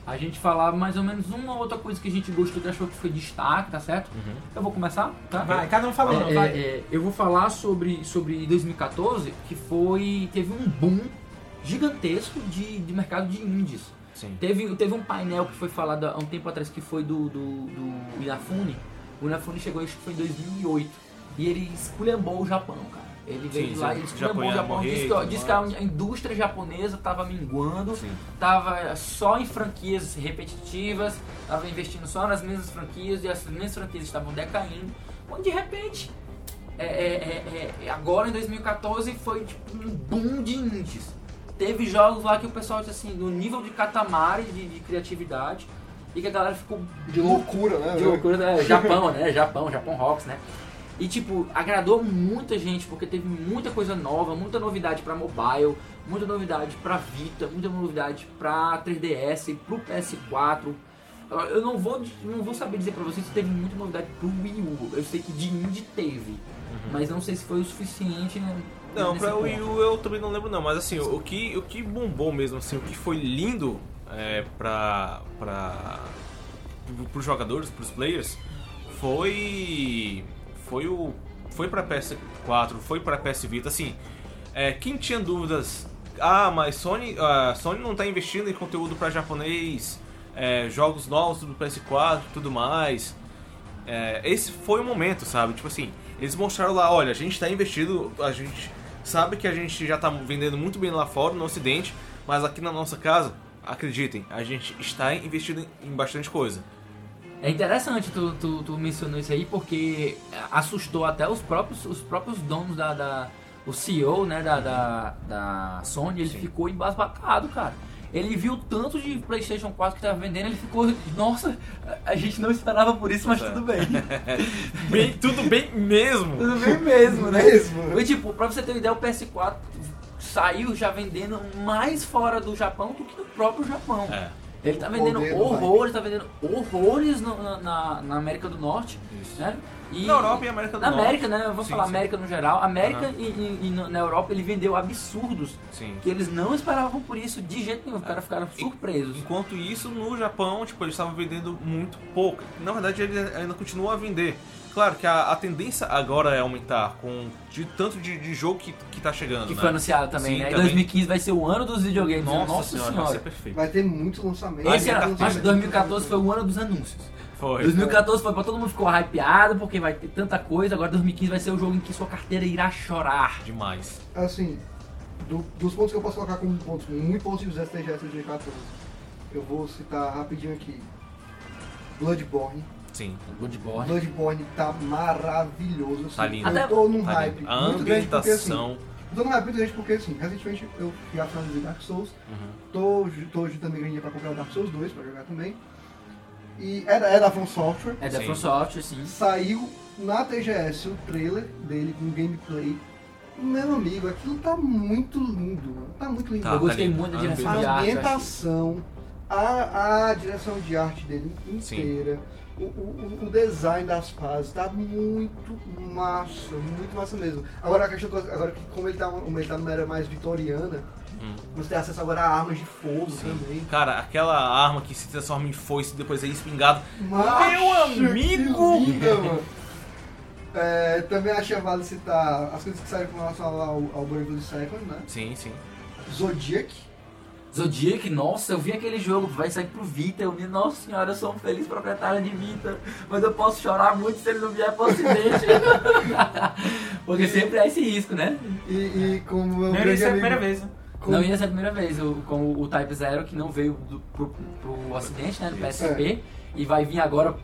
[SPEAKER 3] A gente falar mais ou menos uma outra coisa que a gente gostou, que achou que foi destaque, tá certo? Eu vou começar, tá?
[SPEAKER 4] Uhum. Vai, cada um fala
[SPEAKER 3] É,
[SPEAKER 4] um,
[SPEAKER 3] é,
[SPEAKER 4] vai.
[SPEAKER 3] é, eu vou falar sobre, sobre 2014, que foi. teve um boom gigantesco de, de mercado de indies.
[SPEAKER 5] Sim.
[SPEAKER 3] Teve, teve um painel que foi falado há um tempo atrás que foi do, do, do Inafune. O Inafune chegou, acho que foi em 2008. E ele esculhambou o Japão, cara. Ele veio
[SPEAKER 5] Sim,
[SPEAKER 3] de lá,
[SPEAKER 5] sim.
[SPEAKER 3] ele
[SPEAKER 5] Japão
[SPEAKER 3] esculhambou o
[SPEAKER 5] ia
[SPEAKER 3] Japão.
[SPEAKER 5] morrer
[SPEAKER 3] disse
[SPEAKER 5] e
[SPEAKER 3] que, ó,
[SPEAKER 5] tudo
[SPEAKER 3] disse que
[SPEAKER 5] mais.
[SPEAKER 3] a indústria japonesa tava minguando,
[SPEAKER 5] Sim.
[SPEAKER 3] tava só em franquias repetitivas, tava investindo só nas mesmas franquias e essas mesmas franquias estavam decaindo. Quando de repente, é, é, é, é, agora em 2014 foi tipo um boom de indies. Teve jogos lá que o pessoal disse assim, do nível de catamari de, de criatividade, e que a galera ficou
[SPEAKER 2] De loucura, né?
[SPEAKER 3] de loucura né? Japão, né? Japão, Japão Rocks, né? E tipo, agradou muita gente porque teve muita coisa nova, muita novidade pra mobile, muita novidade pra Vita, muita novidade pra 3DS, pro PS4. Eu- Eu não vou, não vou saber dizer pra vocês se teve muita novidade pro Wii U. Eu sei que de indie teve, mas não sei se foi o suficiente. Né,
[SPEAKER 5] Uhum. Não,
[SPEAKER 3] nesse
[SPEAKER 5] pra
[SPEAKER 3] ponto.
[SPEAKER 5] Wii U eu também não lembro não, mas assim, o que, o que bombou mesmo, assim, o que foi lindo é, pra, pra, pro- pros jogadores, pros players, foi, foi o, foi pra PS4, foi pra PS Vita, assim, é, quem tinha dúvidas, ah, mas Sony, a Sony não tá investindo em conteúdo pra japonês, é, jogos novos do PS4 e tudo mais, é, esse foi o momento, sabe? Tipo assim, eles mostraram lá, olha, a gente tá investido, a gente sabe que a gente já tá vendendo muito bem lá fora, no ocidente, mas aqui na nossa casa, acreditem, a gente está investido em- em bastante coisa.
[SPEAKER 3] É interessante tu, tu, tu mencionou isso aí porque assustou até os próprios, os próprios donos da, da- O CEO, né, da, da, da Sony, ele ficou embasbacado, cara. Ele viu o tanto de Playstation 4 que tava vendendo, ele ficou. Nossa, a gente não esperava por isso, mas
[SPEAKER 5] Pois é.
[SPEAKER 3] tudo bem.
[SPEAKER 5] Bem, tudo bem mesmo?
[SPEAKER 3] tudo bem mesmo, né?
[SPEAKER 2] Mesmo.
[SPEAKER 3] E, tipo, pra você ter uma ideia, o PS4 saiu já vendendo mais fora do Japão do que no próprio Japão.
[SPEAKER 5] É.
[SPEAKER 3] Ele tá vendendo
[SPEAKER 2] Poder do
[SPEAKER 3] horrores, tá vendendo horrores no- na, na- na América do Norte, né? E
[SPEAKER 5] Na Europa e América do
[SPEAKER 3] na
[SPEAKER 5] Norte.
[SPEAKER 3] América, né? Vamos
[SPEAKER 5] Sim,
[SPEAKER 3] falar
[SPEAKER 5] sim.
[SPEAKER 3] América no geral. América e, e- e no- na Europa ele vendeu absurdos
[SPEAKER 5] Sim.
[SPEAKER 3] que eles não esperavam por isso de jeito nenhum. Os caras ficaram surpresos.
[SPEAKER 5] Enquanto isso, no Japão, tipo, eles estavam vendendo muito pouco. Na verdade, eles ainda continuam a vender. Claro que a, a tendência agora é aumentar com de tanto de, de jogo que, que tá chegando,
[SPEAKER 3] Que
[SPEAKER 5] né?
[SPEAKER 3] foi anunciado também,
[SPEAKER 5] Sim,
[SPEAKER 3] né? E
[SPEAKER 5] também.
[SPEAKER 3] 2015 vai ser o ano dos videogames. né?
[SPEAKER 5] Nossa,
[SPEAKER 3] Nossa
[SPEAKER 5] senhora, vai ser perfeito.
[SPEAKER 2] Vai ter muito lançamento.
[SPEAKER 5] é
[SPEAKER 3] Esse era,
[SPEAKER 2] muito
[SPEAKER 3] acho que
[SPEAKER 2] lançamento.
[SPEAKER 3] 2014 foi o ano dos anúncios.
[SPEAKER 5] Foi. então.
[SPEAKER 3] 2014 foi pra todo mundo ficou hypeado porque vai ter tanta coisa. Agora 2015 vai ser o jogo em que sua carteira irá chorar.
[SPEAKER 5] Demais.
[SPEAKER 2] Assim, do- dos pontos que eu posso colocar como pontos muito positivos dessa TGS de 2014, eu vou citar rapidinho aqui. Bloodborne.
[SPEAKER 5] Sim.
[SPEAKER 3] Bloodborne.
[SPEAKER 2] Bloodborne tá maravilhoso. Assim.
[SPEAKER 5] Tá lindo.
[SPEAKER 2] Eu tô num
[SPEAKER 5] Tá
[SPEAKER 2] hype
[SPEAKER 5] lindo. A
[SPEAKER 2] muito grande porque assim,
[SPEAKER 5] ambientação.
[SPEAKER 2] Tô num hype muito grande porque assim, recentemente eu já finalizei Dark Souls.
[SPEAKER 5] Uhum.
[SPEAKER 2] Tô, ju- tô juntando graninha pra comprar o Dark Souls 2 pra jogar também. E é, da- é da From Software.
[SPEAKER 3] É da
[SPEAKER 5] Sim.
[SPEAKER 3] From Software, sim.
[SPEAKER 2] Saiu na TGS o trailer dele com gameplay. Meu amigo, aquilo tá muito lindo, mano. Tá muito lindo.
[SPEAKER 5] Tá,
[SPEAKER 3] eu gostei
[SPEAKER 5] lindo.
[SPEAKER 3] muito da
[SPEAKER 5] Ah,
[SPEAKER 3] direção de
[SPEAKER 2] A
[SPEAKER 3] arte. eu achei.
[SPEAKER 2] ambientação, a, a direção de arte dele inteira, o, o- o- o design das fases tá muito massa, muito massa mesmo. Agora a questão do, agora que como ele tá, como ele tá numa era mais vitoriana,
[SPEAKER 5] Hum.
[SPEAKER 2] você tem acesso agora a armas de fogo também.
[SPEAKER 5] Cara, aquela arma que se transforma em foice e depois é espingado.
[SPEAKER 2] Macho, que
[SPEAKER 5] amigo!
[SPEAKER 2] linda, mano. É, também achei válido citar as coisas que saíram com relação ao, ao Brave Second, né?
[SPEAKER 5] Sim, sim.
[SPEAKER 2] Zodiac,
[SPEAKER 3] Zodiac, nossa, eu vi aquele jogo, vai sair pro Vita, eu vi, nossa senhora, eu sou um feliz proprietário de Vita, mas eu posso chorar muito se ele não vier pro ocidente. Porque sempre há esse risco, né?
[SPEAKER 2] e, e como meu
[SPEAKER 4] Não,
[SPEAKER 2] grande
[SPEAKER 4] isso é a
[SPEAKER 2] amigo-
[SPEAKER 4] primeira vez, né?
[SPEAKER 2] como-
[SPEAKER 3] Não é. ia ser a primeira vez, o, com o Type Zero, que não veio do, pro, pro ocidente, né, do PSP, e vai vir agora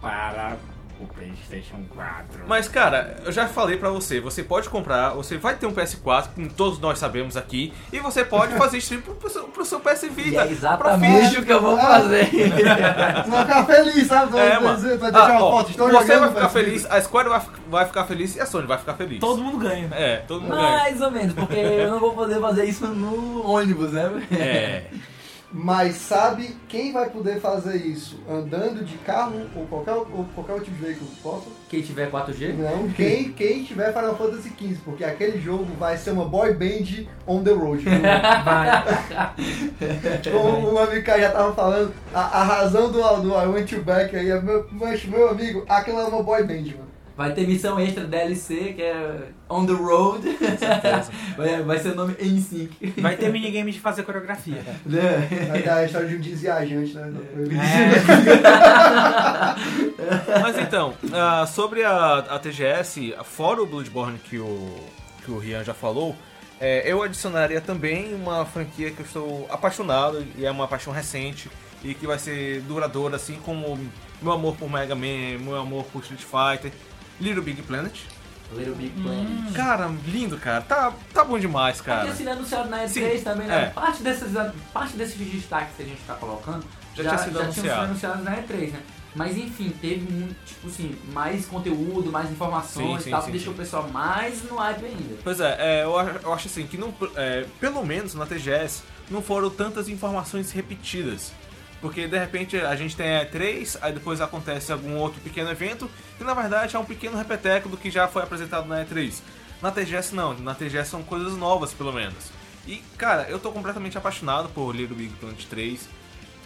[SPEAKER 3] para o Playstation 4.
[SPEAKER 5] Mas, cara, eu já falei pra você, você pode comprar, você vai ter um PS4, como todos nós sabemos aqui, e você pode fazer stream pro, pro seu- pro seu PS
[SPEAKER 3] E
[SPEAKER 5] Vita.
[SPEAKER 3] é exatamente o que eu vou fazer.
[SPEAKER 2] Tu vai ficar feliz, sabe?
[SPEAKER 5] É,
[SPEAKER 2] vai,
[SPEAKER 5] mano.
[SPEAKER 2] vai vai
[SPEAKER 5] Ah,
[SPEAKER 2] deixar uma
[SPEAKER 5] ó,
[SPEAKER 2] foto. Estou
[SPEAKER 5] você
[SPEAKER 2] jogando,
[SPEAKER 5] vai ficar
[SPEAKER 2] faz
[SPEAKER 5] feliz, a Square vai, fi- vai ficar feliz e a Sony vai ficar feliz.
[SPEAKER 4] Todo mundo ganha. né?
[SPEAKER 5] É, todo mundo ganha.
[SPEAKER 3] Mais ou menos, porque eu não vou poder fazer isso no ônibus, né?
[SPEAKER 5] É.
[SPEAKER 2] Mas sabe quem vai poder fazer isso? Andando de carro ou qualquer, ou qualquer outro veículo? Posso?
[SPEAKER 3] Quem tiver 4G?
[SPEAKER 2] Não, quem, quem tiver Final Fantasy XV, porque aquele jogo vai ser uma boy band on the road.
[SPEAKER 4] Vai.
[SPEAKER 2] Como o Tipo, um, amigo Caio já tava falando, a, a razão do, do I Want You Back aí é, meu, mas, meu amigo, aquela é uma boy band, mano.
[SPEAKER 3] Vai ter missão extra DLC, que é On the Road. vai, vai ser o nome em sync.
[SPEAKER 4] Vai ter minigame de fazer coreografia.
[SPEAKER 3] né?
[SPEAKER 2] Vai dar a história de um desviajante, né?
[SPEAKER 4] É.
[SPEAKER 5] Mas então, ah, sobre a, a TGS, fora o Bloodborne que o, que o Rian já falou, é, eu adicionaria também uma franquia que eu estou apaixonado, e é uma paixão recente, e que vai ser duradoura, assim como meu amor por Mega Man, meu amor por Street Fighter, Little Big Planet.
[SPEAKER 3] Little Big Planet.
[SPEAKER 5] Cara, lindo, cara. Tá, tá bom demais,
[SPEAKER 3] Cara.
[SPEAKER 5] cara.
[SPEAKER 3] Tinha sido anunciado na E3
[SPEAKER 5] Sim,
[SPEAKER 3] também, né?
[SPEAKER 5] é.
[SPEAKER 3] Parte, desses, parte desses destaques que a gente tá colocando
[SPEAKER 5] Já tinha sido
[SPEAKER 3] tinham sido
[SPEAKER 5] anunciado.
[SPEAKER 3] anunciados na E3, né? Mas enfim, teve muito, tipo assim, mais conteúdo, mais informações
[SPEAKER 5] Sim, sim,
[SPEAKER 3] e tal, que
[SPEAKER 5] sim,
[SPEAKER 3] deixou
[SPEAKER 5] sim.
[SPEAKER 3] o pessoal mais no hype ainda.
[SPEAKER 5] Pois é, é, eu, acho, eu acho assim que não, é, pelo menos na TGS não foram tantas informações repetidas. Porque de repente a gente tem a E3, aí depois acontece algum outro pequeno evento, que na verdade é um pequeno repeteco do que já foi apresentado na E3. Na TGS não, na TGS são coisas novas pelo menos. E cara, eu tô completamente apaixonado por Little Big Planet 3.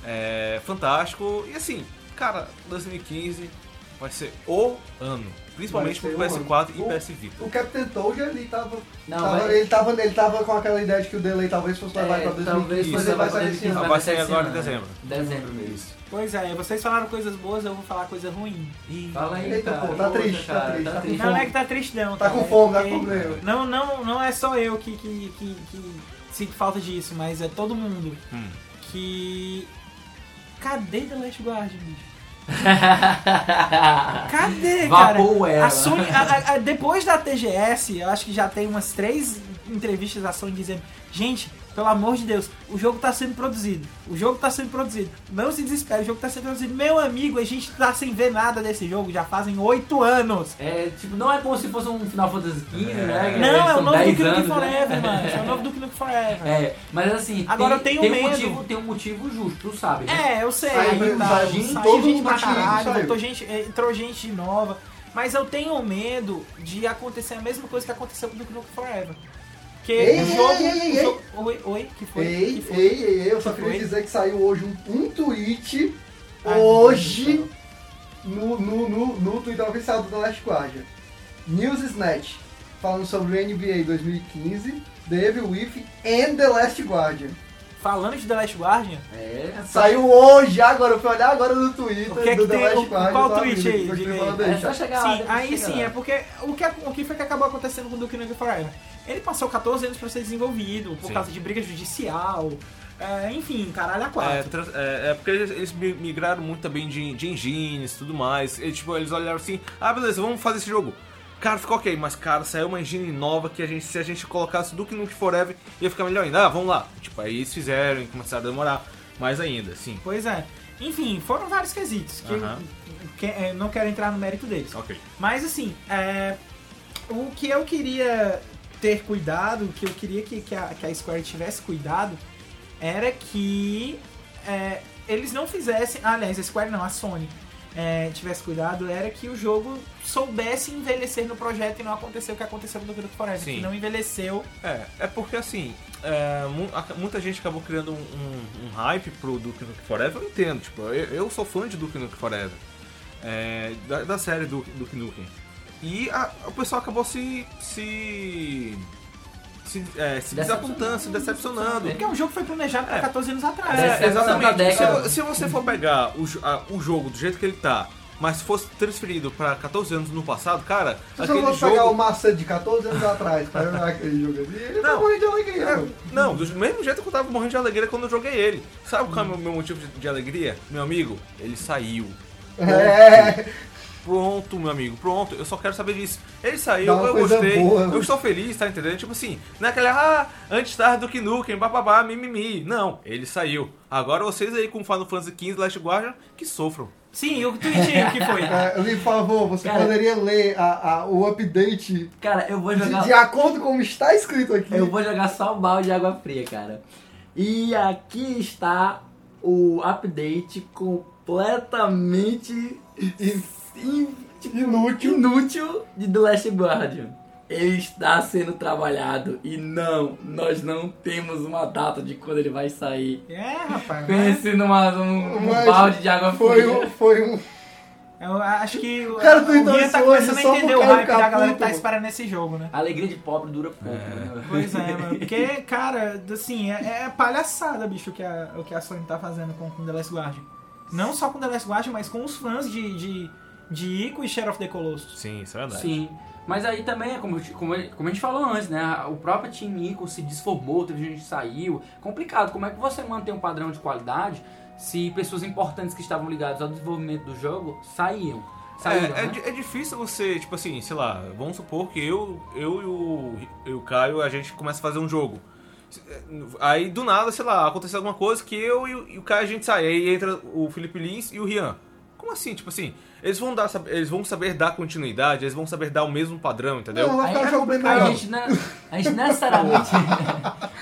[SPEAKER 5] É fantástico. E assim, cara, 2015 vai ser o ano. Principalmente
[SPEAKER 2] Vai
[SPEAKER 5] pro
[SPEAKER 2] ser o
[SPEAKER 5] PS4
[SPEAKER 2] ano.
[SPEAKER 5] e PS Vita.
[SPEAKER 2] O Captain Toad, ele tava,
[SPEAKER 3] Não,
[SPEAKER 2] tava-
[SPEAKER 3] vai-
[SPEAKER 2] ele, tava, ele tava com aquela ideia de que o delay talvez fosse levar
[SPEAKER 3] É,
[SPEAKER 2] pra 2015,
[SPEAKER 3] talvez
[SPEAKER 2] mas
[SPEAKER 3] fosse
[SPEAKER 2] ele vai
[SPEAKER 3] levar pra
[SPEAKER 2] sair esse ano.
[SPEAKER 5] Vai
[SPEAKER 3] 2015.
[SPEAKER 5] sair
[SPEAKER 3] ser esse
[SPEAKER 5] agora
[SPEAKER 3] ano,
[SPEAKER 5] em
[SPEAKER 3] né?
[SPEAKER 5] dezembro.
[SPEAKER 3] Dezembro mesmo.
[SPEAKER 4] Pois é, vocês falaram coisas boas, eu vou falar coisa ruim.
[SPEAKER 3] Fala aí,
[SPEAKER 2] Eita,
[SPEAKER 3] cara.
[SPEAKER 2] pô, tá triste, tá triste, tá com
[SPEAKER 4] Não é que tá triste não.
[SPEAKER 2] Tá
[SPEAKER 4] cara,
[SPEAKER 2] com fome, tá
[SPEAKER 4] porque-
[SPEAKER 2] com problema.
[SPEAKER 4] Não, não, não é só eu que, que, que, que sinto falta disso, mas é todo mundo.
[SPEAKER 5] Hum.
[SPEAKER 4] Que. Cadê The Last Guardian, bicho?
[SPEAKER 3] é
[SPEAKER 4] Cadê, cara?
[SPEAKER 3] Vaporware.
[SPEAKER 4] A Sony, a- a- a- depois da TGS, eu acho que já tem umas três entrevistas da Sony dizendo: gente, pelo amor de Deus, o jogo tá sendo produzido. O jogo tá sendo produzido. Não se desespere, o jogo tá sendo produzido. Meu amigo, a gente tá sem ver nada desse jogo já fazem oito anos.
[SPEAKER 3] É, tipo, não é como se fosse um Final Fantasy XV, né?
[SPEAKER 4] Não, é o
[SPEAKER 3] São
[SPEAKER 4] novo
[SPEAKER 3] 10
[SPEAKER 4] Duke Nukem
[SPEAKER 3] anos, né?
[SPEAKER 4] Forever, mano. É o novo Duke Nukem Forever.
[SPEAKER 3] É, mas assim,
[SPEAKER 4] Agora
[SPEAKER 3] tem,
[SPEAKER 4] eu tenho
[SPEAKER 3] tem um
[SPEAKER 4] medo.
[SPEAKER 3] motivo, tem um motivo justo, tu sabe, né?
[SPEAKER 4] É, eu sei.
[SPEAKER 2] Aí
[SPEAKER 4] Aí, tá,
[SPEAKER 2] saiu
[SPEAKER 4] saiu
[SPEAKER 2] todo
[SPEAKER 4] gente pra
[SPEAKER 2] mundo que
[SPEAKER 4] caralho,
[SPEAKER 2] saiu.
[SPEAKER 4] voltou gente, eh, entrou gente nova. Mas eu tenho medo de acontecer a mesma coisa que aconteceu com o Duke Nukem Forever. Porque
[SPEAKER 2] Ei,
[SPEAKER 4] o jogo...
[SPEAKER 2] ei, ei,
[SPEAKER 4] o
[SPEAKER 2] ei,
[SPEAKER 4] jogo- Oi, oi, que foi? que
[SPEAKER 2] Ei,
[SPEAKER 4] foi?
[SPEAKER 2] ei, ei, ei, eu só
[SPEAKER 4] Que
[SPEAKER 2] queria
[SPEAKER 4] foi?
[SPEAKER 2] dizer que saiu hoje um, um tweet,
[SPEAKER 3] Ah,
[SPEAKER 4] Ai, meu
[SPEAKER 2] hoje,
[SPEAKER 4] Deus do
[SPEAKER 2] no, no, no, no Twitter oficial do The Last Guardian. Newsnet, falando sobre o NBA 2015, Devil With and The Last Guardian.
[SPEAKER 4] Falando de The Last Guardian,
[SPEAKER 3] É,
[SPEAKER 2] Saiu hoje, agora, eu fui olhar agora no Twitter
[SPEAKER 4] O que é que
[SPEAKER 2] do The
[SPEAKER 4] tem?
[SPEAKER 2] Last
[SPEAKER 4] O-
[SPEAKER 2] Guardian.
[SPEAKER 4] qual
[SPEAKER 2] tá
[SPEAKER 4] tweet
[SPEAKER 2] abrindo,
[SPEAKER 4] aí?
[SPEAKER 2] continua
[SPEAKER 4] Diga aí.
[SPEAKER 2] falando
[SPEAKER 3] é só chegar lá.
[SPEAKER 4] sim,
[SPEAKER 3] depois
[SPEAKER 4] aí
[SPEAKER 3] chega
[SPEAKER 4] sim,
[SPEAKER 3] lá.
[SPEAKER 4] é porque o que, o que foi que acabou acontecendo com o Duke Nukem Forever? Ele passou 14 anos pra ser desenvolvido, por
[SPEAKER 5] Sim.
[SPEAKER 4] causa de briga judicial, eh, enfim, caralho a
[SPEAKER 5] É,
[SPEAKER 4] quatro.
[SPEAKER 5] tra- é, é porque eles, eles mi- migraram muito também de, de engines e tudo mais. E, tipo, eles olharam assim, ah, beleza, vamos fazer esse jogo. Cara, ficou ok, mas cara, saiu uma engine nova que a gente, se a gente colocasse Duke Nukem Forever, ia ficar melhor ainda. Ah, vamos lá. Tipo, aí eles fizeram e começaram a demorar mais ainda, assim.
[SPEAKER 4] Pois é. Enfim, foram vários quesitos, que,
[SPEAKER 5] Aham.
[SPEAKER 4] que- eh, não quero entrar no mérito deles.
[SPEAKER 5] Ok.
[SPEAKER 4] Mas assim, é, o que eu queria ter cuidado, o que eu queria que, que, a, que a Square tivesse cuidado, era que é, eles não fizessem. ah, Aliás, a Square não, a Sony é, tivesse cuidado, era que o jogo soubesse envelhecer no projeto e não aconteceu o que aconteceu com o Grupo Forest,
[SPEAKER 5] Sim.
[SPEAKER 4] que não envelheceu.
[SPEAKER 5] É, é porque assim, é, mu- a- muita gente acabou criando um, um- um hype pro Duke Nukem Forever, eu entendo, tipo, eu, eu sou fã de Duke Nukem Forever, é, da, da série Duke, Duke Nukem. E a- o pessoal acabou se. se. se, é, se desapontando, se decepcionando.
[SPEAKER 4] Porque o um jogo foi planejado há
[SPEAKER 5] É.
[SPEAKER 4] 14 anos atrás.
[SPEAKER 5] É,
[SPEAKER 3] Decepção da
[SPEAKER 5] exatamente. Se,
[SPEAKER 3] década.
[SPEAKER 5] vo- se você for pegar o, jo- a- o jogo do jeito que ele tá, mas fosse transferido pra 14 anos no passado, cara,
[SPEAKER 2] Se você
[SPEAKER 5] aquele
[SPEAKER 2] fosse
[SPEAKER 5] jogo.
[SPEAKER 2] pegar o maçã de 14 anos atrás pra jogar aquele jogo ali, ele tá vai
[SPEAKER 5] Não. É.
[SPEAKER 2] morrer de alegria. pô.
[SPEAKER 5] Não, do mesmo jeito que eu tava morrendo de alegria quando eu joguei ele. Sabe qual é o meu- meu motivo de, de alegria? Meu amigo, ele saiu.
[SPEAKER 2] É,
[SPEAKER 5] Pronto, meu amigo, pronto. Eu só quero saber disso. Ele saiu,
[SPEAKER 2] Dá uma
[SPEAKER 5] eu
[SPEAKER 2] coisa
[SPEAKER 5] gostei,
[SPEAKER 2] boa, né?
[SPEAKER 5] eu
[SPEAKER 2] mano.
[SPEAKER 5] estou feliz, tá entendendo? Tipo assim, não é aquela, ah, antes tarde do que Nukem, bababá, mimimi. Não, ele saiu. Agora vocês aí com Final Fantasy XV, Last Guardian, que sofram.
[SPEAKER 4] Sim, e o tweet aí, o que foi?
[SPEAKER 2] é, Lee, por favor, você
[SPEAKER 3] Cara.
[SPEAKER 2] poderia ler a- a- o update
[SPEAKER 3] Cara, eu vou
[SPEAKER 2] de,
[SPEAKER 3] jogar.
[SPEAKER 2] de acordo com como está escrito aqui.
[SPEAKER 3] Eu vou jogar só um balde de água fria, cara. E aqui está o update completamente in- tipo,
[SPEAKER 2] Inútil.
[SPEAKER 3] inútil de The Last Guardian. Ele está sendo trabalhado e não, nós não temos uma data de quando ele vai sair.
[SPEAKER 4] É, rapaz. né?
[SPEAKER 3] Pense numa, num, num
[SPEAKER 2] Mas
[SPEAKER 3] balde de água
[SPEAKER 2] Foi
[SPEAKER 3] fria.
[SPEAKER 2] um, foi um.
[SPEAKER 4] Eu acho que
[SPEAKER 2] O
[SPEAKER 4] o,
[SPEAKER 2] cara tweetou
[SPEAKER 4] Guia tá
[SPEAKER 2] isso
[SPEAKER 4] começando
[SPEAKER 2] hoje
[SPEAKER 4] a
[SPEAKER 2] só um
[SPEAKER 4] entender
[SPEAKER 2] pro
[SPEAKER 4] o
[SPEAKER 2] Caio
[SPEAKER 4] hype da galera
[SPEAKER 2] Caputo,
[SPEAKER 4] que tá
[SPEAKER 2] mano.
[SPEAKER 4] esperando esse jogo, né?
[SPEAKER 3] A alegria de pobre dura pouco. né?
[SPEAKER 4] Pois é, mano. Porque, cara, assim, é, é palhaçada, bicho, o que a, o que a Sony tá fazendo com, com The Last Guardian. Não só com The Last Guardian, mas com os fãs de, de, de Ico e Share of the Colossus.
[SPEAKER 5] Sim, isso é verdade.
[SPEAKER 3] Sim. Mas aí também, é como, como, como a gente falou antes, né? O próprio Team Nico se desformou, teve gente que saiu. Complicado. Como é que você mantém um padrão de qualidade se pessoas importantes que estavam ligadas ao desenvolvimento do jogo saíam? Saíram,
[SPEAKER 5] É, é
[SPEAKER 3] né?
[SPEAKER 5] di- é difícil você, tipo assim, sei lá, vamos supor que eu, eu e, o, e o Caio, a gente começa a fazer um jogo. Aí do nada, sei lá, acontece alguma coisa que eu e o, e o Caio a gente sai. Aí entra o Felipe Lins e o Rian. Como assim? Tipo assim, eles vão, dar, sab- eles vão saber dar continuidade, eles vão saber dar o mesmo padrão, entendeu?
[SPEAKER 2] Não, vai
[SPEAKER 3] Aí
[SPEAKER 2] ficar um
[SPEAKER 3] é
[SPEAKER 2] jogo bem
[SPEAKER 3] A
[SPEAKER 2] melhor.
[SPEAKER 3] gente, né, a gente necessariamente.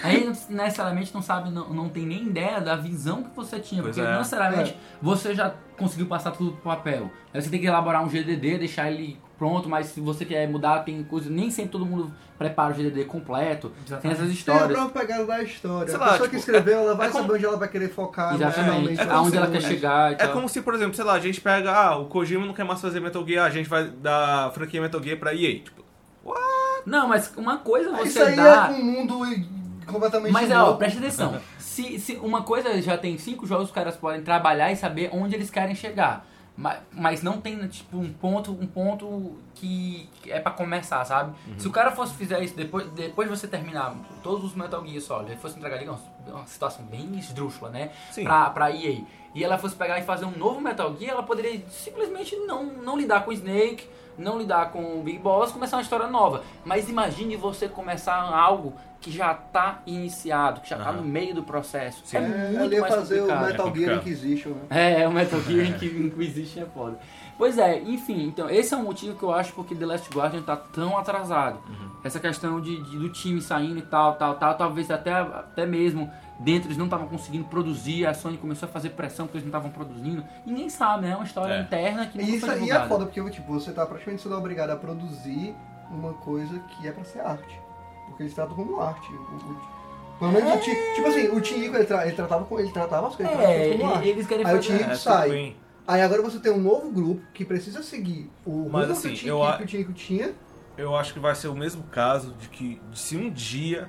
[SPEAKER 3] a gente necessariamente não sabe, não, não tem nem ideia da visão que você tinha.
[SPEAKER 5] Pois
[SPEAKER 3] porque
[SPEAKER 5] é.
[SPEAKER 3] necessariamente você já conseguiu passar tudo pro papel. Aí você tem que elaborar um GDD, deixar ele pronto, mas se você quer mudar, tem coisa. Nem sempre todo mundo prepara o GDD completo. Tem essas
[SPEAKER 2] Tem
[SPEAKER 3] histórias.
[SPEAKER 2] a própria pegada da história.
[SPEAKER 5] Sei
[SPEAKER 2] a
[SPEAKER 5] lá,
[SPEAKER 2] pessoa que
[SPEAKER 5] tipo,
[SPEAKER 2] escreveu, ela vai
[SPEAKER 5] é
[SPEAKER 2] saber
[SPEAKER 5] como-
[SPEAKER 2] onde ela vai querer focar.
[SPEAKER 3] Exatamente. Aonde
[SPEAKER 2] emocionalmente,
[SPEAKER 3] ela quer
[SPEAKER 2] emocionalmente.
[SPEAKER 3] chegar e
[SPEAKER 5] É
[SPEAKER 3] tal.
[SPEAKER 5] como se, por exemplo, sei lá, a gente pega, ah, o Kojima não quer mais fazer Metal Gear, a gente vai dar a franquia Metal Gear pra EA. Tipo,
[SPEAKER 3] Não, mas uma coisa é
[SPEAKER 2] Isso
[SPEAKER 3] você
[SPEAKER 2] aí
[SPEAKER 3] dá.
[SPEAKER 2] é com um mundo e- completamente
[SPEAKER 3] Mas ó,
[SPEAKER 2] novo.
[SPEAKER 3] presta atenção. Se, se uma coisa já tem cinco jogos, os caras podem trabalhar e saber onde eles querem chegar. Mas, mas não tem, né, tipo, um ponto, um ponto que que é pra começar, sabe? Se o cara fosse fizer isso depois, depois de você terminar todos os Metal Gear Solid, ele fosse entregar ali, é uma- é uma situação bem esdrúxula, né?
[SPEAKER 5] Sim.
[SPEAKER 3] Pra, pra EA. E ela fosse pegar e fazer um novo Metal Gear, ela poderia simplesmente não, não lidar com o Snake, não lidar com o Big Boss, começar uma história nova. Mas imagine você começar algo que já tá iniciado, que já tá
[SPEAKER 5] Aham.
[SPEAKER 3] no meio do processo.
[SPEAKER 5] Sim.
[SPEAKER 3] É
[SPEAKER 2] É,
[SPEAKER 3] muito
[SPEAKER 2] ela ia
[SPEAKER 3] mais
[SPEAKER 2] fazer o
[SPEAKER 3] complicado.
[SPEAKER 2] Metal Gear
[SPEAKER 5] complicado.
[SPEAKER 2] Inquisition, né?
[SPEAKER 3] É, é o Metal Gear que existe é foda. Pois é, enfim, então esse é um motivo que eu acho porque The Last Guardian tá tão atrasado.
[SPEAKER 5] Uhum.
[SPEAKER 3] Essa questão de, de- do time saindo e tal, tal, tal, talvez até, até mesmo dentro eles não estavam conseguindo produzir, a Sony começou a fazer pressão porque eles não estavam produzindo. Ninguém sabe, né? É uma história
[SPEAKER 5] É.
[SPEAKER 3] interna que não
[SPEAKER 2] E isso
[SPEAKER 3] foi
[SPEAKER 2] aí é
[SPEAKER 3] divulgada.
[SPEAKER 2] foda, porque tipo, você tá praticamente sendo obrigado a produzir uma coisa que é pra ser arte. Porque eles tratam como arte. O- o- Pelo menos o Ti- Tipo assim, o Tinico, ele, tra- ele tratava com. Ele tratava as coisas ele tratava
[SPEAKER 3] É,
[SPEAKER 2] tudo como
[SPEAKER 3] e-
[SPEAKER 2] arte.
[SPEAKER 3] eles querem
[SPEAKER 2] né? Tipo, Aí eu
[SPEAKER 3] fazer.
[SPEAKER 2] tinha-
[SPEAKER 5] é,
[SPEAKER 2] Sai.
[SPEAKER 5] tudo bem.
[SPEAKER 2] Aí agora você tem um novo grupo que precisa seguir o
[SPEAKER 5] Mas,
[SPEAKER 2] rumo
[SPEAKER 5] assim,
[SPEAKER 2] que, o Ti-
[SPEAKER 5] eu
[SPEAKER 2] que
[SPEAKER 5] a-
[SPEAKER 2] o Tinico tinha.
[SPEAKER 5] Eu acho que vai ser o mesmo caso de que de se um dia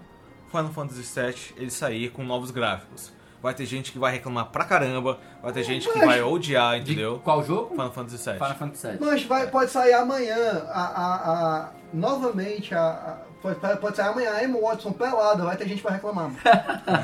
[SPEAKER 5] Final Fantasy VII ele sair com novos gráficos. Vai ter gente que vai reclamar pra caramba, vai ter gente que vai odiar,
[SPEAKER 3] De-
[SPEAKER 5] entendeu?
[SPEAKER 3] Qual jogo?
[SPEAKER 5] Final Fantasy VII.
[SPEAKER 3] Final Fantasy VII.
[SPEAKER 2] Mas vai, pode sair amanhã. A, a, a- novamente, a, a- pode, pode sair amanhã a Emma Watson pelada. Vai ter gente que vai reclamar.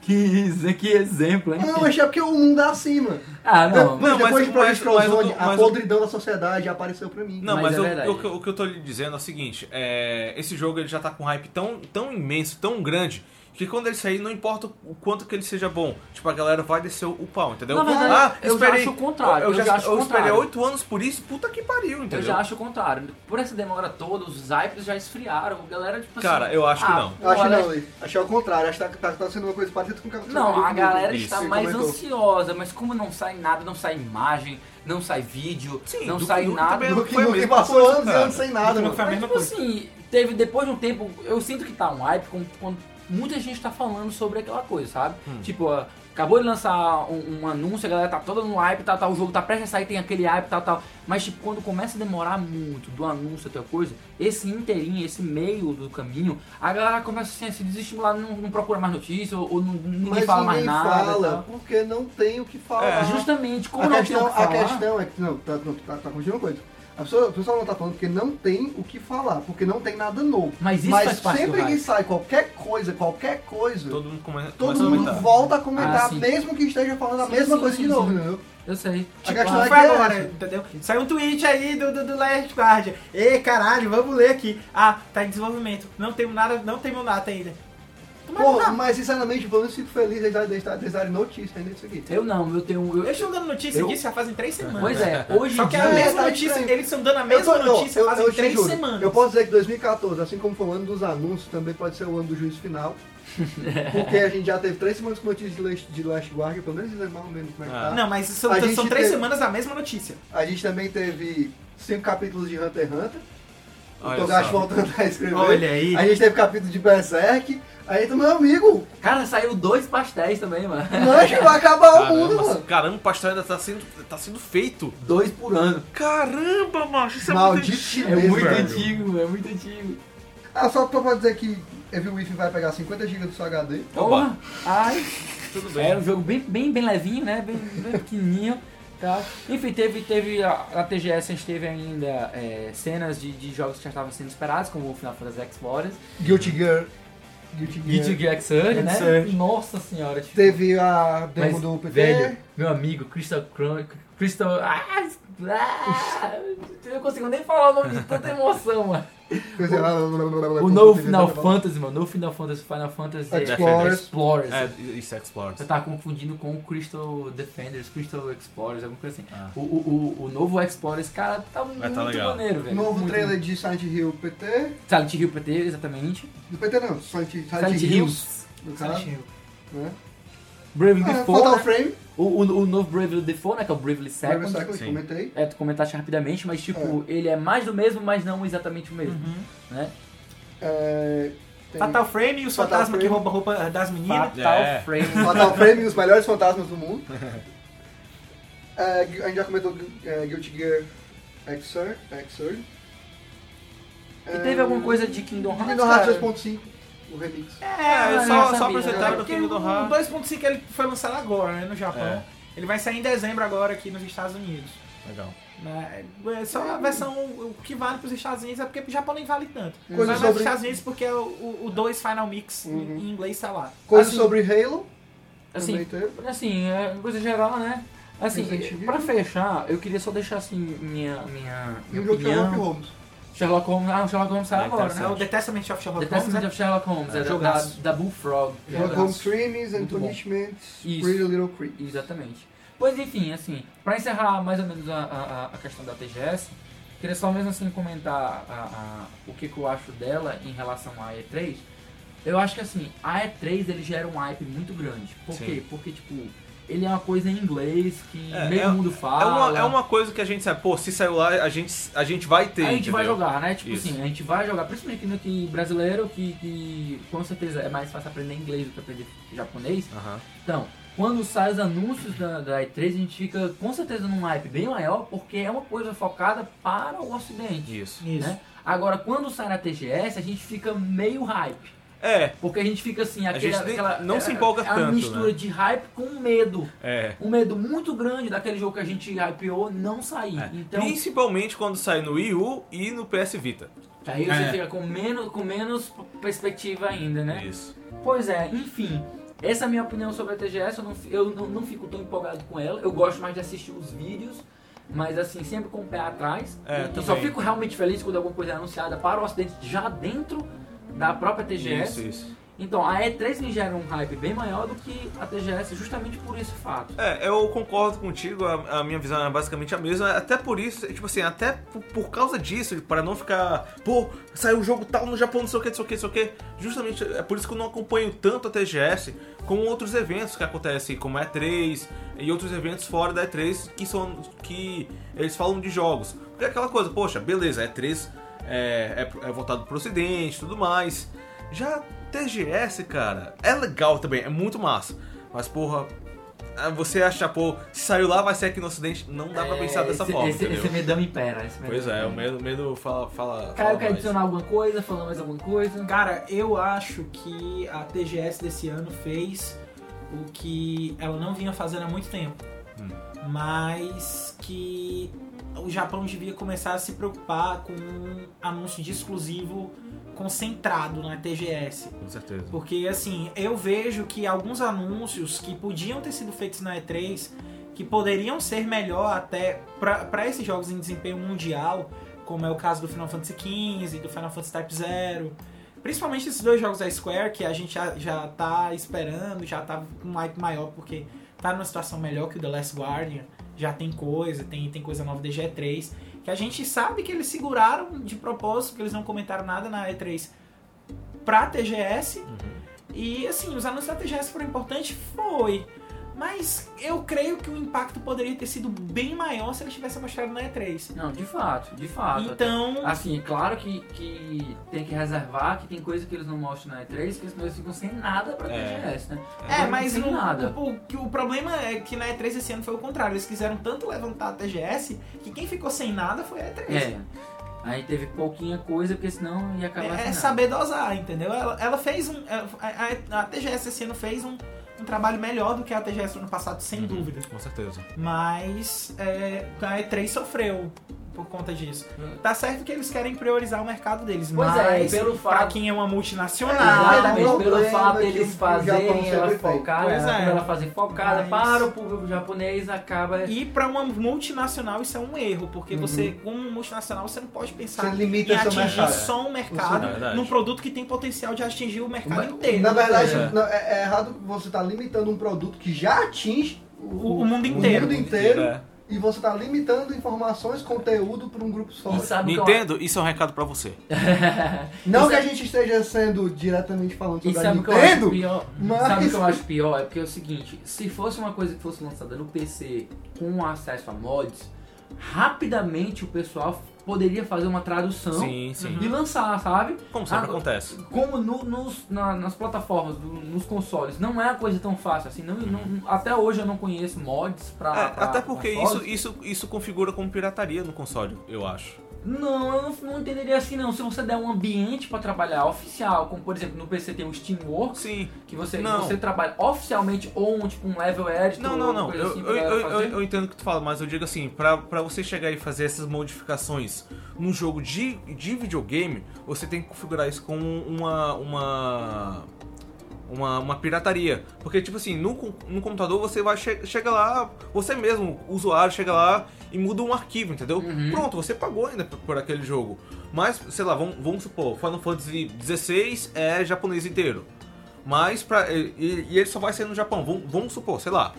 [SPEAKER 3] que isso, que exemplo, hein?
[SPEAKER 2] Não, mas é porque o mundo é acima.
[SPEAKER 3] Ah, não.
[SPEAKER 2] Depois
[SPEAKER 5] mas-
[SPEAKER 2] de Project
[SPEAKER 5] mas- mas o-
[SPEAKER 2] Frozone, a
[SPEAKER 5] mas o-
[SPEAKER 2] podridão da sociedade apareceu pra mim.
[SPEAKER 5] Não,
[SPEAKER 3] Mas
[SPEAKER 5] mas,
[SPEAKER 3] é
[SPEAKER 5] eu-
[SPEAKER 3] verdade.
[SPEAKER 5] eu- o que eu tô lhe dizendo é o seguinte: é, esse jogo ele já tá com um hype tão, tão imenso, tão grande, que quando ele sair, não importa o quanto que ele seja bom. Tipo, a galera vai descer o pau, entendeu?
[SPEAKER 3] Na verdade,
[SPEAKER 5] ah,
[SPEAKER 3] eu já
[SPEAKER 5] esperei-
[SPEAKER 3] acho o contrário, eu já acho o
[SPEAKER 5] eu esperei
[SPEAKER 3] contrário.
[SPEAKER 5] oito anos por isso, puta que pariu,
[SPEAKER 3] Eu
[SPEAKER 5] entendeu?
[SPEAKER 3] já acho o contrário. Por essa demora toda, os hypes já esfriaram. A galera, tipo assim.
[SPEAKER 5] Cara, eu acho que não.
[SPEAKER 2] Eu acho
[SPEAKER 3] olha-
[SPEAKER 2] não, Luiz. Achei ao contrário. Acho que tá, tá- tá sendo uma coisa parecida com o que aconteceu
[SPEAKER 3] Não,
[SPEAKER 2] comigo
[SPEAKER 3] a
[SPEAKER 2] no
[SPEAKER 3] galera
[SPEAKER 2] grupo.
[SPEAKER 3] está
[SPEAKER 2] Você
[SPEAKER 3] mais
[SPEAKER 2] comentou.
[SPEAKER 3] ansiosa, mas como não sai nada, não sai imagem, não sai vídeo,
[SPEAKER 5] Sim,
[SPEAKER 3] não
[SPEAKER 5] do
[SPEAKER 3] sai
[SPEAKER 5] Knuckles
[SPEAKER 3] nada.
[SPEAKER 5] também
[SPEAKER 2] Do
[SPEAKER 5] Foi a
[SPEAKER 2] que, do que
[SPEAKER 5] mesma
[SPEAKER 2] passou
[SPEAKER 5] coisa,
[SPEAKER 2] anos e
[SPEAKER 5] cara.
[SPEAKER 2] anos sem nada,
[SPEAKER 4] Não
[SPEAKER 2] mano.
[SPEAKER 4] foi a
[SPEAKER 3] Mas,
[SPEAKER 4] mesma
[SPEAKER 3] tipo
[SPEAKER 4] coisa.
[SPEAKER 3] assim, teve depois de um tempo, eu sinto que tá um hype quando, quando muita gente tá falando sobre aquela coisa, sabe?
[SPEAKER 4] Hum.
[SPEAKER 3] Tipo, ó, acabou de lançar um, um anúncio, a galera tá toda no hype, tá, tá, o jogo tá prestes a sair, tem aquele hype, tal, tal. Mas, tipo, quando começa a demorar muito do anúncio até a coisa, esse inteirinho, esse meio do caminho, a galera começa assim, a se desestimular, não, não procura mais notícia, ou, ou não, ninguém
[SPEAKER 2] Mas
[SPEAKER 3] fala mais
[SPEAKER 2] ninguém
[SPEAKER 3] nada. então.
[SPEAKER 2] fala,
[SPEAKER 3] tal.
[SPEAKER 2] porque não tem o que falar.
[SPEAKER 5] É,
[SPEAKER 3] Justamente, como
[SPEAKER 2] a
[SPEAKER 3] não
[SPEAKER 2] questão,
[SPEAKER 3] tem o que falar,
[SPEAKER 2] A questão é que... Não, tá, não, tá, tá continuando a coisa. A pessoa, a pessoa não tá falando porque não tem o que falar, porque não tem nada novo.
[SPEAKER 3] Mas isso faz parte do
[SPEAKER 2] sempre que
[SPEAKER 3] hype.
[SPEAKER 2] sai qualquer coisa, qualquer coisa, todo,
[SPEAKER 5] Todo mundo come- começa a
[SPEAKER 2] mundo
[SPEAKER 5] aumentar.
[SPEAKER 2] volta a comentar,
[SPEAKER 3] Ah, sim.
[SPEAKER 2] mesmo que esteja falando a
[SPEAKER 3] Sim,
[SPEAKER 2] mesma
[SPEAKER 3] sim,
[SPEAKER 2] coisa
[SPEAKER 3] sim,
[SPEAKER 2] de novo,
[SPEAKER 3] sim.
[SPEAKER 2] entendeu?
[SPEAKER 3] eu sei.
[SPEAKER 2] A
[SPEAKER 3] Tipo,
[SPEAKER 2] questão
[SPEAKER 4] Não
[SPEAKER 2] é
[SPEAKER 4] foi
[SPEAKER 2] que
[SPEAKER 4] agora,
[SPEAKER 2] essa.
[SPEAKER 4] entendeu? Saiu um tweet aí do, do, do Last Guardian. Ei, caralho, vamos ler aqui. Ah, tá em desenvolvimento. Não temos nada, não temos nada ainda.
[SPEAKER 2] Porra, mas sinceramente, eu não fico feliz de estar- de estar de estar em notícia ainda disso aqui.
[SPEAKER 3] ah, eu não, eu tenho... eu-
[SPEAKER 4] Eles estão dando notícia
[SPEAKER 3] Eu-
[SPEAKER 4] disso já fazem três semanas.
[SPEAKER 3] Pois é, hoje
[SPEAKER 4] Só
[SPEAKER 3] em
[SPEAKER 4] que
[SPEAKER 3] dia...
[SPEAKER 4] a mesma
[SPEAKER 2] tá
[SPEAKER 4] notícia,
[SPEAKER 2] estranho.
[SPEAKER 4] eles estão dando a mesma
[SPEAKER 2] Eu tô-
[SPEAKER 4] notícia
[SPEAKER 2] eu-
[SPEAKER 4] fazem
[SPEAKER 2] eu te
[SPEAKER 4] três
[SPEAKER 2] juro,
[SPEAKER 4] semanas.
[SPEAKER 2] Eu posso dizer que 2014, assim como foi o ano dos anúncios, também pode ser o ano do juízo final. porque a gente já teve três semanas com notícias de Last, de Last Guardian, pelo menos eles mais ou menos
[SPEAKER 5] Ah.
[SPEAKER 2] como é que tá.
[SPEAKER 4] Não, mas são,
[SPEAKER 2] A
[SPEAKER 4] são
[SPEAKER 2] gente
[SPEAKER 4] três
[SPEAKER 2] teve-
[SPEAKER 4] semanas a mesma notícia.
[SPEAKER 2] A gente também teve cinco capítulos de Hunter x Hunter.
[SPEAKER 5] Olha
[SPEAKER 2] O Togashi
[SPEAKER 5] só.
[SPEAKER 2] voltando a escrever.
[SPEAKER 4] Olha aí.
[SPEAKER 2] A gente teve capítulo de Berserk. Aí, meu amigo,
[SPEAKER 3] Cara, saiu dois pastéis também, mano.
[SPEAKER 2] lanche vai
[SPEAKER 3] tá
[SPEAKER 2] acabar o mundo,
[SPEAKER 5] Caramba,
[SPEAKER 2] mano.
[SPEAKER 5] caramba, o pastel ainda tá sendo, tá sendo feito.
[SPEAKER 3] Dois por ano.
[SPEAKER 5] Caramba, macho, isso é
[SPEAKER 2] Maldito
[SPEAKER 5] muito...
[SPEAKER 3] É
[SPEAKER 2] chinês,
[SPEAKER 3] muito
[SPEAKER 2] velho.
[SPEAKER 3] antigo, é muito antigo.
[SPEAKER 2] Ah, só pra pra dizer que Evil Within vai pegar 50 GB do seu HD.
[SPEAKER 5] Opa.
[SPEAKER 3] Porra! Ai,
[SPEAKER 5] Tudo bem.
[SPEAKER 3] é um jogo bem, bem, bem levinho, né? Bem, bem pequenininho. Tá. Enfim, teve, teve a, a TGS, a gente teve ainda é, cenas de, de jogos que já estavam sendo esperados, como o Final Fantasy X-Warriors,
[SPEAKER 2] Guilty Gear. Guilty Gear.
[SPEAKER 3] Guilty Gear Xrd, né?
[SPEAKER 4] Xrd.
[SPEAKER 3] Nossa senhora. tipo,
[SPEAKER 2] Teve a demo
[SPEAKER 3] mas,
[SPEAKER 2] do PT.
[SPEAKER 3] velho, meu amigo, Crystal Chronicle, Crystal... Ah, ah, eu não consigo nem falar o nome de tanta emoção, mano.
[SPEAKER 2] Coisa-
[SPEAKER 3] O
[SPEAKER 2] é
[SPEAKER 3] novo Final
[SPEAKER 2] né,
[SPEAKER 3] Fantasy, mano. O novo Final Fantasy, Final Fantasy é-
[SPEAKER 2] Explorers.
[SPEAKER 3] Explorers.
[SPEAKER 5] É, isso é Explorers.
[SPEAKER 3] Você tá confundindo com o Crystal Defenders, Crystal Explorers, alguma coisa assim.
[SPEAKER 5] Ah.
[SPEAKER 3] O, o, o, o novo Explorers, cara, tá muito
[SPEAKER 5] tá legal.
[SPEAKER 3] maneiro, velho. é
[SPEAKER 2] Novo
[SPEAKER 3] muito,
[SPEAKER 2] trailer de Silent Hill PT.
[SPEAKER 3] muito. Silent Hill PT, exatamente.
[SPEAKER 2] Do PT não, Silent, Silent,
[SPEAKER 3] Silent
[SPEAKER 2] Hills.
[SPEAKER 3] Hills.
[SPEAKER 2] No caso, né?
[SPEAKER 3] Brave
[SPEAKER 2] Ah,
[SPEAKER 3] Default.
[SPEAKER 2] Fatal
[SPEAKER 3] né?
[SPEAKER 2] Frame.
[SPEAKER 3] O, o, o novo Bravely Default, né? Que é o Bravely
[SPEAKER 2] Second,
[SPEAKER 3] Second.
[SPEAKER 2] Second
[SPEAKER 5] sim.
[SPEAKER 2] comentei.
[SPEAKER 3] É, tu comentaste rapidamente, mas tipo, ele é mais do mesmo, mas não exatamente o
[SPEAKER 2] Uhum.
[SPEAKER 3] mesmo,
[SPEAKER 5] Uhum.
[SPEAKER 3] né?
[SPEAKER 2] É, tem
[SPEAKER 4] Uhum. Fatal Frame e os
[SPEAKER 2] Fatal
[SPEAKER 4] fantasmas que
[SPEAKER 2] Frame.
[SPEAKER 4] rouba a roupa eh, das meninas.
[SPEAKER 3] Fatal
[SPEAKER 5] É.
[SPEAKER 3] Frame.
[SPEAKER 2] Fatal Frame e os melhores fantasmas do mundo. É, a gente já comentou é, Guilty Gear Xrd. Xrd.
[SPEAKER 3] E teve alguma coisa de Kingdom Hearts?
[SPEAKER 2] É, Kingdom Hearts
[SPEAKER 3] cara?
[SPEAKER 2] 2.5, o remix.
[SPEAKER 4] Ah,
[SPEAKER 5] É, eu só,
[SPEAKER 3] eu
[SPEAKER 5] só
[SPEAKER 3] sabia,
[SPEAKER 5] apresentaram do
[SPEAKER 3] né?
[SPEAKER 4] porque
[SPEAKER 5] Kingdom
[SPEAKER 4] o
[SPEAKER 5] Hearts.
[SPEAKER 4] 2.5 ele foi lançado agora, né, no Japão.
[SPEAKER 5] É.
[SPEAKER 4] Ele vai sair em dezembro agora aqui nos Estados Unidos.
[SPEAKER 5] Legal.
[SPEAKER 4] né? É só a versão, o que vale pros Estados Unidos é porque pro Japão nem vale tanto.
[SPEAKER 2] Uhum. Coisa
[SPEAKER 4] Mas
[SPEAKER 2] sobre-
[SPEAKER 4] nos Estados Unidos porque é o 2 Final Mix
[SPEAKER 2] Uhum.
[SPEAKER 4] em inglês tá lá.
[SPEAKER 2] Coisa
[SPEAKER 3] Assim,
[SPEAKER 2] sobre Halo,
[SPEAKER 3] Assim,
[SPEAKER 2] também teve.
[SPEAKER 3] assim, é coisa geral, né? Assim,
[SPEAKER 2] Resident Evil.
[SPEAKER 3] pra fechar, eu queria só deixar assim minha minha,
[SPEAKER 2] E
[SPEAKER 3] minha
[SPEAKER 2] o jogo Sherlock
[SPEAKER 3] opinião.
[SPEAKER 2] Holmes.
[SPEAKER 3] Sherlock Holmes, ah, o Sherlock Holmes sai
[SPEAKER 5] É,
[SPEAKER 3] agora,
[SPEAKER 4] É
[SPEAKER 3] né?
[SPEAKER 5] interessante.
[SPEAKER 4] o The Testament of Sherlock
[SPEAKER 3] The
[SPEAKER 4] Holmes,
[SPEAKER 3] Testament
[SPEAKER 4] né?
[SPEAKER 3] of Sherlock Holmes, é, da, da,
[SPEAKER 4] Jogaço.
[SPEAKER 3] da Bullfrog.
[SPEAKER 2] Sherlock Holmes Streams and
[SPEAKER 3] Muito bom.
[SPEAKER 2] Punishment,
[SPEAKER 3] Isso.
[SPEAKER 2] Pretty Little Creep.
[SPEAKER 3] Exatamente. Pois enfim, assim, pra encerrar mais ou menos a, a, a questão da TGS, queria só mesmo assim comentar a- a- o que, que eu acho dela em relação à E3. Eu acho que assim, a E3 ele gera um hype muito grande. Por
[SPEAKER 5] Sim.
[SPEAKER 3] quê? Porque, tipo, ele é uma coisa em inglês que
[SPEAKER 5] É,
[SPEAKER 3] meio
[SPEAKER 5] é-
[SPEAKER 3] mundo
[SPEAKER 5] É
[SPEAKER 3] fala.
[SPEAKER 5] uma, é uma coisa que a gente sabe, pô, se saiu lá, a gente, a gente vai ter.
[SPEAKER 3] A gente vai
[SPEAKER 5] entendeu?
[SPEAKER 3] jogar, né? Tipo
[SPEAKER 5] Isso.
[SPEAKER 3] assim, a gente vai jogar, principalmente no que brasileiro, que, que com certeza é mais fácil aprender inglês do que aprender japonês.
[SPEAKER 5] Aham.
[SPEAKER 3] Então, quando saem os anúncios da, da E3, a gente fica com certeza num hype bem maior, porque é uma coisa focada para o ocidente.
[SPEAKER 5] Isso.
[SPEAKER 4] Isso.
[SPEAKER 3] Né? Agora, quando sai na TGS, a gente fica meio hype.
[SPEAKER 5] É,
[SPEAKER 3] Porque a gente fica assim, aquele,
[SPEAKER 5] gente nem-
[SPEAKER 3] aquela,
[SPEAKER 5] não se
[SPEAKER 3] é-
[SPEAKER 5] empolga
[SPEAKER 3] é A
[SPEAKER 5] tanto,
[SPEAKER 3] mistura
[SPEAKER 5] né?
[SPEAKER 3] de hype com medo.
[SPEAKER 5] é.
[SPEAKER 3] Um medo muito grande daquele jogo que a gente hypeou não sair.
[SPEAKER 5] é.
[SPEAKER 3] Então,
[SPEAKER 5] Principalmente quando sai no Wii U e no PS Vita.
[SPEAKER 3] aí você
[SPEAKER 4] É.
[SPEAKER 3] fica com menos, com menos perspectiva ainda, né?
[SPEAKER 5] Isso.
[SPEAKER 3] Pois é, enfim. Essa é a minha opinião sobre a TGS, eu, não, fi- eu não, não fico tão empolgado com ela. Eu gosto mais de assistir os vídeos, mas assim, sempre com o pé atrás.
[SPEAKER 5] É,
[SPEAKER 3] e, e
[SPEAKER 5] também.
[SPEAKER 3] só fico realmente feliz quando alguma coisa é anunciada para o Ocidente já dentro da própria TGS.
[SPEAKER 5] Isso, isso.
[SPEAKER 3] Então, a E3 me gera um hype bem maior do que a TGS, justamente por esse fato.
[SPEAKER 5] É, eu concordo contigo, a, a minha visão é basicamente a mesma. Até por isso, tipo assim, até por, por causa disso, para não ficar, pô, saiu um jogo tal no Japão, não sei o que, não sei o que, não sei o que. Justamente é por isso que eu não acompanho tanto a TGS como outros eventos que acontecem, como a E3 e outros eventos fora da E3 que são. que eles falam de jogos. Porque é aquela coisa, poxa, beleza, a E3 é, é, é voltado pro ocidente e tudo mais. Já a TGS, cara, é legal também, é muito massa. Mas, porra, ah, Você acha, pô, se saiu lá, vai ser aqui no ocidente. Não dá pra
[SPEAKER 3] É,
[SPEAKER 5] pensar dessa
[SPEAKER 3] esse,
[SPEAKER 5] forma,
[SPEAKER 3] Esse,
[SPEAKER 5] entendeu?
[SPEAKER 3] esse medão impera. Esse medão
[SPEAKER 5] Pois é, o
[SPEAKER 3] impera.
[SPEAKER 5] medo, medo fala, fala, fala
[SPEAKER 3] Caio quer
[SPEAKER 5] mais.
[SPEAKER 3] adicionar alguma coisa, falar mais alguma coisa?
[SPEAKER 4] Cara, eu acho que a TGS desse ano fez o que ela não vinha fazendo há muito tempo. Mas que o Japão devia começar a se preocupar com um anúncio de exclusivo concentrado na TGS.
[SPEAKER 5] Com certeza.
[SPEAKER 4] Porque assim, eu vejo que alguns anúncios que podiam ter sido feitos na E3, que poderiam ser melhor até para esses jogos em desempenho mundial, como é o caso do Final Fantasy XV, do Final Fantasy Type Zero, principalmente esses dois jogos da Square que a gente já, já tá esperando, já tá com um hype maior porque tá numa situação melhor que o The Last Guardian, já tem coisa, tem, tem coisa nova da G3, que a gente sabe que eles seguraram de propósito, que eles não comentaram nada na E3 pra TGS. E assim, os anúncios da TGS foram importantes? Foi. Mas eu creio que o impacto poderia ter sido bem maior se eles tivessem mostrado na E3.
[SPEAKER 3] Não, de fato, de fato.
[SPEAKER 4] Então,
[SPEAKER 3] Assim, claro que, que tem que reservar, que tem coisa que eles não mostram na E3, que senão eles ficam sem nada pra
[SPEAKER 5] É.
[SPEAKER 3] TGS, né?
[SPEAKER 4] é, mas
[SPEAKER 3] sem
[SPEAKER 4] o,
[SPEAKER 3] nada.
[SPEAKER 4] O, o- o problema é que na E3 esse ano foi o contrário. Eles quiseram tanto levantar a TGS que quem ficou sem nada foi a E3.
[SPEAKER 3] É. Aí teve pouquinha coisa, porque senão ia acabar
[SPEAKER 4] É,
[SPEAKER 3] sem nada.
[SPEAKER 4] saber dosar, entendeu? Ela, ela fez um. ela- a, a- a TGS esse ano fez um, um trabalho melhor do que a TGS do ano passado, sem
[SPEAKER 5] Uhum.
[SPEAKER 4] dúvida.
[SPEAKER 5] Com certeza.
[SPEAKER 4] Mas é, a E3 sofreu por conta disso. Tá certo que eles querem priorizar o mercado deles,
[SPEAKER 3] Pois é,
[SPEAKER 4] mas
[SPEAKER 3] pelo
[SPEAKER 4] pra
[SPEAKER 3] fato. É,
[SPEAKER 4] quem é uma multinacional, né?
[SPEAKER 3] Exatamente, pelo
[SPEAKER 2] problema
[SPEAKER 3] fato
[SPEAKER 2] que
[SPEAKER 3] deles
[SPEAKER 2] o Japão
[SPEAKER 3] fazerem
[SPEAKER 2] sempre
[SPEAKER 3] ela
[SPEAKER 2] fez.
[SPEAKER 3] focada,
[SPEAKER 4] Pois é.
[SPEAKER 3] quando ela fazer focada
[SPEAKER 4] Mas-
[SPEAKER 3] para o público japonês, acaba.
[SPEAKER 4] e pra uma multinacional isso é um erro, porque
[SPEAKER 2] Uhum.
[SPEAKER 4] você, como multinacional, você não pode pensar
[SPEAKER 2] Você limita
[SPEAKER 4] em
[SPEAKER 2] seu
[SPEAKER 4] atingir
[SPEAKER 2] mercado.
[SPEAKER 4] só um
[SPEAKER 5] Isso é
[SPEAKER 4] mercado
[SPEAKER 5] verdade.
[SPEAKER 4] num produto que tem potencial de atingir o mercado
[SPEAKER 3] Mas-
[SPEAKER 4] inteiro.
[SPEAKER 2] Na verdade,
[SPEAKER 5] É.
[SPEAKER 2] não, é, é errado você estar limitando um produto que já atinge
[SPEAKER 4] o, o mundo
[SPEAKER 2] o
[SPEAKER 4] inteiro.
[SPEAKER 2] mundo inteiro
[SPEAKER 5] É.
[SPEAKER 2] e E você tá limitando informações, conteúdo para um grupo só.
[SPEAKER 3] E sabe o que eu-
[SPEAKER 5] Nintendo, isso é um recado pra você.
[SPEAKER 2] Não
[SPEAKER 3] isso
[SPEAKER 2] que
[SPEAKER 3] é-
[SPEAKER 2] a gente esteja sendo diretamente falando
[SPEAKER 3] E
[SPEAKER 2] sobre a
[SPEAKER 3] sabe o que eu acho
[SPEAKER 2] Nintendo.
[SPEAKER 3] pior?
[SPEAKER 2] mas-
[SPEAKER 3] Sabe o que eu acho pior? É porque é o seguinte, se fosse uma coisa que fosse lançada no PC com acesso a mods, rapidamente o pessoal poderia fazer uma tradução
[SPEAKER 5] Sim, sim.
[SPEAKER 3] e lançar, sabe?
[SPEAKER 5] Como sempre
[SPEAKER 3] Ah,
[SPEAKER 5] acontece.
[SPEAKER 3] Como no- nos- na- nas plataformas, no- nos consoles, não é uma coisa tão fácil assim. Não, não- até hoje eu não conheço mods pra.
[SPEAKER 5] Uhum. É,
[SPEAKER 3] pra-
[SPEAKER 5] até porque
[SPEAKER 3] pra
[SPEAKER 5] isso,
[SPEAKER 3] consoles.
[SPEAKER 5] isso, isso configura como pirataria no console, eu acho.
[SPEAKER 3] Não, eu não, não entenderia assim não. Se você der um ambiente pra trabalhar oficial, como por exemplo no PC tem o Steamworks,
[SPEAKER 5] Sim.
[SPEAKER 3] que você,
[SPEAKER 5] Não.
[SPEAKER 3] você trabalha oficialmente ou um, tipo um level editor,
[SPEAKER 5] Não, não, não.
[SPEAKER 3] coisa
[SPEAKER 5] Eu,
[SPEAKER 3] assim pra
[SPEAKER 5] eu,
[SPEAKER 3] galera
[SPEAKER 5] eu, eu,
[SPEAKER 3] fazer.
[SPEAKER 5] eu entendo o que tu fala, mas eu digo assim, pra, pra você chegar e fazer essas modificações num jogo de, de videogame, você tem que configurar isso como uma. uma. Uma, uma pirataria. Porque, tipo assim, no, com- no computador você vai che chega lá, você mesmo, usuário, chega lá e muda um arquivo, entendeu?
[SPEAKER 3] Uhum.
[SPEAKER 5] Pronto, você pagou ainda por, por aquele jogo. Mas, sei lá, vamos, vamos supor, Final Fantasy XVI é japonês inteiro. Mas pra. E, e- e ele só vai sair no Japão, vamos, vamos supor, sei lá.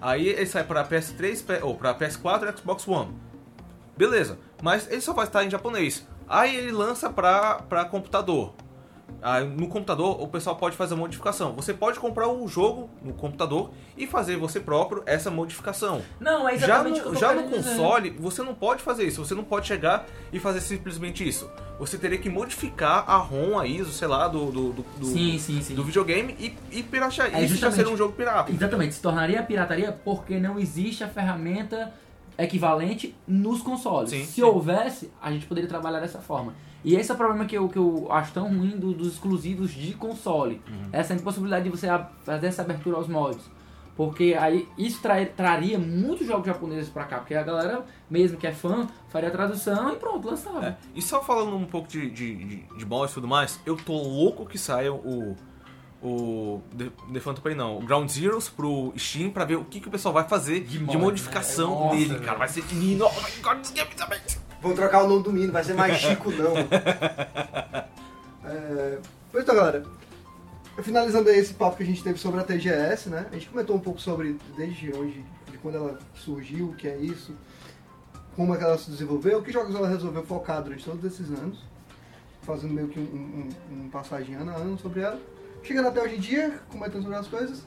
[SPEAKER 5] Aí ele sai pra PS3 P- ou pra PS4 e Xbox One. Beleza, mas ele só vai estar em japonês. Aí ele lança pra, pra computador. Aí no computador o pessoal pode fazer modificação. Você pode comprar o jogo no computador e fazer você próprio essa modificação.
[SPEAKER 3] Não, é
[SPEAKER 5] Já
[SPEAKER 3] exatamente o que eu
[SPEAKER 5] no,
[SPEAKER 3] tô
[SPEAKER 5] já no
[SPEAKER 3] querendo dizer.
[SPEAKER 5] console, você não pode fazer isso. Você não pode chegar e fazer simplesmente isso. Você teria que modificar a ROM, a ISO, sei lá, do, do, do, do-
[SPEAKER 3] Sim, sim, sim.
[SPEAKER 5] do videogame e, e piratear.
[SPEAKER 3] É,
[SPEAKER 5] isso já
[SPEAKER 3] justamente.
[SPEAKER 5] seria um jogo pirata.
[SPEAKER 3] Exatamente, se tornaria pirataria porque não existe a ferramenta equivalente nos consoles.
[SPEAKER 5] Sim,
[SPEAKER 3] se
[SPEAKER 5] sim.
[SPEAKER 3] houvesse, a gente poderia trabalhar dessa forma. E esse é o problema que eu, que eu acho tão ruim do- dos exclusivos de console.
[SPEAKER 5] Uhum.
[SPEAKER 3] Essa impossibilidade de você ab- fazer essa abertura aos mods. Porque aí isso trai- traria muitos jogos japoneses pra cá. Porque a galera, mesmo que é fã, faria a tradução e pronto, lançava.
[SPEAKER 5] É, E só falando um pouco de, de, de, de boss e tudo mais, eu tô louco que saia o. O. The The Phantom Pain não, o Ground Zeroes pro Steam pra ver o que, que o pessoal vai fazer de,
[SPEAKER 3] mod, né?
[SPEAKER 5] modificação
[SPEAKER 3] Nossa,
[SPEAKER 5] dele,
[SPEAKER 3] velho.
[SPEAKER 5] cara. Vai ser lindo. Oh
[SPEAKER 4] É.
[SPEAKER 5] my god, this game is amazing.
[SPEAKER 2] Vou trocar o nome do menino, vai ser mais Chico não. É, Pois então, galera. Finalizando aí esse papo que a gente teve sobre a TGS, né? A gente comentou um pouco sobre desde onde, de quando ela surgiu, o que é isso, como é que ela se desenvolveu, que jogos ela resolveu focar durante todos esses anos, fazendo meio que um, um- um passagem ano a ano sobre ela. Chegando até hoje em dia, comentando sobre as coisas.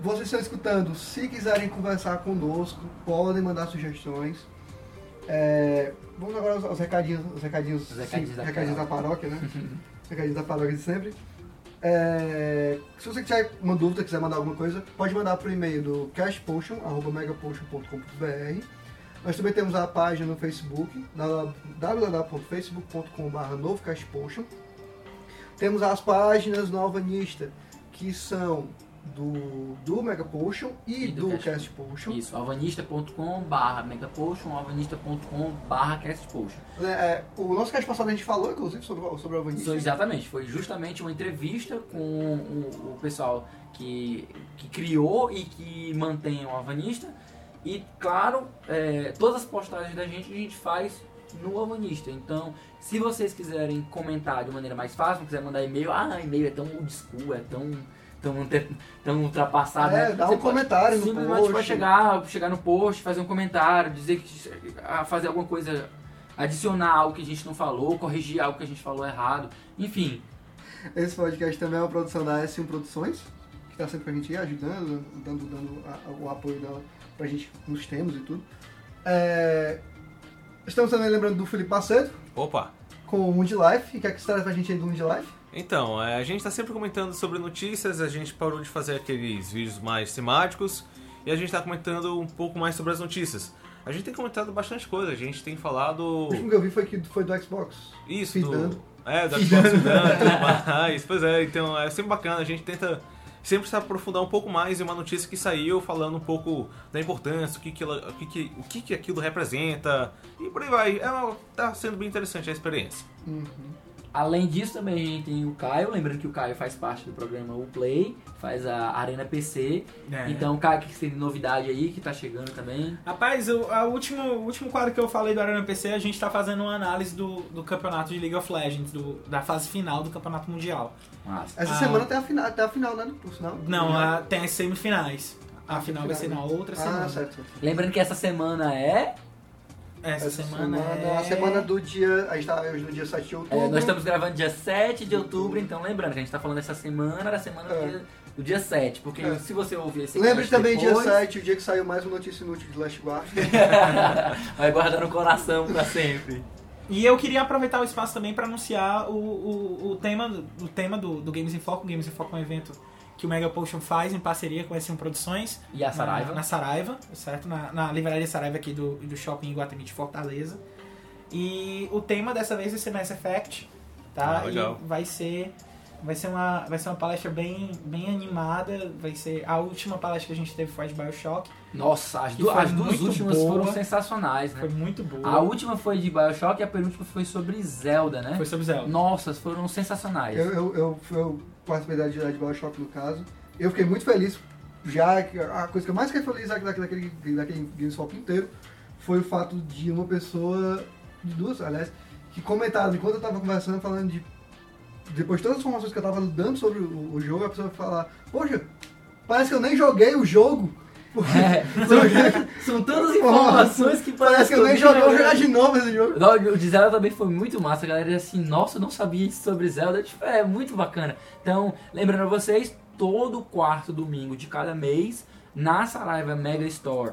[SPEAKER 2] Vocês estão escutando, se quiserem conversar conosco, podem mandar sugestões. É, vamos agora aos, aos recadinhos, os
[SPEAKER 3] Os
[SPEAKER 2] recadinhos,
[SPEAKER 3] recadinhos
[SPEAKER 2] sim,
[SPEAKER 3] da
[SPEAKER 2] recadinhos da paróquia, né? recadinhos da paróquia de sempre. É, se você tiver uma dúvida, quiser mandar alguma coisa, pode mandar para o e-mail do cashpotion.megapotion.com.br. Nós também temos a página no Facebook, www.facebook.com.br novo cashpotion. Temos as páginas Nova Nista, que são do, do Mega Potion e,
[SPEAKER 3] E
[SPEAKER 2] do,
[SPEAKER 3] do
[SPEAKER 2] Cast,
[SPEAKER 3] Cast-
[SPEAKER 5] É.
[SPEAKER 2] Potion.
[SPEAKER 3] Isso, alvanista.com barra um megapotion, alvanista.com barra castpotion.
[SPEAKER 2] É, é, o nosso cast passado a gente falou, inclusive, sobre, o- sobre a
[SPEAKER 3] Isso,
[SPEAKER 2] Vanista.
[SPEAKER 3] exatamente, foi justamente uma entrevista com o, o pessoal que, que criou e que mantém o Avanista. E claro, é, todas as postagens da gente a gente faz no Avanista. Então, se vocês quiserem comentar de maneira mais fácil, não quiser mandar e-mail, ah, e-mail é tão old school, é tão, tão, ante- tão ultrapassado.
[SPEAKER 2] É,
[SPEAKER 3] né?
[SPEAKER 2] dá
[SPEAKER 3] Você
[SPEAKER 2] um
[SPEAKER 3] pode-
[SPEAKER 2] comentário no
[SPEAKER 3] Simplesmente
[SPEAKER 2] post.
[SPEAKER 3] vai chegar, chegar no post, fazer um comentário, dizer que a fazer alguma coisa, adicionar algo que a gente não falou, corrigir algo que a gente falou errado, enfim.
[SPEAKER 2] Esse podcast também é uma produção da S1 Produções, que está sempre com a gente aí, ajudando, dando, dando a- o apoio dela pra gente nos temas e tudo. É, estamos também lembrando do Felipe Macedo,
[SPEAKER 5] Opa!
[SPEAKER 2] com o Mundo Life. Quer que história pra gente aí do Mundo Life?
[SPEAKER 5] Então, é, a gente tá sempre comentando sobre notícias, a gente parou de fazer aqueles vídeos mais temáticos e a gente tá comentando um pouco mais sobre as notícias. A gente tem comentado bastante coisa, a gente tem falado.
[SPEAKER 2] O último que eu vi foi, que, foi do Xbox.
[SPEAKER 5] Isso,
[SPEAKER 2] Fidando.
[SPEAKER 5] do, é, do Xbox Fidando e tudo mais. Pois é, então é sempre bacana, a gente tenta sempre se aprofundar um pouco mais em uma notícia que saiu falando um pouco da importância, o que, que, ela- o que, que, o que, que aquilo representa e por aí vai. É, uma- tá sendo bem interessante a experiência.
[SPEAKER 4] Uhum.
[SPEAKER 3] Além disso, também a gente tem o Caio, lembrando que o Caio faz parte do programa O Play, faz a Arena PC.
[SPEAKER 4] É.
[SPEAKER 3] Então, Caio, o que tem de novidade aí que tá chegando também?
[SPEAKER 4] Rapaz, o, a último, o último quadro que eu falei do Arena PC, a gente tá fazendo uma análise do, do campeonato de League of Legends, do- da fase final do campeonato mundial.
[SPEAKER 3] Massa.
[SPEAKER 2] Essa
[SPEAKER 4] Ah.
[SPEAKER 2] semana até a final, até a final, né? Por sinal.
[SPEAKER 4] Não, a- tem as semifinais. A final vai ser na outra semana.
[SPEAKER 2] Ah, certo.
[SPEAKER 3] Lembrando que essa semana é.
[SPEAKER 4] Essa, semana, é...
[SPEAKER 2] A semana do dia. A gente tá hoje no dia 7 de outubro.
[SPEAKER 3] é, nós estamos gravando dia 7 de outubro, então lembrando que a gente tá falando essa semana da semana do
[SPEAKER 2] É.
[SPEAKER 3] dia- do dia 7, porque
[SPEAKER 2] É.
[SPEAKER 3] se você ouvir esse
[SPEAKER 2] Lembre
[SPEAKER 3] cast
[SPEAKER 2] também
[SPEAKER 3] depois,
[SPEAKER 2] dia 7, o dia que saiu mais uma notícia inútil de Last Guard.
[SPEAKER 3] vai guardar no coração pra sempre.
[SPEAKER 4] E eu queria aproveitar o espaço também para anunciar o, o, o tema, o tema do, do Games em Foco. O Games em Foco é um evento que o Mega Potion faz em parceria com a S1 Produções.
[SPEAKER 3] E a Saraiva.
[SPEAKER 4] Na, na Saraiva, certo? Na, na livraria Saraiva aqui do, do shopping Iguatemi de Fortaleza. E o tema dessa vez vai ser Mass Effect, tá?
[SPEAKER 5] Ah,
[SPEAKER 4] E
[SPEAKER 5] legal.
[SPEAKER 4] vai ser vai ser uma vai ser uma palestra bem bem animada, vai ser a última palestra que a gente teve foi a de BioShock,
[SPEAKER 3] Nossa, as,
[SPEAKER 4] Que
[SPEAKER 3] du-
[SPEAKER 4] foi
[SPEAKER 3] as duas
[SPEAKER 4] muito
[SPEAKER 3] últimas
[SPEAKER 4] boa.
[SPEAKER 3] foram sensacionais, né?
[SPEAKER 4] foi muito boa.
[SPEAKER 3] A última foi de Bioshock e a penúltima foi sobre Zelda, né?
[SPEAKER 4] foi sobre Zelda.
[SPEAKER 3] Nossa, foram sensacionais.
[SPEAKER 2] Eu, eu, eu, eu participei da atividade de Bioshock no caso. Eu fiquei muito feliz. Já que a coisa que eu mais fiquei feliz da- da- daquele, daquele GameStop inteiro foi o fato de uma pessoa, de duas, aliás, que comentaram enquanto eu tava conversando, falando de. Depois de todas as informações que eu tava dando sobre o, o jogo, a pessoa falar: Poxa, parece que eu nem joguei o jogo. Porque
[SPEAKER 3] É, são, são tantas informações que
[SPEAKER 2] parece que eu nem joguei, eu vou jogar de novo esse jogo.
[SPEAKER 3] Não, O de Zelda também foi muito massa, a galera disse assim, nossa, eu não sabia isso sobre Zelda, Tipo, é muito bacana. Então, lembrando a vocês, todo quarto domingo de cada mês, na Saraiva Mega Store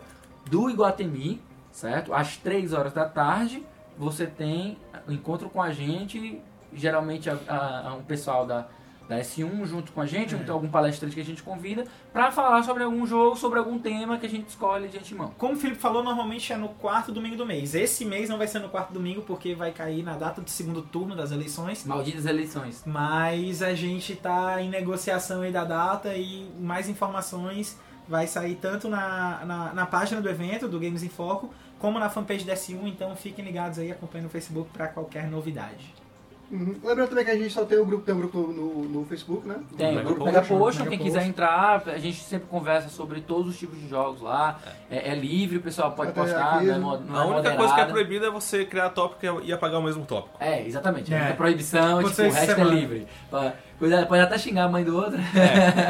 [SPEAKER 3] do Iguatemi, certo? Às 3 horas da tarde, você tem o encontro com a gente, geralmente a, a- a um pessoal da, da S1 junto com a gente, ou então algum palestrante que a gente convida, pra falar sobre algum jogo, sobre algum tema que a gente escolhe de antemão.
[SPEAKER 4] Como o Felipe falou, normalmente é no quarto domingo do mês. Esse mês não vai ser no quarto domingo porque vai cair na data do segundo turno das eleições.
[SPEAKER 3] Malditas eleições.
[SPEAKER 4] Mas a gente tá em negociação aí da data e mais informações vai sair tanto na, na, na página do evento, do Games em Foco, como na fanpage da S1, então fiquem ligados aí, acompanhem no Facebook pra qualquer novidade.
[SPEAKER 2] Uhum. Lembrando também que a gente só tem o grupo, tem um grupo no, no Facebook, né?
[SPEAKER 3] Tem, o
[SPEAKER 5] Mega
[SPEAKER 3] grupo
[SPEAKER 5] Potion.
[SPEAKER 3] Mega Potion, quem
[SPEAKER 2] Mega
[SPEAKER 3] quiser
[SPEAKER 2] Potion.
[SPEAKER 3] entrar, a gente sempre conversa sobre todos os tipos de jogos lá. É, é livre, o pessoal pode
[SPEAKER 2] Até
[SPEAKER 3] postar,
[SPEAKER 2] aqui,
[SPEAKER 3] não é, mo- não é
[SPEAKER 5] A única
[SPEAKER 3] moderada.
[SPEAKER 5] coisa que é proibida é você criar tópico e apagar o mesmo tópico.
[SPEAKER 3] É, exatamente.
[SPEAKER 4] É.
[SPEAKER 3] É. proibição, tipo,
[SPEAKER 4] Aconteceu
[SPEAKER 3] o
[SPEAKER 4] essa
[SPEAKER 3] resto
[SPEAKER 4] semana.
[SPEAKER 3] é livre. Pa- Cuidado, pode até xingar a mãe do outro.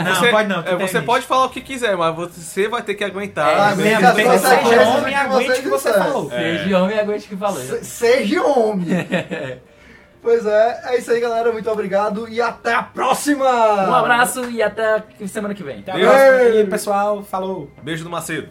[SPEAKER 4] Não,
[SPEAKER 5] Você-
[SPEAKER 4] pode não, tu
[SPEAKER 5] é,
[SPEAKER 4] tem
[SPEAKER 5] você
[SPEAKER 4] isso.
[SPEAKER 5] pode falar o que quiser, mas você vai ter que
[SPEAKER 3] É,
[SPEAKER 5] aguentar.
[SPEAKER 3] mesmo,
[SPEAKER 5] Você-
[SPEAKER 4] bem,
[SPEAKER 3] só
[SPEAKER 4] seja
[SPEAKER 3] sai
[SPEAKER 2] essa
[SPEAKER 4] homem,
[SPEAKER 2] que
[SPEAKER 4] aguente o
[SPEAKER 2] você
[SPEAKER 4] que você
[SPEAKER 2] disser.
[SPEAKER 4] falou.
[SPEAKER 5] É.
[SPEAKER 3] Seja de homem, aguente o que falou.
[SPEAKER 2] Se- Seja homem! pois é, é isso aí, galera. Muito obrigado e até a próxima!
[SPEAKER 3] Um abraço e até semana que vem.
[SPEAKER 4] Até a
[SPEAKER 5] Deus.
[SPEAKER 4] próxima, e pessoal, falou!
[SPEAKER 5] Beijo do um Macedo.